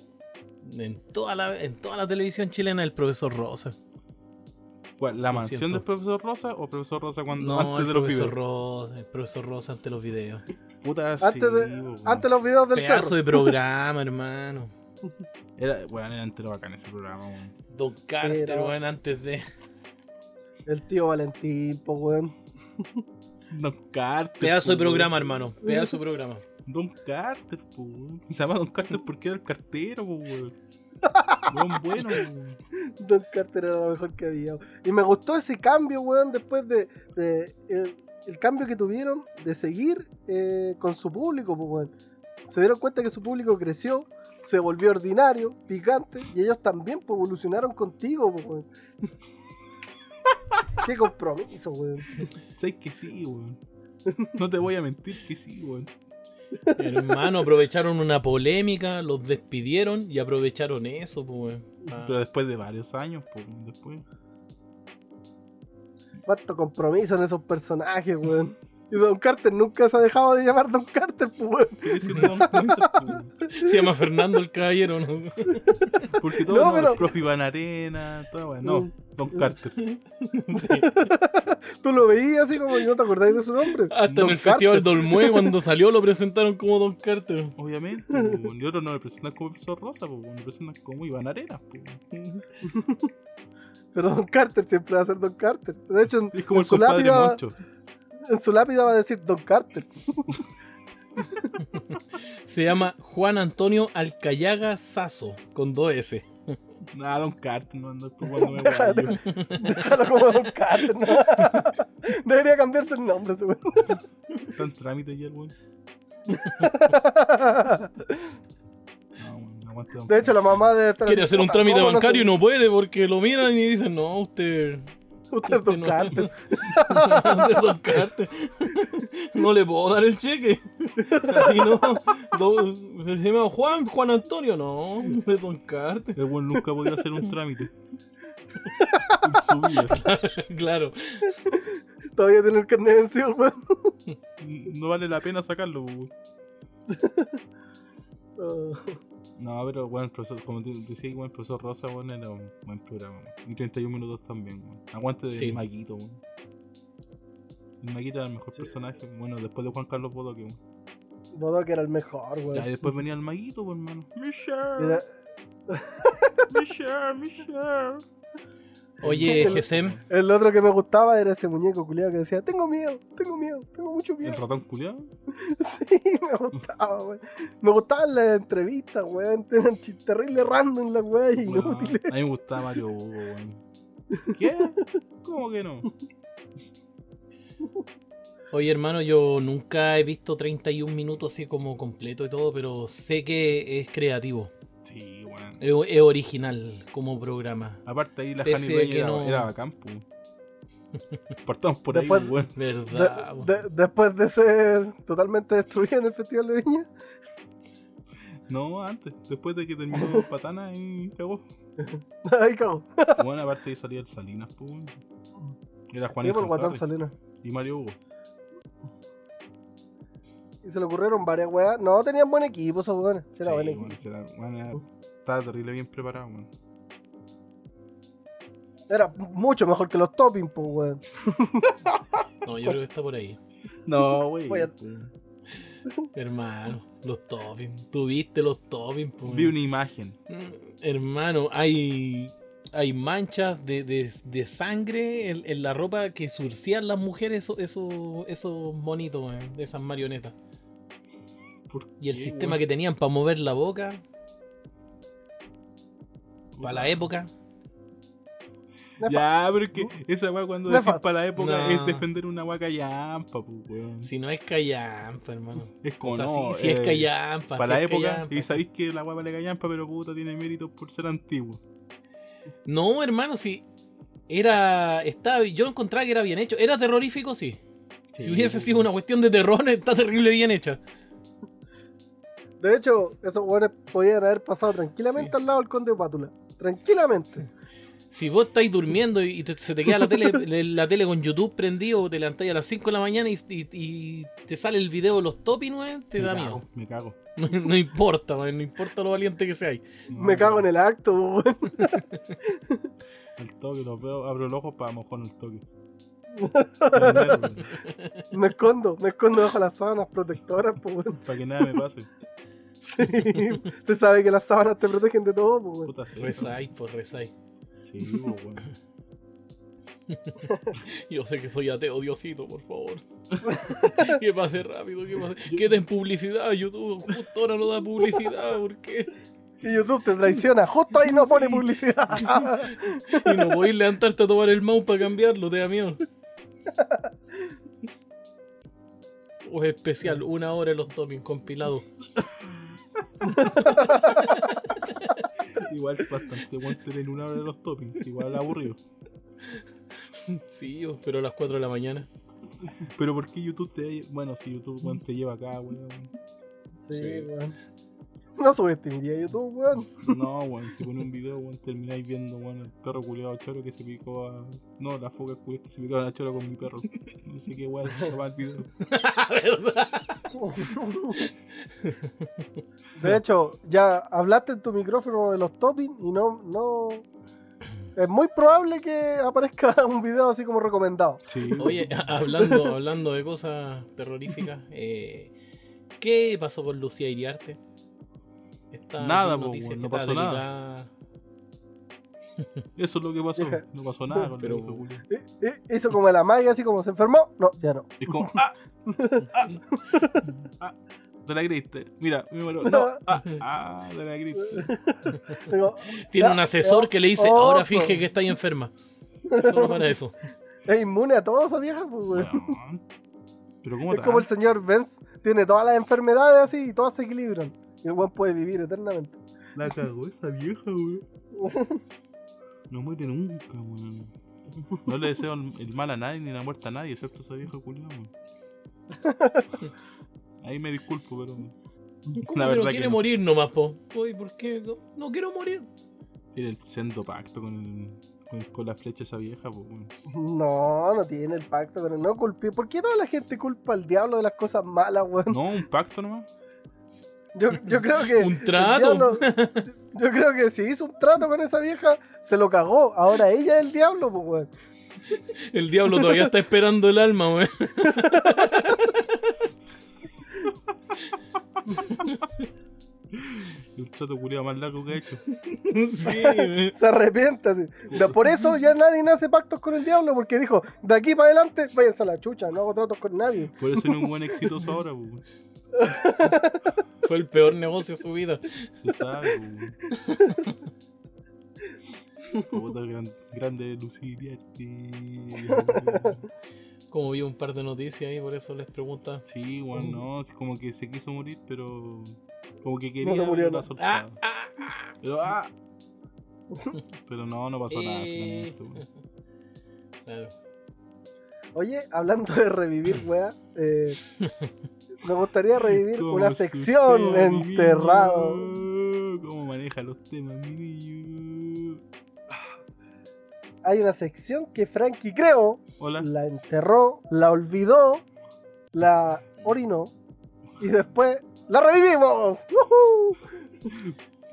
Speaker 4: en toda la, en toda la televisión chilena el profesor Rosa.
Speaker 3: ¿Cuál, ¿La
Speaker 4: Lo
Speaker 3: mansión
Speaker 4: siento.
Speaker 3: del profesor Rosa o profesor Rosa cuando
Speaker 4: No,
Speaker 3: antes
Speaker 4: el
Speaker 3: de los
Speaker 4: profesor
Speaker 3: videos?
Speaker 4: Rosa, el profesor Rosa ante los videos.
Speaker 3: Puta, sí,
Speaker 2: Antes, de,
Speaker 3: pues,
Speaker 2: antes los videos del
Speaker 4: Pedazo
Speaker 2: cerro.
Speaker 4: de programa, hermano.
Speaker 3: Era, weón, era entero bacán ese programa, weón.
Speaker 4: Don Carter,
Speaker 2: Pero-
Speaker 4: weón, antes de.
Speaker 2: El tío Valentín, po, weón.
Speaker 3: Don Carter.
Speaker 4: Pedazo de
Speaker 3: pues,
Speaker 4: programa,
Speaker 3: weón.
Speaker 4: hermano. Pedazo de programa.
Speaker 3: Don Carter, pues weón. Se llama Don Carter porque era el cartero, pues weón. Weón bueno, weón.
Speaker 2: Don Carter era lo mejor que había. Y me gustó ese cambio, weón, después de, de- el, el cambio que tuvieron de seguir eh, con su público, pues, weón. Se dieron cuenta que su público creció, se volvió ordinario, picante, y ellos también pues, evolucionaron contigo, pues, weón. Qué compromiso, weón.
Speaker 3: Sabes que sí, weón. No te voy a mentir que sí, weón.
Speaker 4: Hermano, aprovecharon una polémica, los despidieron y aprovecharon eso, pues, weón. Pa-
Speaker 3: Pero después de varios años, pues weón, después.
Speaker 2: Cuánto compromiso en esos personajes, weón. Y Don Carter nunca se ha dejado de llamar Don Carter, pues, weón.
Speaker 3: Sigue siendo Don Carter, pues, weón.
Speaker 4: Se llama Fernando el Caballero, ¿no?
Speaker 3: Porque todo,
Speaker 2: No,
Speaker 3: no,
Speaker 2: pero- Mm.
Speaker 3: el profe Iván Arena, toda weón. No, Don Carter.
Speaker 4: Sí.
Speaker 2: Tú lo veías así como y no te acordáis de su nombre.
Speaker 4: Hasta
Speaker 3: Don
Speaker 4: en el Festival
Speaker 3: Carter.
Speaker 4: Dolmue, cuando salió, lo presentaron como Don Carter.
Speaker 3: Obviamente, pues, weón. y otros no me presentan como profesor Rosa, pues weón. me presentan como Iván Arenas. Pues. weón.
Speaker 2: Pero Don Carter siempre va a ser Don Carter. De hecho, en,
Speaker 3: Es como
Speaker 2: en
Speaker 3: el
Speaker 2: su,
Speaker 3: compadre
Speaker 2: lápida, va-
Speaker 3: Moncho.
Speaker 2: en su lápida va a decir Don Carter.
Speaker 4: Se llama Juan Antonio Alcayaga Sazo, con dos S.
Speaker 3: Nada, Don Carter, no ando preocupándome weón. yo.
Speaker 2: Déjalo como Don Carter. ¿no? Debería cambiarse el nombre, ese weón.
Speaker 3: Está en trámite ya, el weón. No, weón, no aguante Don
Speaker 2: De hecho, la mamá debe estar.
Speaker 4: Quiere hacer un trámite bancario y
Speaker 2: no?
Speaker 4: no puede porque lo miran y dicen, no, usted
Speaker 2: Usted es Don
Speaker 4: no-
Speaker 2: Carter.
Speaker 4: de Don Carter. No le puedo dar el cheque. Así no. Don- se llama Juan, Juan Antonio, no. De Don Carter.
Speaker 3: El weón nunca podía hacer un trámite. En su vida.
Speaker 4: Claro.
Speaker 2: Todavía tiene el carnet vencido, weón.
Speaker 3: No vale la pena sacarlo, weón.
Speaker 2: Ah,
Speaker 3: No, pero bueno, el profesor, como te decía, bueno, el profesor Rosa, bueno, era un buen programa. weón. Y 31 minutos también, weón. Aguante de
Speaker 4: Sí.
Speaker 3: Maquito, weón. El Maquito era el mejor personaje, bueno, después de Juan Carlos Bodoque, weón.
Speaker 2: Bodoque que era el mejor,
Speaker 3: Ya, y
Speaker 2: weón.
Speaker 3: después venía el Maguito, pues, hermano. Michelle,
Speaker 2: Pues Mira,
Speaker 3: Michelle, Michelle.
Speaker 4: Oye, Gesem.
Speaker 2: el otro que me gustaba era ese muñeco culiado que decía, tengo miedo, tengo miedo, tengo mucho
Speaker 3: El
Speaker 2: miedo.
Speaker 3: ratón culiado.
Speaker 2: Sí, me gustaba, weón. Me gustaban las entrevistas, weón. Eran chis- terrible random las weas
Speaker 3: Bueno, a
Speaker 2: inútiles.
Speaker 3: mí me gustaba Mario Hugo, weón. ¿Qué? ¿Cómo que no?
Speaker 4: Oye, hermano, yo nunca he visto 31 minutos así como completo y todo, pero sé que es creativo.
Speaker 3: Sí, weón.
Speaker 4: Es, es original como programa.
Speaker 3: Aparte ahí la
Speaker 4: Eh, Pese
Speaker 3: Jani Dueña
Speaker 4: que
Speaker 3: era,
Speaker 4: no-
Speaker 3: era bacán, po. Partamos por ahí, pues,
Speaker 2: Después-
Speaker 3: weón.
Speaker 4: ¿Verdad?
Speaker 2: De-
Speaker 4: weón?
Speaker 2: de- después de ser totalmente destruida en el Festival de Viña.
Speaker 3: No, antes. Después de que terminó Patana y cagó.
Speaker 2: Ahí cago.
Speaker 3: Bueno, aparte ahí salía el Salinas, po, weón. Era
Speaker 2: Sí, por
Speaker 3: Juanito
Speaker 2: el guatán Salinas.
Speaker 3: y Mario Hugo.
Speaker 2: Y se le ocurrieron varias weas. No, tenían buen equipo esos weones. Sí, era
Speaker 3: Sí,
Speaker 2: buen equipo.
Speaker 3: weón, será- weón, era- estaba terrible bien preparado, weón.
Speaker 2: Era mucho mejor que los toppings, pues, weón.
Speaker 4: No, yo creo que está por ahí.
Speaker 3: No, weón.
Speaker 2: Voy a-
Speaker 3: po.
Speaker 4: Hermano, los toppings. Tuviste los toppings. po,
Speaker 3: Vi una imagen.
Speaker 4: Mm, Hermano, hay, hay manchas de, de- de sangre en, en la ropa que surcían las mujeres, eso- eso- esos monitos, weón, de esas marionetas.
Speaker 3: ¿Por
Speaker 4: Y el
Speaker 3: qué,
Speaker 4: sistema
Speaker 3: weón?
Speaker 4: que tenían para mover la boca, para la época.
Speaker 2: Nefa.
Speaker 3: Ya, pero es que esa weá cuando
Speaker 2: Nefa.
Speaker 3: decís para la época
Speaker 4: No.
Speaker 3: es defender una weá callampa, pues, weón.
Speaker 4: Si no es callampa, hermano.
Speaker 3: Es como
Speaker 4: o sea,
Speaker 3: no,
Speaker 4: si, si es
Speaker 3: eh,
Speaker 4: callampa.
Speaker 3: Para
Speaker 4: si
Speaker 3: la
Speaker 4: es
Speaker 3: época,
Speaker 4: callampa.
Speaker 3: y sabéis que la weá vale callampa, pero puta tiene méritos por ser antiguo.
Speaker 4: No, hermano, si era. Estaba, yo encontraba que era bien hecho. Era terrorífico, sí. Si
Speaker 3: Sí,
Speaker 4: hubiese
Speaker 3: pues,
Speaker 4: sido una cuestión de terror, está terrible bien hecha.
Speaker 2: De hecho, esos weones podían haber pasado tranquilamente al lado del conde de Pátula. Tranquilamente.
Speaker 4: Si vos estáis durmiendo y te- se te queda la tele, le- la tele con YouTube prendido, te levantáis a las 5 de la mañana y, y- y te sale el video de los topis, ¿no? te
Speaker 3: me
Speaker 4: da
Speaker 3: cago,
Speaker 4: miedo.
Speaker 3: Me cago.
Speaker 4: No, no importa, man, no importa lo valiente que seáis.
Speaker 3: No,
Speaker 2: Me cago en el acto, pues, weón.
Speaker 3: El toque, los veo, abro los ojos para mojar el toque. para
Speaker 2: Me escondo, me escondo bajo las sábanas protectoras, pues, weón.
Speaker 3: que nada me pase.
Speaker 2: Sí. Se sabe que las sábanas te protegen de todo, pues, weón.
Speaker 3: Puta sea.
Speaker 4: Rezáis, pues rezáis.
Speaker 3: Sí, pues, weón.
Speaker 4: Yo sé que soy ateo, Diosito, por favor. que pase rápido, que pase. Que den publicidad, YouTube. Justo ahora no da publicidad, ¿por qué?
Speaker 2: Y YouTube te traiciona. Justo ahí no pone publicidad.
Speaker 4: Y no voy a levantarte a tomar el mouse para cambiarlo, te da miedo. O Oh, es especial, una hora en los toppings compilados.
Speaker 3: Igual es bastante bueno tener una hora de los toppings, igual aburrido.
Speaker 4: Sí, oh, pero a las 4 de la mañana.
Speaker 3: Pero ¿por qué YouTube te... Bueno, si YouTube weón, te lleva acá, weón.
Speaker 2: Sí,
Speaker 4: Sí.
Speaker 2: weón. No subestimaría YouTube, weón.
Speaker 3: No, weón, si pone un video, weón, termináis viendo, weón, el perro culiado choro que se picó a. No, la foca culiada que se picó a la choro con mi perro. No sé qué weón se va el video.
Speaker 4: ¿Verdad?
Speaker 2: De hecho, ya hablaste en tu micrófono de los toppings y no, no. Es muy probable que aparezca un video así como recomendado.
Speaker 3: Sí.
Speaker 4: Oye, a- hablando, hablando de cosas terroríficas, eh, ¿qué pasó con Lucía Iriarte? Esta
Speaker 3: Nada, po,
Speaker 4: noticia
Speaker 3: weón,
Speaker 4: que
Speaker 3: no
Speaker 4: está
Speaker 3: pasó nada.
Speaker 4: delicada.
Speaker 3: Eso es lo que pasó.
Speaker 2: Deja-
Speaker 3: No pasó nada con
Speaker 4: pero-
Speaker 3: el perro culiao.
Speaker 2: Eh, eh, Hizo como la magia, así como se enfermó. No, ya no.
Speaker 3: Es como, ¡ah! ¡ah! ¡ah! Te la creíste. Mira, mi número. No, ¡ah! ¡ah! Te la creíste.
Speaker 2: Digo,
Speaker 4: Tiene
Speaker 2: Ya,
Speaker 4: un asesor que le dice,
Speaker 2: oso.
Speaker 4: ahora finge que estáis enferma. Solo para eso.
Speaker 2: es inmune a todos esa vieja, pues, weón.
Speaker 3: Weón. Pero Ah, ¿cómo
Speaker 2: Es como el
Speaker 3: tal?
Speaker 2: señor Benz, tiene todas las enfermedades así y todas se equilibran. Y el weón puede vivir eternamente.
Speaker 3: La cagó esa vieja, weón. No muere nunca, weón. No le deseo el mal a nadie ni la muerte a nadie, excepto a esa vieja culiada, Ahí me disculpo, pero.
Speaker 4: ¿Cómo que no quiere
Speaker 3: no.
Speaker 4: morir nomás, po? Oye, ¿por qué? No, no quiero morir.
Speaker 3: Tiene el sendo pacto con, el- con, con la flecha esa vieja, pues, weón.
Speaker 2: No, no tiene el pacto, pero no culpé. ¿Por qué toda la gente culpa al diablo de las cosas malas, weón?
Speaker 3: No, un pacto nomás.
Speaker 2: Yo, yo creo que.
Speaker 4: Un
Speaker 2: el
Speaker 4: trato.
Speaker 2: diablo- yo creo que si hizo un trato con esa vieja, se lo cagó. Ahora ella es el diablo, pues, weón.
Speaker 4: El diablo todavía está esperando el alma, weón.
Speaker 3: El chato culiado más largo que ha hecho.
Speaker 4: Sí, weón.
Speaker 2: Se arrepiente. así. Da- Por eso ya nadie hace pactos con el diablo, porque dijo: de aquí para adelante, váyanse a la chucha, no hago tratos con nadie.
Speaker 3: Por eso no es un buen exitoso ahora, pues, weón.
Speaker 4: Fue el peor negocio de su vida.
Speaker 3: Se sabe, pues, weón. Puta, gran- grande lucidity.
Speaker 4: Como vi un par de noticias ahí, por eso les pregunta.
Speaker 3: Sí, weón, no, es como que se quiso morir, pero. Como que
Speaker 2: No
Speaker 3: quería
Speaker 2: se murió,
Speaker 3: pero
Speaker 2: no.
Speaker 3: la soltaba.
Speaker 4: Ah, ah,
Speaker 3: Pero, ah. Pero no, no pasó nada
Speaker 4: eh.
Speaker 3: finalmente, weón.
Speaker 4: Claro.
Speaker 2: Oye, hablando de revivir, weá, eh, me gustaría revivir
Speaker 3: ¿Cómo
Speaker 2: una
Speaker 3: se
Speaker 2: sección
Speaker 3: ustea, mi
Speaker 2: enterrado.
Speaker 3: niño? ¿Cómo maneja los temas, mi niño?
Speaker 2: Hay una sección que Frankie creó,
Speaker 3: Hola.
Speaker 2: la enterró, la olvidó, la orinó y después la revivimos. ¡Woohoo!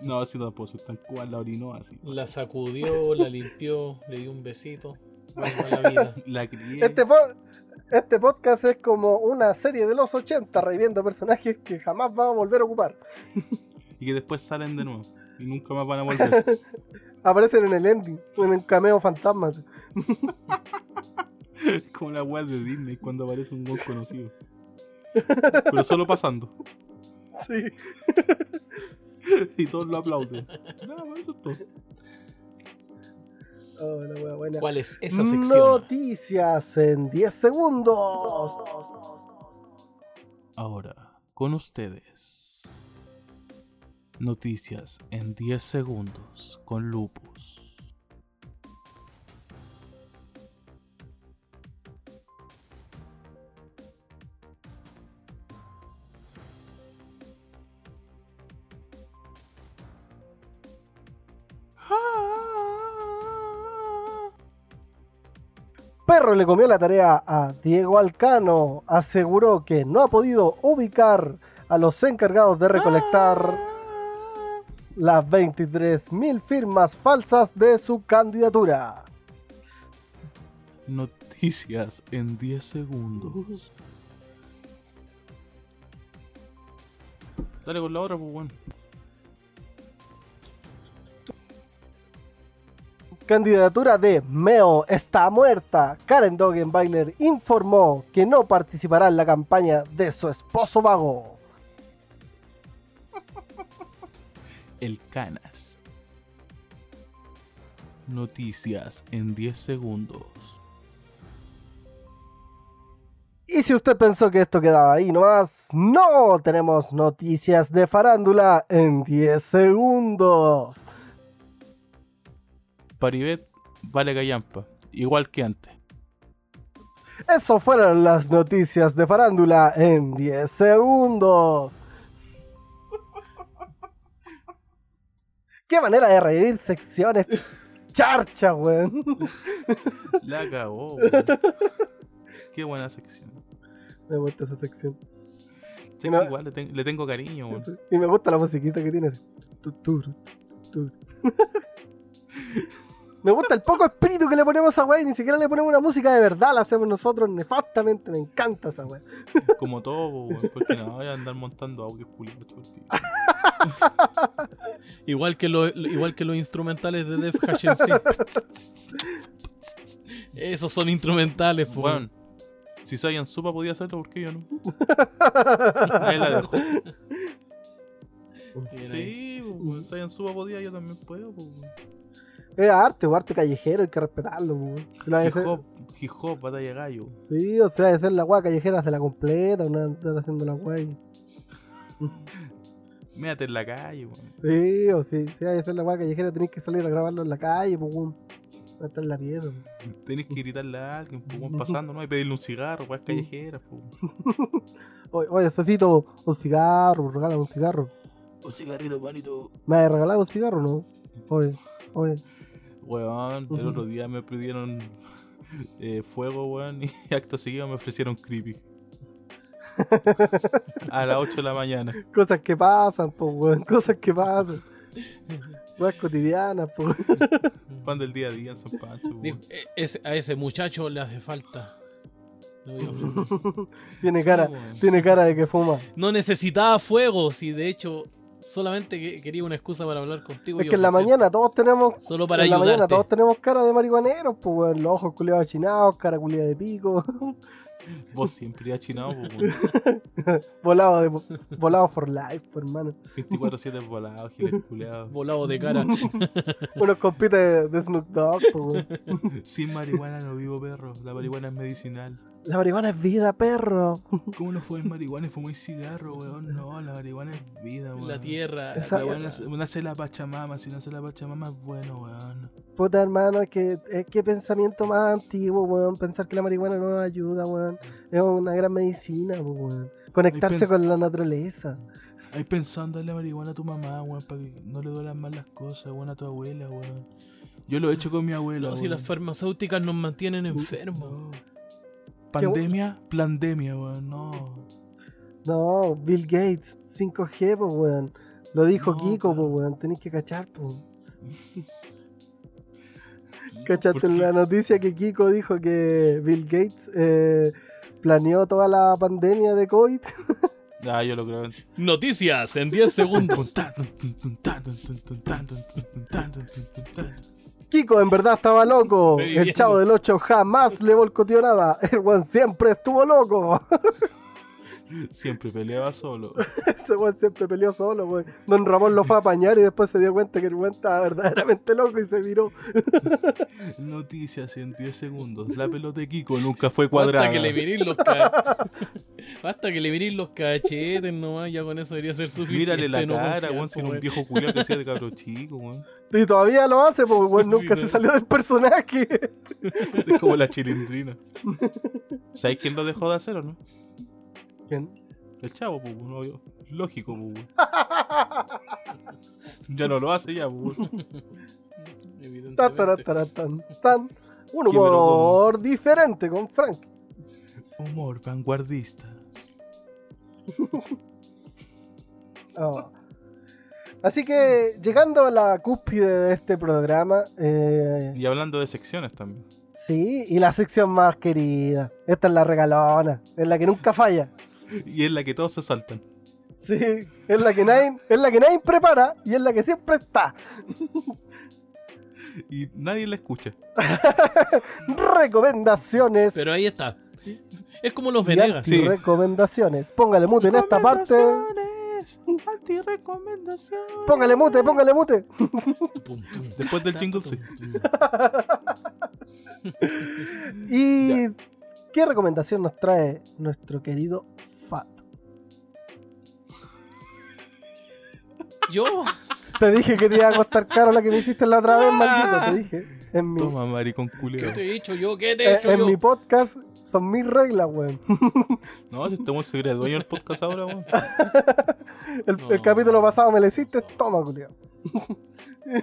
Speaker 3: No, así tampoco, soy tan cual la orinó así.
Speaker 4: La sacudió, la limpió, le dio un besito. Vuelva a la vida.
Speaker 3: La crié.
Speaker 2: Este, po- este podcast es como una serie de los 80 reviviendo personajes que jamás van a volver a ocupar.
Speaker 3: Y que después salen de nuevo. Y nunca más van a volver.
Speaker 2: Aparecen en el ending, en el cameo fantasmas.
Speaker 3: Como la web de Disney cuando aparece un gol conocido. Pero solo pasando.
Speaker 2: Sí.
Speaker 3: Y todos lo aplauden. No, pues eso es todo.
Speaker 2: Oh, la wea buena.
Speaker 4: ¿Cuál es esa sección?
Speaker 2: Noticias en 10 segundos.
Speaker 3: Ahora, con ustedes. Noticias en 10 segundos con Lupus.
Speaker 2: Perro le comió la tarea a Diego Alcano. Aseguró que no ha podido ubicar a los encargados de recolectar las 23.000 firmas falsas de su candidatura.
Speaker 3: Noticias en 10 segundos. Dale con la otra, pues bueno.
Speaker 2: Candidatura de Meo está muerta. Karen Dogenbailer informó que no participará en la campaña de su esposo vago.
Speaker 3: El Canas. Noticias en 10 segundos.
Speaker 2: Y si usted pensó que esto quedaba ahí nomás, no, tenemos noticias de farándula en 10 segundos.
Speaker 3: Paribet vale callampa, igual que antes.
Speaker 2: Eso fueron las noticias de farándula en 10 segundos. Qué manera de revivir secciones. Charcha, weón.
Speaker 3: La cagó. weón. Qué buena sección.
Speaker 2: Me gusta esa sección.
Speaker 3: Sé que
Speaker 2: No.
Speaker 3: igual le, ten- le tengo cariño, weón.
Speaker 2: Y me gusta la musiquita que tiene. así. Tu, tu, tu, tu. Me gusta el poco espíritu que le ponemos a esa y ni siquiera le ponemos una música de verdad, la hacemos nosotros nefastamente, me encanta esa wey.
Speaker 3: Como todo, pues, weón. Porque no voy a andar montando audios culiados. todo el día.
Speaker 4: Igual que, lo- lo- igual que los instrumentales de Def Hashem Sin. Esos son instrumentales, po.
Speaker 3: Weón. Si Saiyan Supa podía hacerlo, ¿por qué yo no? Ahí la dejo.
Speaker 4: Bien ahí.
Speaker 3: Sí, weón. Saiyan Supa podía, yo también puedo, pues, weón.
Speaker 2: Es arte, o arte callejero, hay que respetarlo, weón. Si lo vas a
Speaker 3: Hip
Speaker 2: hacer-
Speaker 3: hop, hip hop, batalla de gallo.
Speaker 2: Sí, o sea, hacer la weá callejera, hacer la completa, no andar haciendo la weá. ahí.
Speaker 3: Méate en la calle, weón.
Speaker 2: Sí, o sí, si vas a hacer la weá callejera, tenés que salir a grabarlo en la calle, pues, weón. Va a estar la piedra.
Speaker 3: Tenés que gritarle a alguien, pues, weón, pasando, ¿no? Y pedirle un cigarro, weón, callejeras, pues.
Speaker 2: Oye, oye, Fecito, un cigarro, regálame un cigarro.
Speaker 3: Un cigarrito, manito.
Speaker 2: ¿Me has regalado un cigarro no? Oye, oye.
Speaker 3: Weón, el otro día me pidieron eh, fuego, weón, y acto seguido me ofrecieron creepy. A las 8 de la mañana.
Speaker 2: Cosas que pasan, po, weón. Cosas que pasan. Weas cotidianas, po.
Speaker 3: Pan del día a día en San Pancho, weón.
Speaker 4: Dijo, "E- ese- a ese muchacho le hace falta. Le voy a ofrecer.
Speaker 2: Tiene cara,
Speaker 3: Sí, weón.
Speaker 2: tiene cara de que fuma.
Speaker 4: No necesitaba fuego, si de hecho solamente que- quería una excusa para hablar contigo.
Speaker 2: Es
Speaker 4: y
Speaker 2: que en la
Speaker 4: ofrecer-
Speaker 2: mañana todos tenemos.
Speaker 4: Solo para
Speaker 2: en la mañana
Speaker 4: ayudarte.
Speaker 2: todos tenemos cara de marihuaneros, pues weón. Los ojos culiados achinados, cara culiada de pico,
Speaker 3: Vos siempre achinado, po, weón.
Speaker 2: volado de volado for life, pues hermano.
Speaker 3: 24-7 volados, giles culeados.
Speaker 4: Volado de cara.
Speaker 2: Unos compitas de, de Snoop Dogg, pues weón.
Speaker 3: Sin marihuana no vivo, perro. La marihuana es medicinal.
Speaker 2: La marihuana es vida, perro.
Speaker 3: ¿Cómo no fue el marihuana y fumé cigarro, weón? No, la marihuana es vida, weón.
Speaker 4: la tierra. la
Speaker 2: Esa-
Speaker 3: La
Speaker 4: tierra.
Speaker 3: buena, una hace la pachamama, si no hace la pachamama es bueno, weón.
Speaker 2: Puta hermano, es que, es que pensamiento más antiguo, weón. Pensar que la marihuana no nos ayuda, weón. Es una gran medicina, pues, weón. Conectarse
Speaker 3: pens-
Speaker 2: con la naturaleza.
Speaker 3: Ahí pensando en la marihuana a tu mamá, weón, para que no le duelan mal las cosas, weón, a tu abuela, weón. Yo lo he hecho con mi abuela.
Speaker 4: No, si
Speaker 3: weón.
Speaker 4: las farmacéuticas nos mantienen enfermos.
Speaker 3: No. Pandemia, pandemia, weón, no.
Speaker 2: No, Bill Gates, 5G, pues, weón. Lo dijo
Speaker 3: No,
Speaker 2: Kiko,
Speaker 3: pero-
Speaker 2: pues, weón. Tenés que cachar, pues.
Speaker 3: ¿Por
Speaker 2: ¿Cachaste
Speaker 3: qué?
Speaker 2: la noticia que Kiko dijo que Bill Gates eh, planeó toda la pandemia de COVID?
Speaker 3: Ah, yo lo creo.
Speaker 4: Noticias en 10 segundos.
Speaker 2: Kiko en verdad estaba loco.
Speaker 4: Estoy viendo.
Speaker 2: El chavo del 8 jamás le boicoteó nada. El weón siempre estuvo loco.
Speaker 3: Siempre peleaba solo.
Speaker 2: Ese weón siempre peleó solo, weón. Don Ramón lo fue a apañar y después se dio cuenta que el weón estaba verdaderamente loco y se viró.
Speaker 3: Noticias en 10 segundos. La pelota de Kiko nunca fue cuadrada.
Speaker 4: Basta que le miréis los ca- Basta que le miréis los cachetes nomás, ya con eso debería ser suficiente.
Speaker 3: Mírale la
Speaker 4: no
Speaker 3: cara,
Speaker 4: confiar,
Speaker 3: weón, si era un
Speaker 4: weón.
Speaker 3: viejo culiao que hacía de cabro chico, weón.
Speaker 2: Y todavía lo hace, porque weón
Speaker 4: Sí,
Speaker 2: nunca
Speaker 4: no.
Speaker 2: se salió del personaje.
Speaker 3: Es como la chilindrina. ¿Sabéis quién lo dejó de hacer o no?
Speaker 2: ¿Quién?
Speaker 3: El chavo, pues, weón, obvio. Lógico, pues, weón. Ya no lo hace ya, pues, weón.
Speaker 4: Evidentemente.
Speaker 2: Tan, taran, taran, tan, tan. Un
Speaker 3: Qué broma.
Speaker 2: humor diferente con Frank.
Speaker 3: Humor vanguardista.
Speaker 2: Oh. Así que llegando a la cúspide de este programa, eh,
Speaker 3: Y hablando de secciones también.
Speaker 2: sí, y la sección más querida. Esta es la regalona, es la que nunca falla.
Speaker 3: Y es la que todos se saltan.
Speaker 2: Sí, es la que nadie, es la que nadie prepara y es la que siempre está.
Speaker 3: Y nadie la escucha.
Speaker 2: Recomendaciones.
Speaker 4: Pero ahí está. Es como los
Speaker 2: y
Speaker 4: Venegas.
Speaker 3: Sí.
Speaker 2: Recomendaciones. Póngale mute en esta parte.
Speaker 3: recomendaciones.
Speaker 2: Póngale mute, póngale mute.
Speaker 4: Pum, pum,
Speaker 3: Después del
Speaker 4: ta,
Speaker 3: jingle,
Speaker 4: tum,
Speaker 3: sí.
Speaker 4: tum.
Speaker 2: ¿Y qué recomendación nos trae nuestro querido Fat?
Speaker 4: Yo,
Speaker 2: Te dije que te iba a costar caro la que me hiciste la
Speaker 4: Ah.
Speaker 2: otra vez, maldito. Te dije. En mi,
Speaker 3: Toma, maricón
Speaker 4: ¿qué
Speaker 3: culiao.
Speaker 4: te he dicho yo? ¿Qué te he
Speaker 2: eh,
Speaker 4: hecho
Speaker 2: en
Speaker 4: yo?
Speaker 2: mi podcast son mis reglas, weón.
Speaker 3: No, si estamos se cree dueño del podcast ahora, weón.
Speaker 2: El,
Speaker 4: No.
Speaker 2: el capítulo pasado me lo hiciste. Toma, culiao.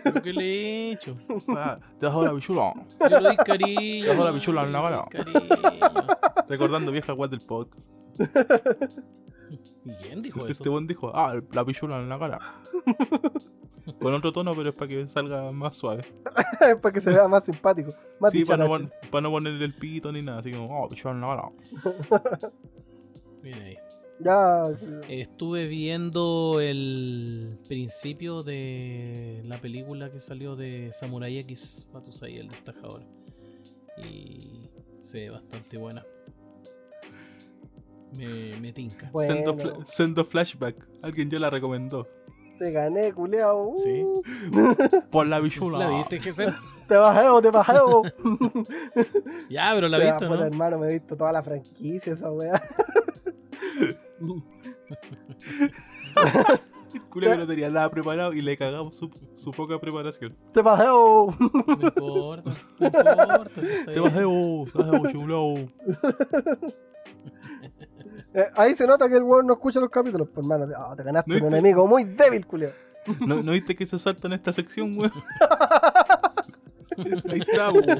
Speaker 4: ¿Pero ¿Qué le he hecho?
Speaker 3: Ah, Te has dado la pichula.
Speaker 4: Yo le doy cariño.
Speaker 3: Dejó la pichula en la
Speaker 4: yo le
Speaker 3: mano.
Speaker 4: doy cariño.
Speaker 3: Recordando vieja guay del podcast.
Speaker 4: ¿Y ¿Quién dijo
Speaker 3: Este
Speaker 4: eso?
Speaker 3: buen dijo, ah, la pichula en la cara. Con otro tono, pero es para que salga más suave.
Speaker 2: Es para que se vea más simpático. Más
Speaker 3: sí, para no,
Speaker 2: dicharachero.
Speaker 3: pon- para no ponerle el pito ni nada, así como, oh, pichula en la cara.
Speaker 4: Mira ahí.
Speaker 2: Ya.
Speaker 4: Estuve viendo el principio de la película que salió de Samurai X, Matusai, el destajador. Y se ve bastante buena. Me, me tinca.
Speaker 2: Bueno,
Speaker 3: Sendo, fla- sendo flashback. Alguien ya la recomendó.
Speaker 2: te gané, culiao. Uh.
Speaker 4: Sí.
Speaker 3: Por la pichula.
Speaker 4: ¿La viste, Gesell?
Speaker 2: Te bajeo, te bajeo.
Speaker 4: Ya, pero la
Speaker 2: Te
Speaker 4: viste,
Speaker 2: puta,
Speaker 4: ¿no?
Speaker 2: hermano, me he visto toda la franquicia, esa weá.
Speaker 3: El culo que no tenía nada preparado y le cagamos su, su poca preparación.
Speaker 2: Te paseo.
Speaker 4: No importa, no importa. si está
Speaker 3: Te
Speaker 4: bien.
Speaker 3: vas de vos, te vas de vos, chulao.
Speaker 2: Eh, ahí se nota que el weón no escucha los capítulos, pues, hermano. Ah, te ganaste
Speaker 3: No,
Speaker 2: un
Speaker 3: y te-
Speaker 2: enemigo muy débil, culiao.
Speaker 3: ¿No, ¿No viste que se salta en esta sección, weón? Ahí está, weón.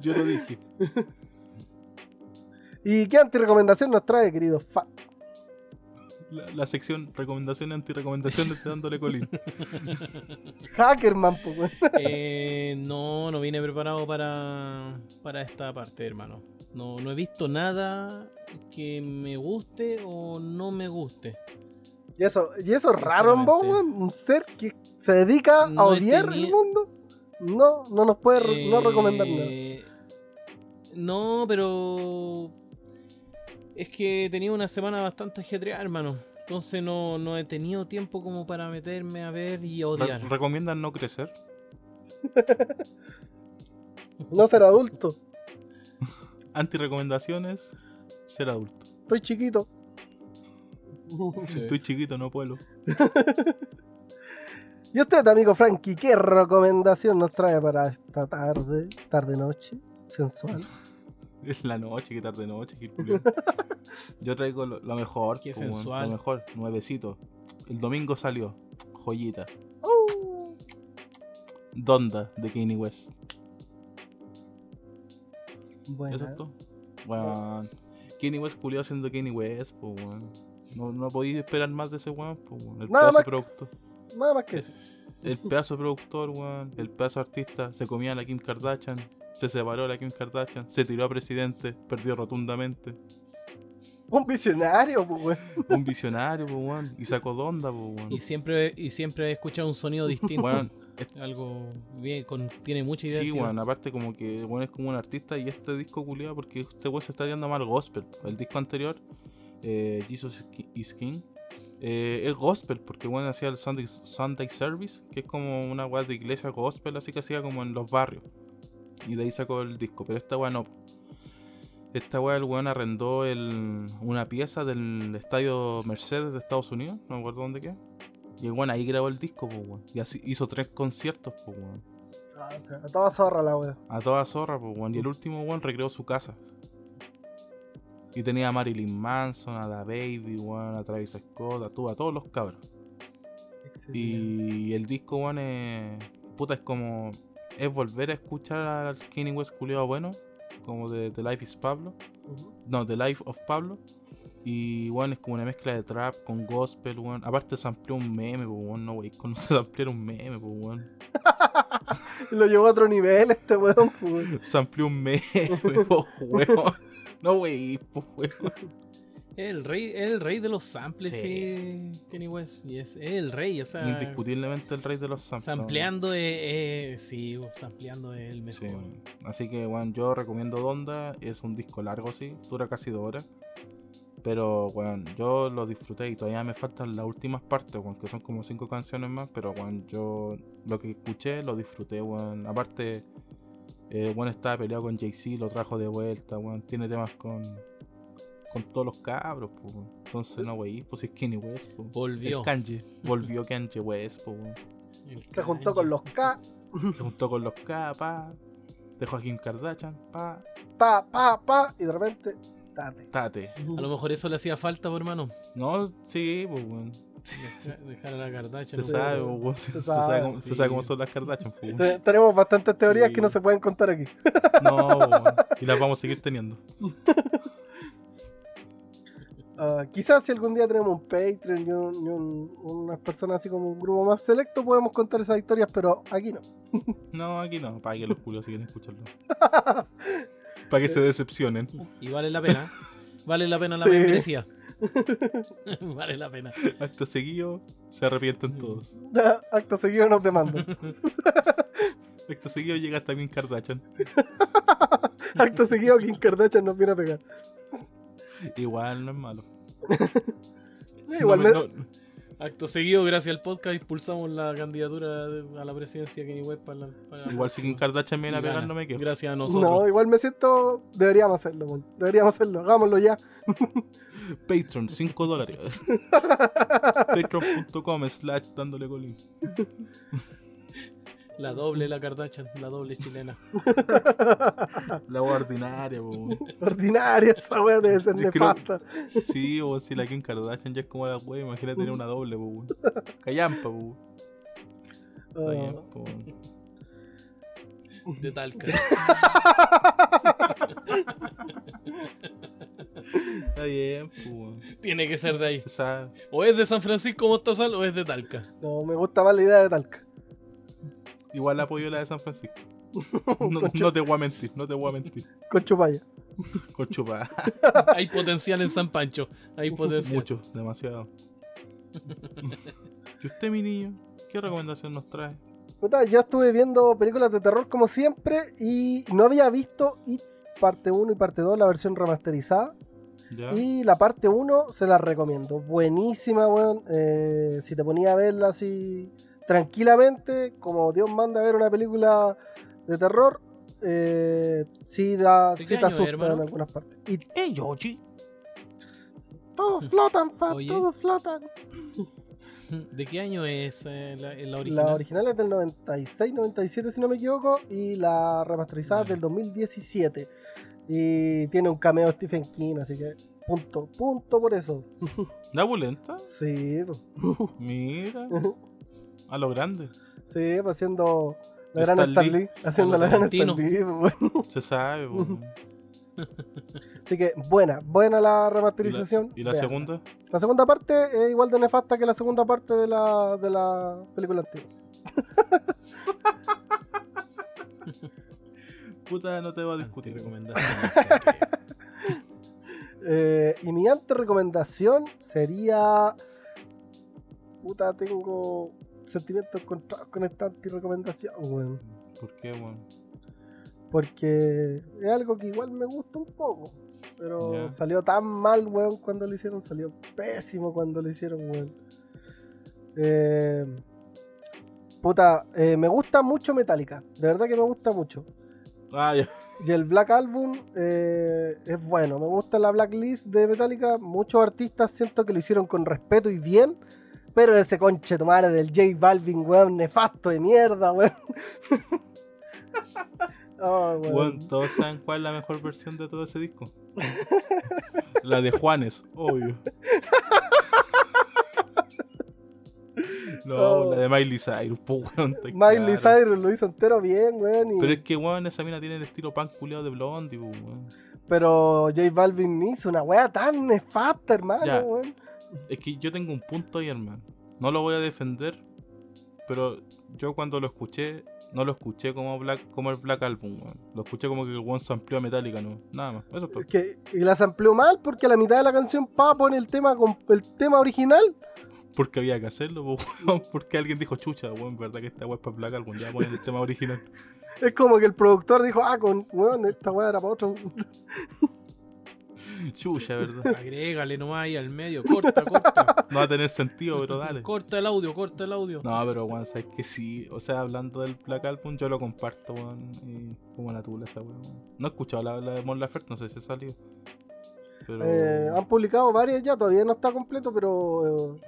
Speaker 3: Yo lo dije.
Speaker 2: ¿Y qué antirecomendación nos trae, querido Fat?
Speaker 3: La, la sección recomendación y antirecomendación de dándole colín.
Speaker 2: Hackerman, pues, weón.
Speaker 4: Eh, no, no vine preparado para, para esta parte, hermano. No, no he visto nada que me guste o no me guste.
Speaker 2: Y eso, y eso es raro en vos,
Speaker 4: Sinceramente.
Speaker 2: weón. Un ser que se dedica a
Speaker 4: No he
Speaker 2: odiar el
Speaker 4: tenido-
Speaker 2: mundo. No, no nos puede re- no
Speaker 4: Eh,
Speaker 2: recomendar nada.
Speaker 4: No, pero es que he tenido una semana bastante ajetreada, hermano. Entonces no, no he tenido tiempo como para meterme a ver y a
Speaker 3: Re-
Speaker 4: odiar.
Speaker 3: ¿Recomiendan no crecer?
Speaker 2: No ser adulto.
Speaker 3: Antirecomendaciones, ser adulto.
Speaker 2: Estoy chiquito.
Speaker 3: Estoy chiquito, no puedo.
Speaker 2: ¿Y usted, amigo Frankie, qué recomendación nos trae para esta tarde, tarde-noche, sensual?
Speaker 3: Es la noche, que tarde noche, que culiao. Yo traigo lo, lo mejor.
Speaker 4: Qué
Speaker 3: po, weón,
Speaker 4: sensual.
Speaker 3: Lo mejor, nuevecito. El domingo salió. Joyita.
Speaker 2: Oh,
Speaker 3: Donda de Kanye West. ¿Eso
Speaker 2: bueno,
Speaker 3: es todo? Weón. Kanye West culiado siendo Kanye West, po, weón. No, no podía esperar más de ese weón, po, weón. El
Speaker 2: Nada
Speaker 3: pedazo
Speaker 2: más.
Speaker 3: de producto.
Speaker 2: nada más que eso.
Speaker 3: El pedazo de productor, weón. El pedazo de artista. Se comía a la Kim Kardashian. Se separó de la Kim Kardashian. Se tiró a presidente. Perdió rotundamente.
Speaker 2: Un visionario, pues, weón.
Speaker 3: Un visionario, po, weón. Y sacó Donda, po, weón.
Speaker 4: Y siempre, y siempre he escuchado un sonido distinto.
Speaker 3: Weón,
Speaker 4: Algo bien, con, tiene mucha idea.
Speaker 3: Sí, weón, aparte como que bueno, es como un artista y este disco culiado porque este weón se está tirando mal gospel. El disco anterior, eh, Jesus is King, eh, es gospel porque bueno hacía el Sunday, Sunday Service, que es como una weá de iglesia gospel, así que hacía como en los barrios. Y de ahí sacó el disco, pero esta weá no. Esta weá el weón arrendó el- una pieza del estadio Mercedes de Estados Unidos, no me acuerdo dónde queda. Y el weón ahí grabó el disco, pues weón. Y así hizo tres conciertos, pues weón.
Speaker 2: Ah, A toda zorra la weón.
Speaker 3: A toda zorra, pues, weón. Y el último, weón, recreó su casa. Y tenía a Marilyn Manson, a Da Baby, weón, a Travis Scott, a, tu- a todos los cabros. Y el disco, weón, es. Puta, es como. Es volver a escuchar al Kenny West culiado bueno, como de The Life is Pablo. No, The Life of Pablo. Y, weón, es como una mezcla de trap con gospel, weón. Aparte, se amplió un meme, pues, weón, no, wey, no se amplió un meme, pues, weón.
Speaker 2: Lo llevó a otro nivel este weón, pues, weón.
Speaker 3: Se amplió un mes, po, weón. No, wey, po, weón.
Speaker 4: El rey, el rey de los samples,
Speaker 3: Sí.
Speaker 4: sí. Kenny West. Y es el rey, o sea.
Speaker 3: Indiscutiblemente el rey de los samples.
Speaker 4: Sampleando es. es- sí, bo, sampleando es el
Speaker 3: Sí.
Speaker 4: mejor.
Speaker 3: Así que, weón, yo recomiendo Donda. Es un disco largo, sí. Dura casi dos horas. Pero, weón, yo lo disfruté y todavía me faltan las últimas partes, weón, que son como cinco canciones más. Pero, weón, yo lo que escuché lo disfruté, weón. Aparte, eh, weón estaba peleado con Jay-Z, lo trajo de vuelta, weón. Tiene temas con. Con todos los cabros, pues. weón. Entonces, no, wey, pues es Kenny West, pues.
Speaker 4: Volvió.
Speaker 3: El Kanye. Volvió Kanye West, pues, weón.
Speaker 4: El
Speaker 2: Se juntó con los K.
Speaker 3: Se juntó con los K, pa. Dejó a Kim Kardashian, pa.
Speaker 2: Pa, pa, pa. Y de repente, date.
Speaker 3: Tate.
Speaker 4: A lo mejor eso le hacía falta, po, hermano.
Speaker 3: No, sí, pues, weón.
Speaker 4: Deja- Dejar a la Kardashian.
Speaker 3: Se
Speaker 4: ¿no?
Speaker 3: sabe, pues, weón. Se, se sabe, cómo, se
Speaker 4: sí.
Speaker 3: sabe cómo son las Kardashian, pues, weón.
Speaker 2: Te- Tenemos bastantes teorías
Speaker 3: Sí.
Speaker 2: que no se pueden contar aquí.
Speaker 3: No, pues, weón. Y las vamos a seguir teniendo.
Speaker 2: Ah, quizás si algún día tenemos un Patreon y, un- y un- unas personas así como un grupo más selecto, podemos contar esas historias, pero aquí no.
Speaker 3: No, aquí no. Para que los culos si quieren escucharlo. Para que se decepcionen.
Speaker 4: Y vale la pena. Vale la pena la
Speaker 2: Sí.
Speaker 4: membresía. vale la pena.
Speaker 3: Acto seguido, se arrepienten todos.
Speaker 2: Acto seguido nos demandan.
Speaker 3: Acto seguido llega hasta Kim Kardashian.
Speaker 2: Acto seguido Kim Kardashian nos viene a pegar.
Speaker 3: Igual no es malo.
Speaker 2: Igual
Speaker 3: no, me-
Speaker 2: me-
Speaker 3: no-
Speaker 4: Acto seguido, gracias al podcast, impulsamos la candidatura de- a la presidencia de Kanye West para la. para la
Speaker 3: Igual si Kim
Speaker 4: próxima.
Speaker 3: Kardashian viene a
Speaker 4: Gana.
Speaker 3: pegar, no me quejo.
Speaker 4: Gracias a
Speaker 2: No,
Speaker 4: nosotros.
Speaker 2: igual me siento. Deberíamos hacerlo, weón. Deberíamos hacerlo. Hagámoslo ya.
Speaker 3: Patreon, 5 dólares. Patreon.com slash dándole colín.
Speaker 4: La doble, la Kardashian, la doble chilena.
Speaker 3: La wea ordinaria, po.
Speaker 2: Ordinaria esa weá debe ser
Speaker 3: Yo creo-
Speaker 2: nefasta.
Speaker 3: Sí, o si la Kim Kardashian ya es como la wea, imagínate tener una doble, po. weón. Callampa, po. Está bien,
Speaker 2: Ah.
Speaker 3: po, weón.
Speaker 4: De Talca.
Speaker 3: Está bien, po. weón.
Speaker 4: Tiene que ser de ahí.
Speaker 3: Se sabe.
Speaker 4: O es de San Francisco Mostazal o es de Talca.
Speaker 2: No, me gusta más la idea de Talca.
Speaker 3: Igual apoyo la de San Francisco. No, no te voy a mentir, no te voy a mentir.
Speaker 2: Con chupalla.
Speaker 3: Con ah, chupa.
Speaker 4: Hay potencial en San Pancho. Hay potencial.
Speaker 3: Mucho, demasiado. ¿Y usted, mi niño? ¿Qué recomendación nos trae?
Speaker 2: Puta, yo estuve viendo películas de terror como siempre y no había visto It's parte 1 y parte 2, la versión remasterizada.
Speaker 3: ¿Ya?
Speaker 2: Y la parte 1 se la recomiendo. Buenísima, weón. Eh, si te ponía a verla así tranquilamente, como Dios manda a ver una película de terror, eh, sí, da,
Speaker 4: ¿De qué
Speaker 2: sí te
Speaker 4: año es,
Speaker 2: asusta
Speaker 4: hermano?
Speaker 2: en algunas partes. Y
Speaker 3: ¡Ey, Yoshi!
Speaker 2: todos flotan, Fab,
Speaker 4: Oye.
Speaker 2: todos flotan.
Speaker 4: ¿De qué año es eh, la, la original?
Speaker 2: La original es del 96, 97 si no me equivoco, y la remasterizada es
Speaker 4: Ya.
Speaker 2: del 2017. Y tiene un cameo Stephen King, así que punto, punto por eso.
Speaker 3: ¿La bulenta?
Speaker 2: Sí, pues, po.
Speaker 3: Mira. A lo grande.
Speaker 2: sí, po, haciendo la
Speaker 3: Stan
Speaker 2: gran Stan
Speaker 3: Lee.
Speaker 2: Lee, haciendo
Speaker 4: A lo
Speaker 2: la gran
Speaker 4: Tarantino.
Speaker 2: Stan Lee, po, bueno.
Speaker 3: Se sabe, po.
Speaker 2: Ujú. Así que buena, buena la remasterización.
Speaker 3: ¿Y la
Speaker 2: veanla.
Speaker 3: segunda?
Speaker 2: La segunda parte es igual de nefasta que la segunda parte de la, de la película antigua.
Speaker 3: Puta, no te va a discutir.
Speaker 4: recomendación.
Speaker 2: Eh, y mi ante recomendación sería. Puta, tengo sentimientos encontrados con esta anti recomendación, weón.
Speaker 3: ¿Por qué, weón?
Speaker 2: Porque es algo que igual me gusta un poco. Pero
Speaker 3: Ya.
Speaker 2: salió tan mal, weón, cuando lo hicieron. Salió pésimo cuando lo hicieron, weón. Eh, puta, eh, me gusta mucho Metallica. De verdad que me gusta mucho.
Speaker 3: Ah, ya.
Speaker 2: Y el Black Album eh, es bueno, me gusta la Blacklist de Metallica. Muchos artistas siento que lo hicieron con respeto y bien, pero ese conche tu madre del J Balvin, weón, nefasto de mierda, weón. Oh, weón.
Speaker 3: Weón, todos saben cuál es la mejor versión de todo ese disco. la de Juanes, obvio. No,
Speaker 2: Oh.
Speaker 3: la de Miley Cyrus, po, weón, está
Speaker 2: Miley
Speaker 3: claro.
Speaker 2: Cyrus lo hizo entero bien, weón. y-
Speaker 3: Pero
Speaker 2: pero,
Speaker 3: es que, weón, esa mina tiene el estilo pan culiado de Blondie, po, weón.
Speaker 2: J Balvin hizo una wea tan nefasta, hermano,
Speaker 3: Ya.
Speaker 2: weón.
Speaker 3: Es que yo tengo un punto ahí, hermano. No lo voy a defender, pero yo cuando lo escuché, no lo escuché como, Black, como el Black Album, weón. Lo escuché como que el weón se amplió a Metallica, ¿no? Nada más, eso es todo.
Speaker 2: Es que- y la amplió mal porque a la mitad de la canción pa pone el tema con el tema original.
Speaker 3: Porque había que hacerlo, po, weón. Porque alguien dijo, chucha, weón, verdad que esta weón es para Black Album, ya ponen el tema original.
Speaker 2: Es como que el productor dijo, ah, con weón, esta wea era para otro.
Speaker 3: Chucha, verdad.
Speaker 4: Agrégale nomás ahí al medio. Corta, corta.
Speaker 3: No va a tener sentido, pero dale.
Speaker 4: Corta el audio, corta el audio.
Speaker 3: No, pero weón, sabes que sí. O sea, hablando del Black Album, yo lo comparto, weón. y como la tula esa weón. No he escuchado la, la de Mon Laferte, no sé si ha salido. Pero.
Speaker 2: Eh, han publicado varias ya, todavía no está completo, pero eh,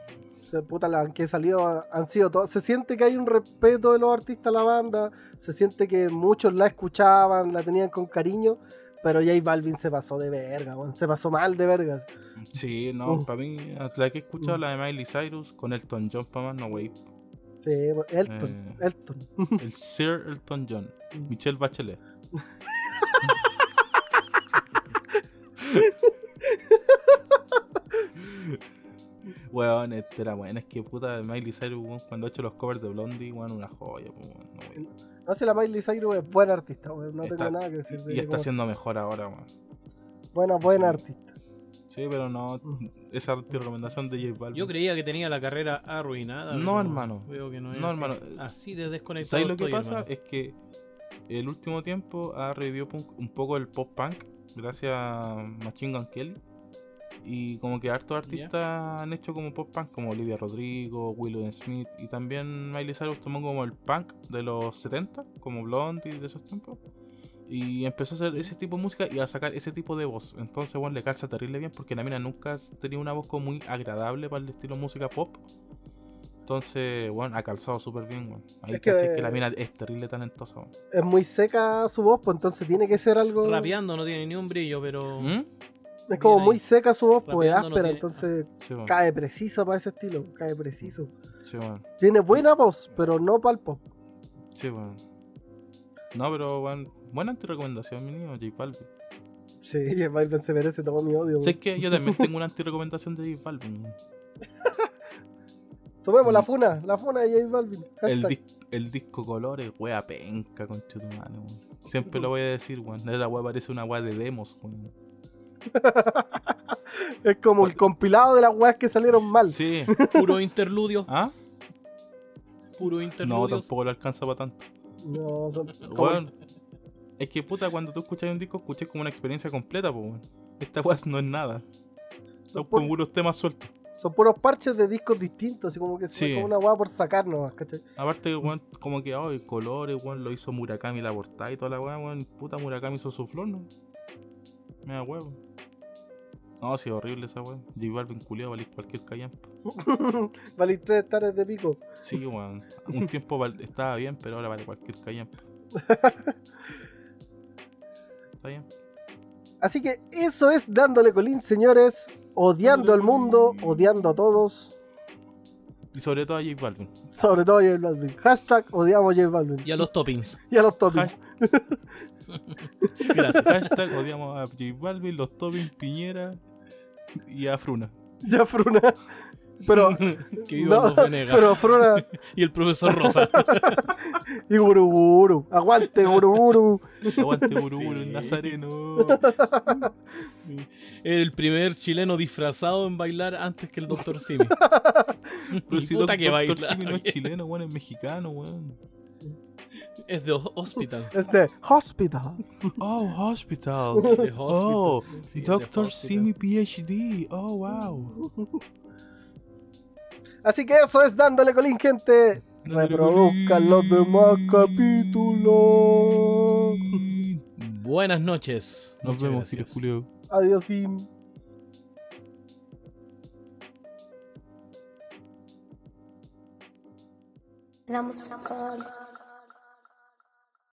Speaker 2: se- puta, las que salido han- han sido todas. Se siente que hay un respeto de los artistas a la banda, se siente que muchos la escuchaban, la tenían con cariño, pero J Balvin se pasó de verga, weón, se pasó mal de vergas.
Speaker 3: Sí, no,
Speaker 2: Mm.
Speaker 3: para mí, hasta la que he escuchado,
Speaker 2: Mm.
Speaker 3: la de Miley Cyrus con Elton John, para más, no, wey.
Speaker 2: Sí, weón, Elton,
Speaker 3: Eh,
Speaker 2: Elton.
Speaker 3: el Sir Elton John, Michelle Bachelet. Weón, este era bueno, es que puta Miley Cyrus, weón, cuando ha hecho los covers de Blondie, weón, una joya, pues, weón, no, weón.
Speaker 2: No sé, la Miley Cyrus es buena artista, weón, no
Speaker 3: Está-
Speaker 2: tengo nada que decir. de
Speaker 3: Y
Speaker 2: ella
Speaker 3: está
Speaker 2: como-
Speaker 3: haciendo mejor ahora, weón.
Speaker 2: Buena, buena artista.
Speaker 3: Sí, pero no,
Speaker 2: Mm.
Speaker 3: esa recomendación de J Balvin.
Speaker 4: Yo creía que tenía la carrera arruinada.
Speaker 3: No,
Speaker 4: pero
Speaker 3: hermano.
Speaker 4: Veo que no es
Speaker 3: No,
Speaker 4: así.
Speaker 3: hermano.
Speaker 4: Así de desconectado.
Speaker 3: ¿Sabes lo que
Speaker 4: estoy,
Speaker 3: pasa?
Speaker 4: hermano.
Speaker 3: Es que el último tiempo ha revivido punk- un poco el pop punk gracias a Machine Gun Kelly. Y como que hartos artistas han hecho como pop punk, como Olivia Rodrigo, Willow Smith, y también Miley Cyrus tomó como el punk de los 70, como Blondie de esos tiempos. Y empezó a hacer ese tipo de música y a sacar ese tipo de voz. Entonces, bueno, le calza terrible bien porque la mina nunca tenía una voz como muy agradable para el estilo música pop. Entonces, bueno, ha calzado súper bien, weón. Ahí
Speaker 2: Es que- eh,
Speaker 3: caché que la mina es terrible talentosa, weón.
Speaker 2: Es muy seca su voz, pues entonces tiene que ser algo.
Speaker 4: Rapeando no tiene ni un brillo, pero.
Speaker 3: ¿Mm?
Speaker 2: Es como
Speaker 4: Bien ahí.
Speaker 2: muy seca su voz, pues es
Speaker 4: Rapeando no
Speaker 2: áspera,
Speaker 4: tiene-
Speaker 2: entonces
Speaker 3: Sí, weón.
Speaker 2: cae preciso para ese estilo, cae preciso.
Speaker 3: Sí, weón.
Speaker 2: Tiene buena voz, pero no para el pop.
Speaker 3: Sí, weón. No, pero, weón, buena tu recomendación, mi niño, J Balvin.
Speaker 2: Sí, J Balvin se merece todo mi odio.
Speaker 3: Sé que yo también tengo una antirecomendación de J Balvin. weón.
Speaker 2: weón. Subemos la funa, la funa de J Balvin.
Speaker 3: El,
Speaker 2: Hashtag.
Speaker 3: dis- el disco colores, wea penca, conchetumane, weón. Siempre lo voy a decir, weón. Esa wea parece una wea de demos, weón.
Speaker 2: Es como el compilado de las weas que salieron mal.
Speaker 3: Sí.
Speaker 4: Puro interludio.
Speaker 3: ¿Ah?
Speaker 4: Puro
Speaker 3: No,
Speaker 4: interludio.
Speaker 3: tampoco lo alcanza para tanto.
Speaker 2: No, son-
Speaker 3: Weón. Es que puta, cuando tú escuchas un disco, escuchas como una experiencia completa, pues, weón. Esta wea no es nada. Son
Speaker 2: Son puros-
Speaker 3: puros temas sueltos.
Speaker 2: son puros parches de discos distintos, así como que
Speaker 3: Sí.
Speaker 2: es como una wea por sacarnos, ¿cachai?
Speaker 3: Aparte, weón, como que, ay, colores, weón, lo hizo Murakami la portada y toda la weá, weón. Puta, Murakami hizo su flor, ¿no? Me da huevo. No, sí, horrible esa weá. J Balvin culiao, valís cualquier callampa.
Speaker 2: Valí tres tardes de pico.
Speaker 3: Sí, weón. Un tiempo val- estaba bien, pero ahora vale cualquier callampa. Está bien.
Speaker 2: Así que eso es dándole colín, señores. Odiando al
Speaker 3: Dándole
Speaker 2: mundo,
Speaker 3: Colín.
Speaker 2: odiando a todos.
Speaker 3: Y sobre todo a J Balvin.
Speaker 2: Sobre todo a J Balvin. Hashtag odiamos a J Balvin.
Speaker 4: Y a los toppings.
Speaker 2: Y a los toppings.
Speaker 3: Hashtag,
Speaker 4: Gracias.
Speaker 3: hashtag odiamos a J Balvin, los Tobin, Piñera y a Fruna.
Speaker 2: Ya Fruna. Pero,
Speaker 4: Que vivan
Speaker 2: no,
Speaker 4: los Venegas.
Speaker 2: pero Fruna
Speaker 4: Y el profesor Rosa.
Speaker 2: y Guruguru. Aguante Guruguru.
Speaker 3: Aguante Buruburu,
Speaker 4: Sí.
Speaker 3: Nazareno.
Speaker 4: el primer chileno disfrazado en bailar antes que el doctor Simi.
Speaker 3: Pero
Speaker 4: Y
Speaker 3: si
Speaker 4: puta
Speaker 3: Doc-
Speaker 4: que
Speaker 3: Dr.
Speaker 4: baila,
Speaker 3: Simi no es
Speaker 4: oye.
Speaker 3: chileno, weón, es mexicano, weón.
Speaker 4: Es de ho- hospital.
Speaker 2: Este, Hospital.
Speaker 3: Oh, hospital.
Speaker 4: De hospital.
Speaker 3: Oh,
Speaker 4: Sí, es de
Speaker 3: Doctor
Speaker 4: hospital.
Speaker 3: Simi PhD. Oh, wow.
Speaker 2: Así que eso es dándole colín, gente. Reproduzcan los demás capítulos.
Speaker 4: Buenas noches.
Speaker 3: Nos
Speaker 4: Muchas
Speaker 3: vemos,
Speaker 4: gracias.
Speaker 3: Tires Julio.
Speaker 2: Adiós, Sim.
Speaker 5: Damos una cola.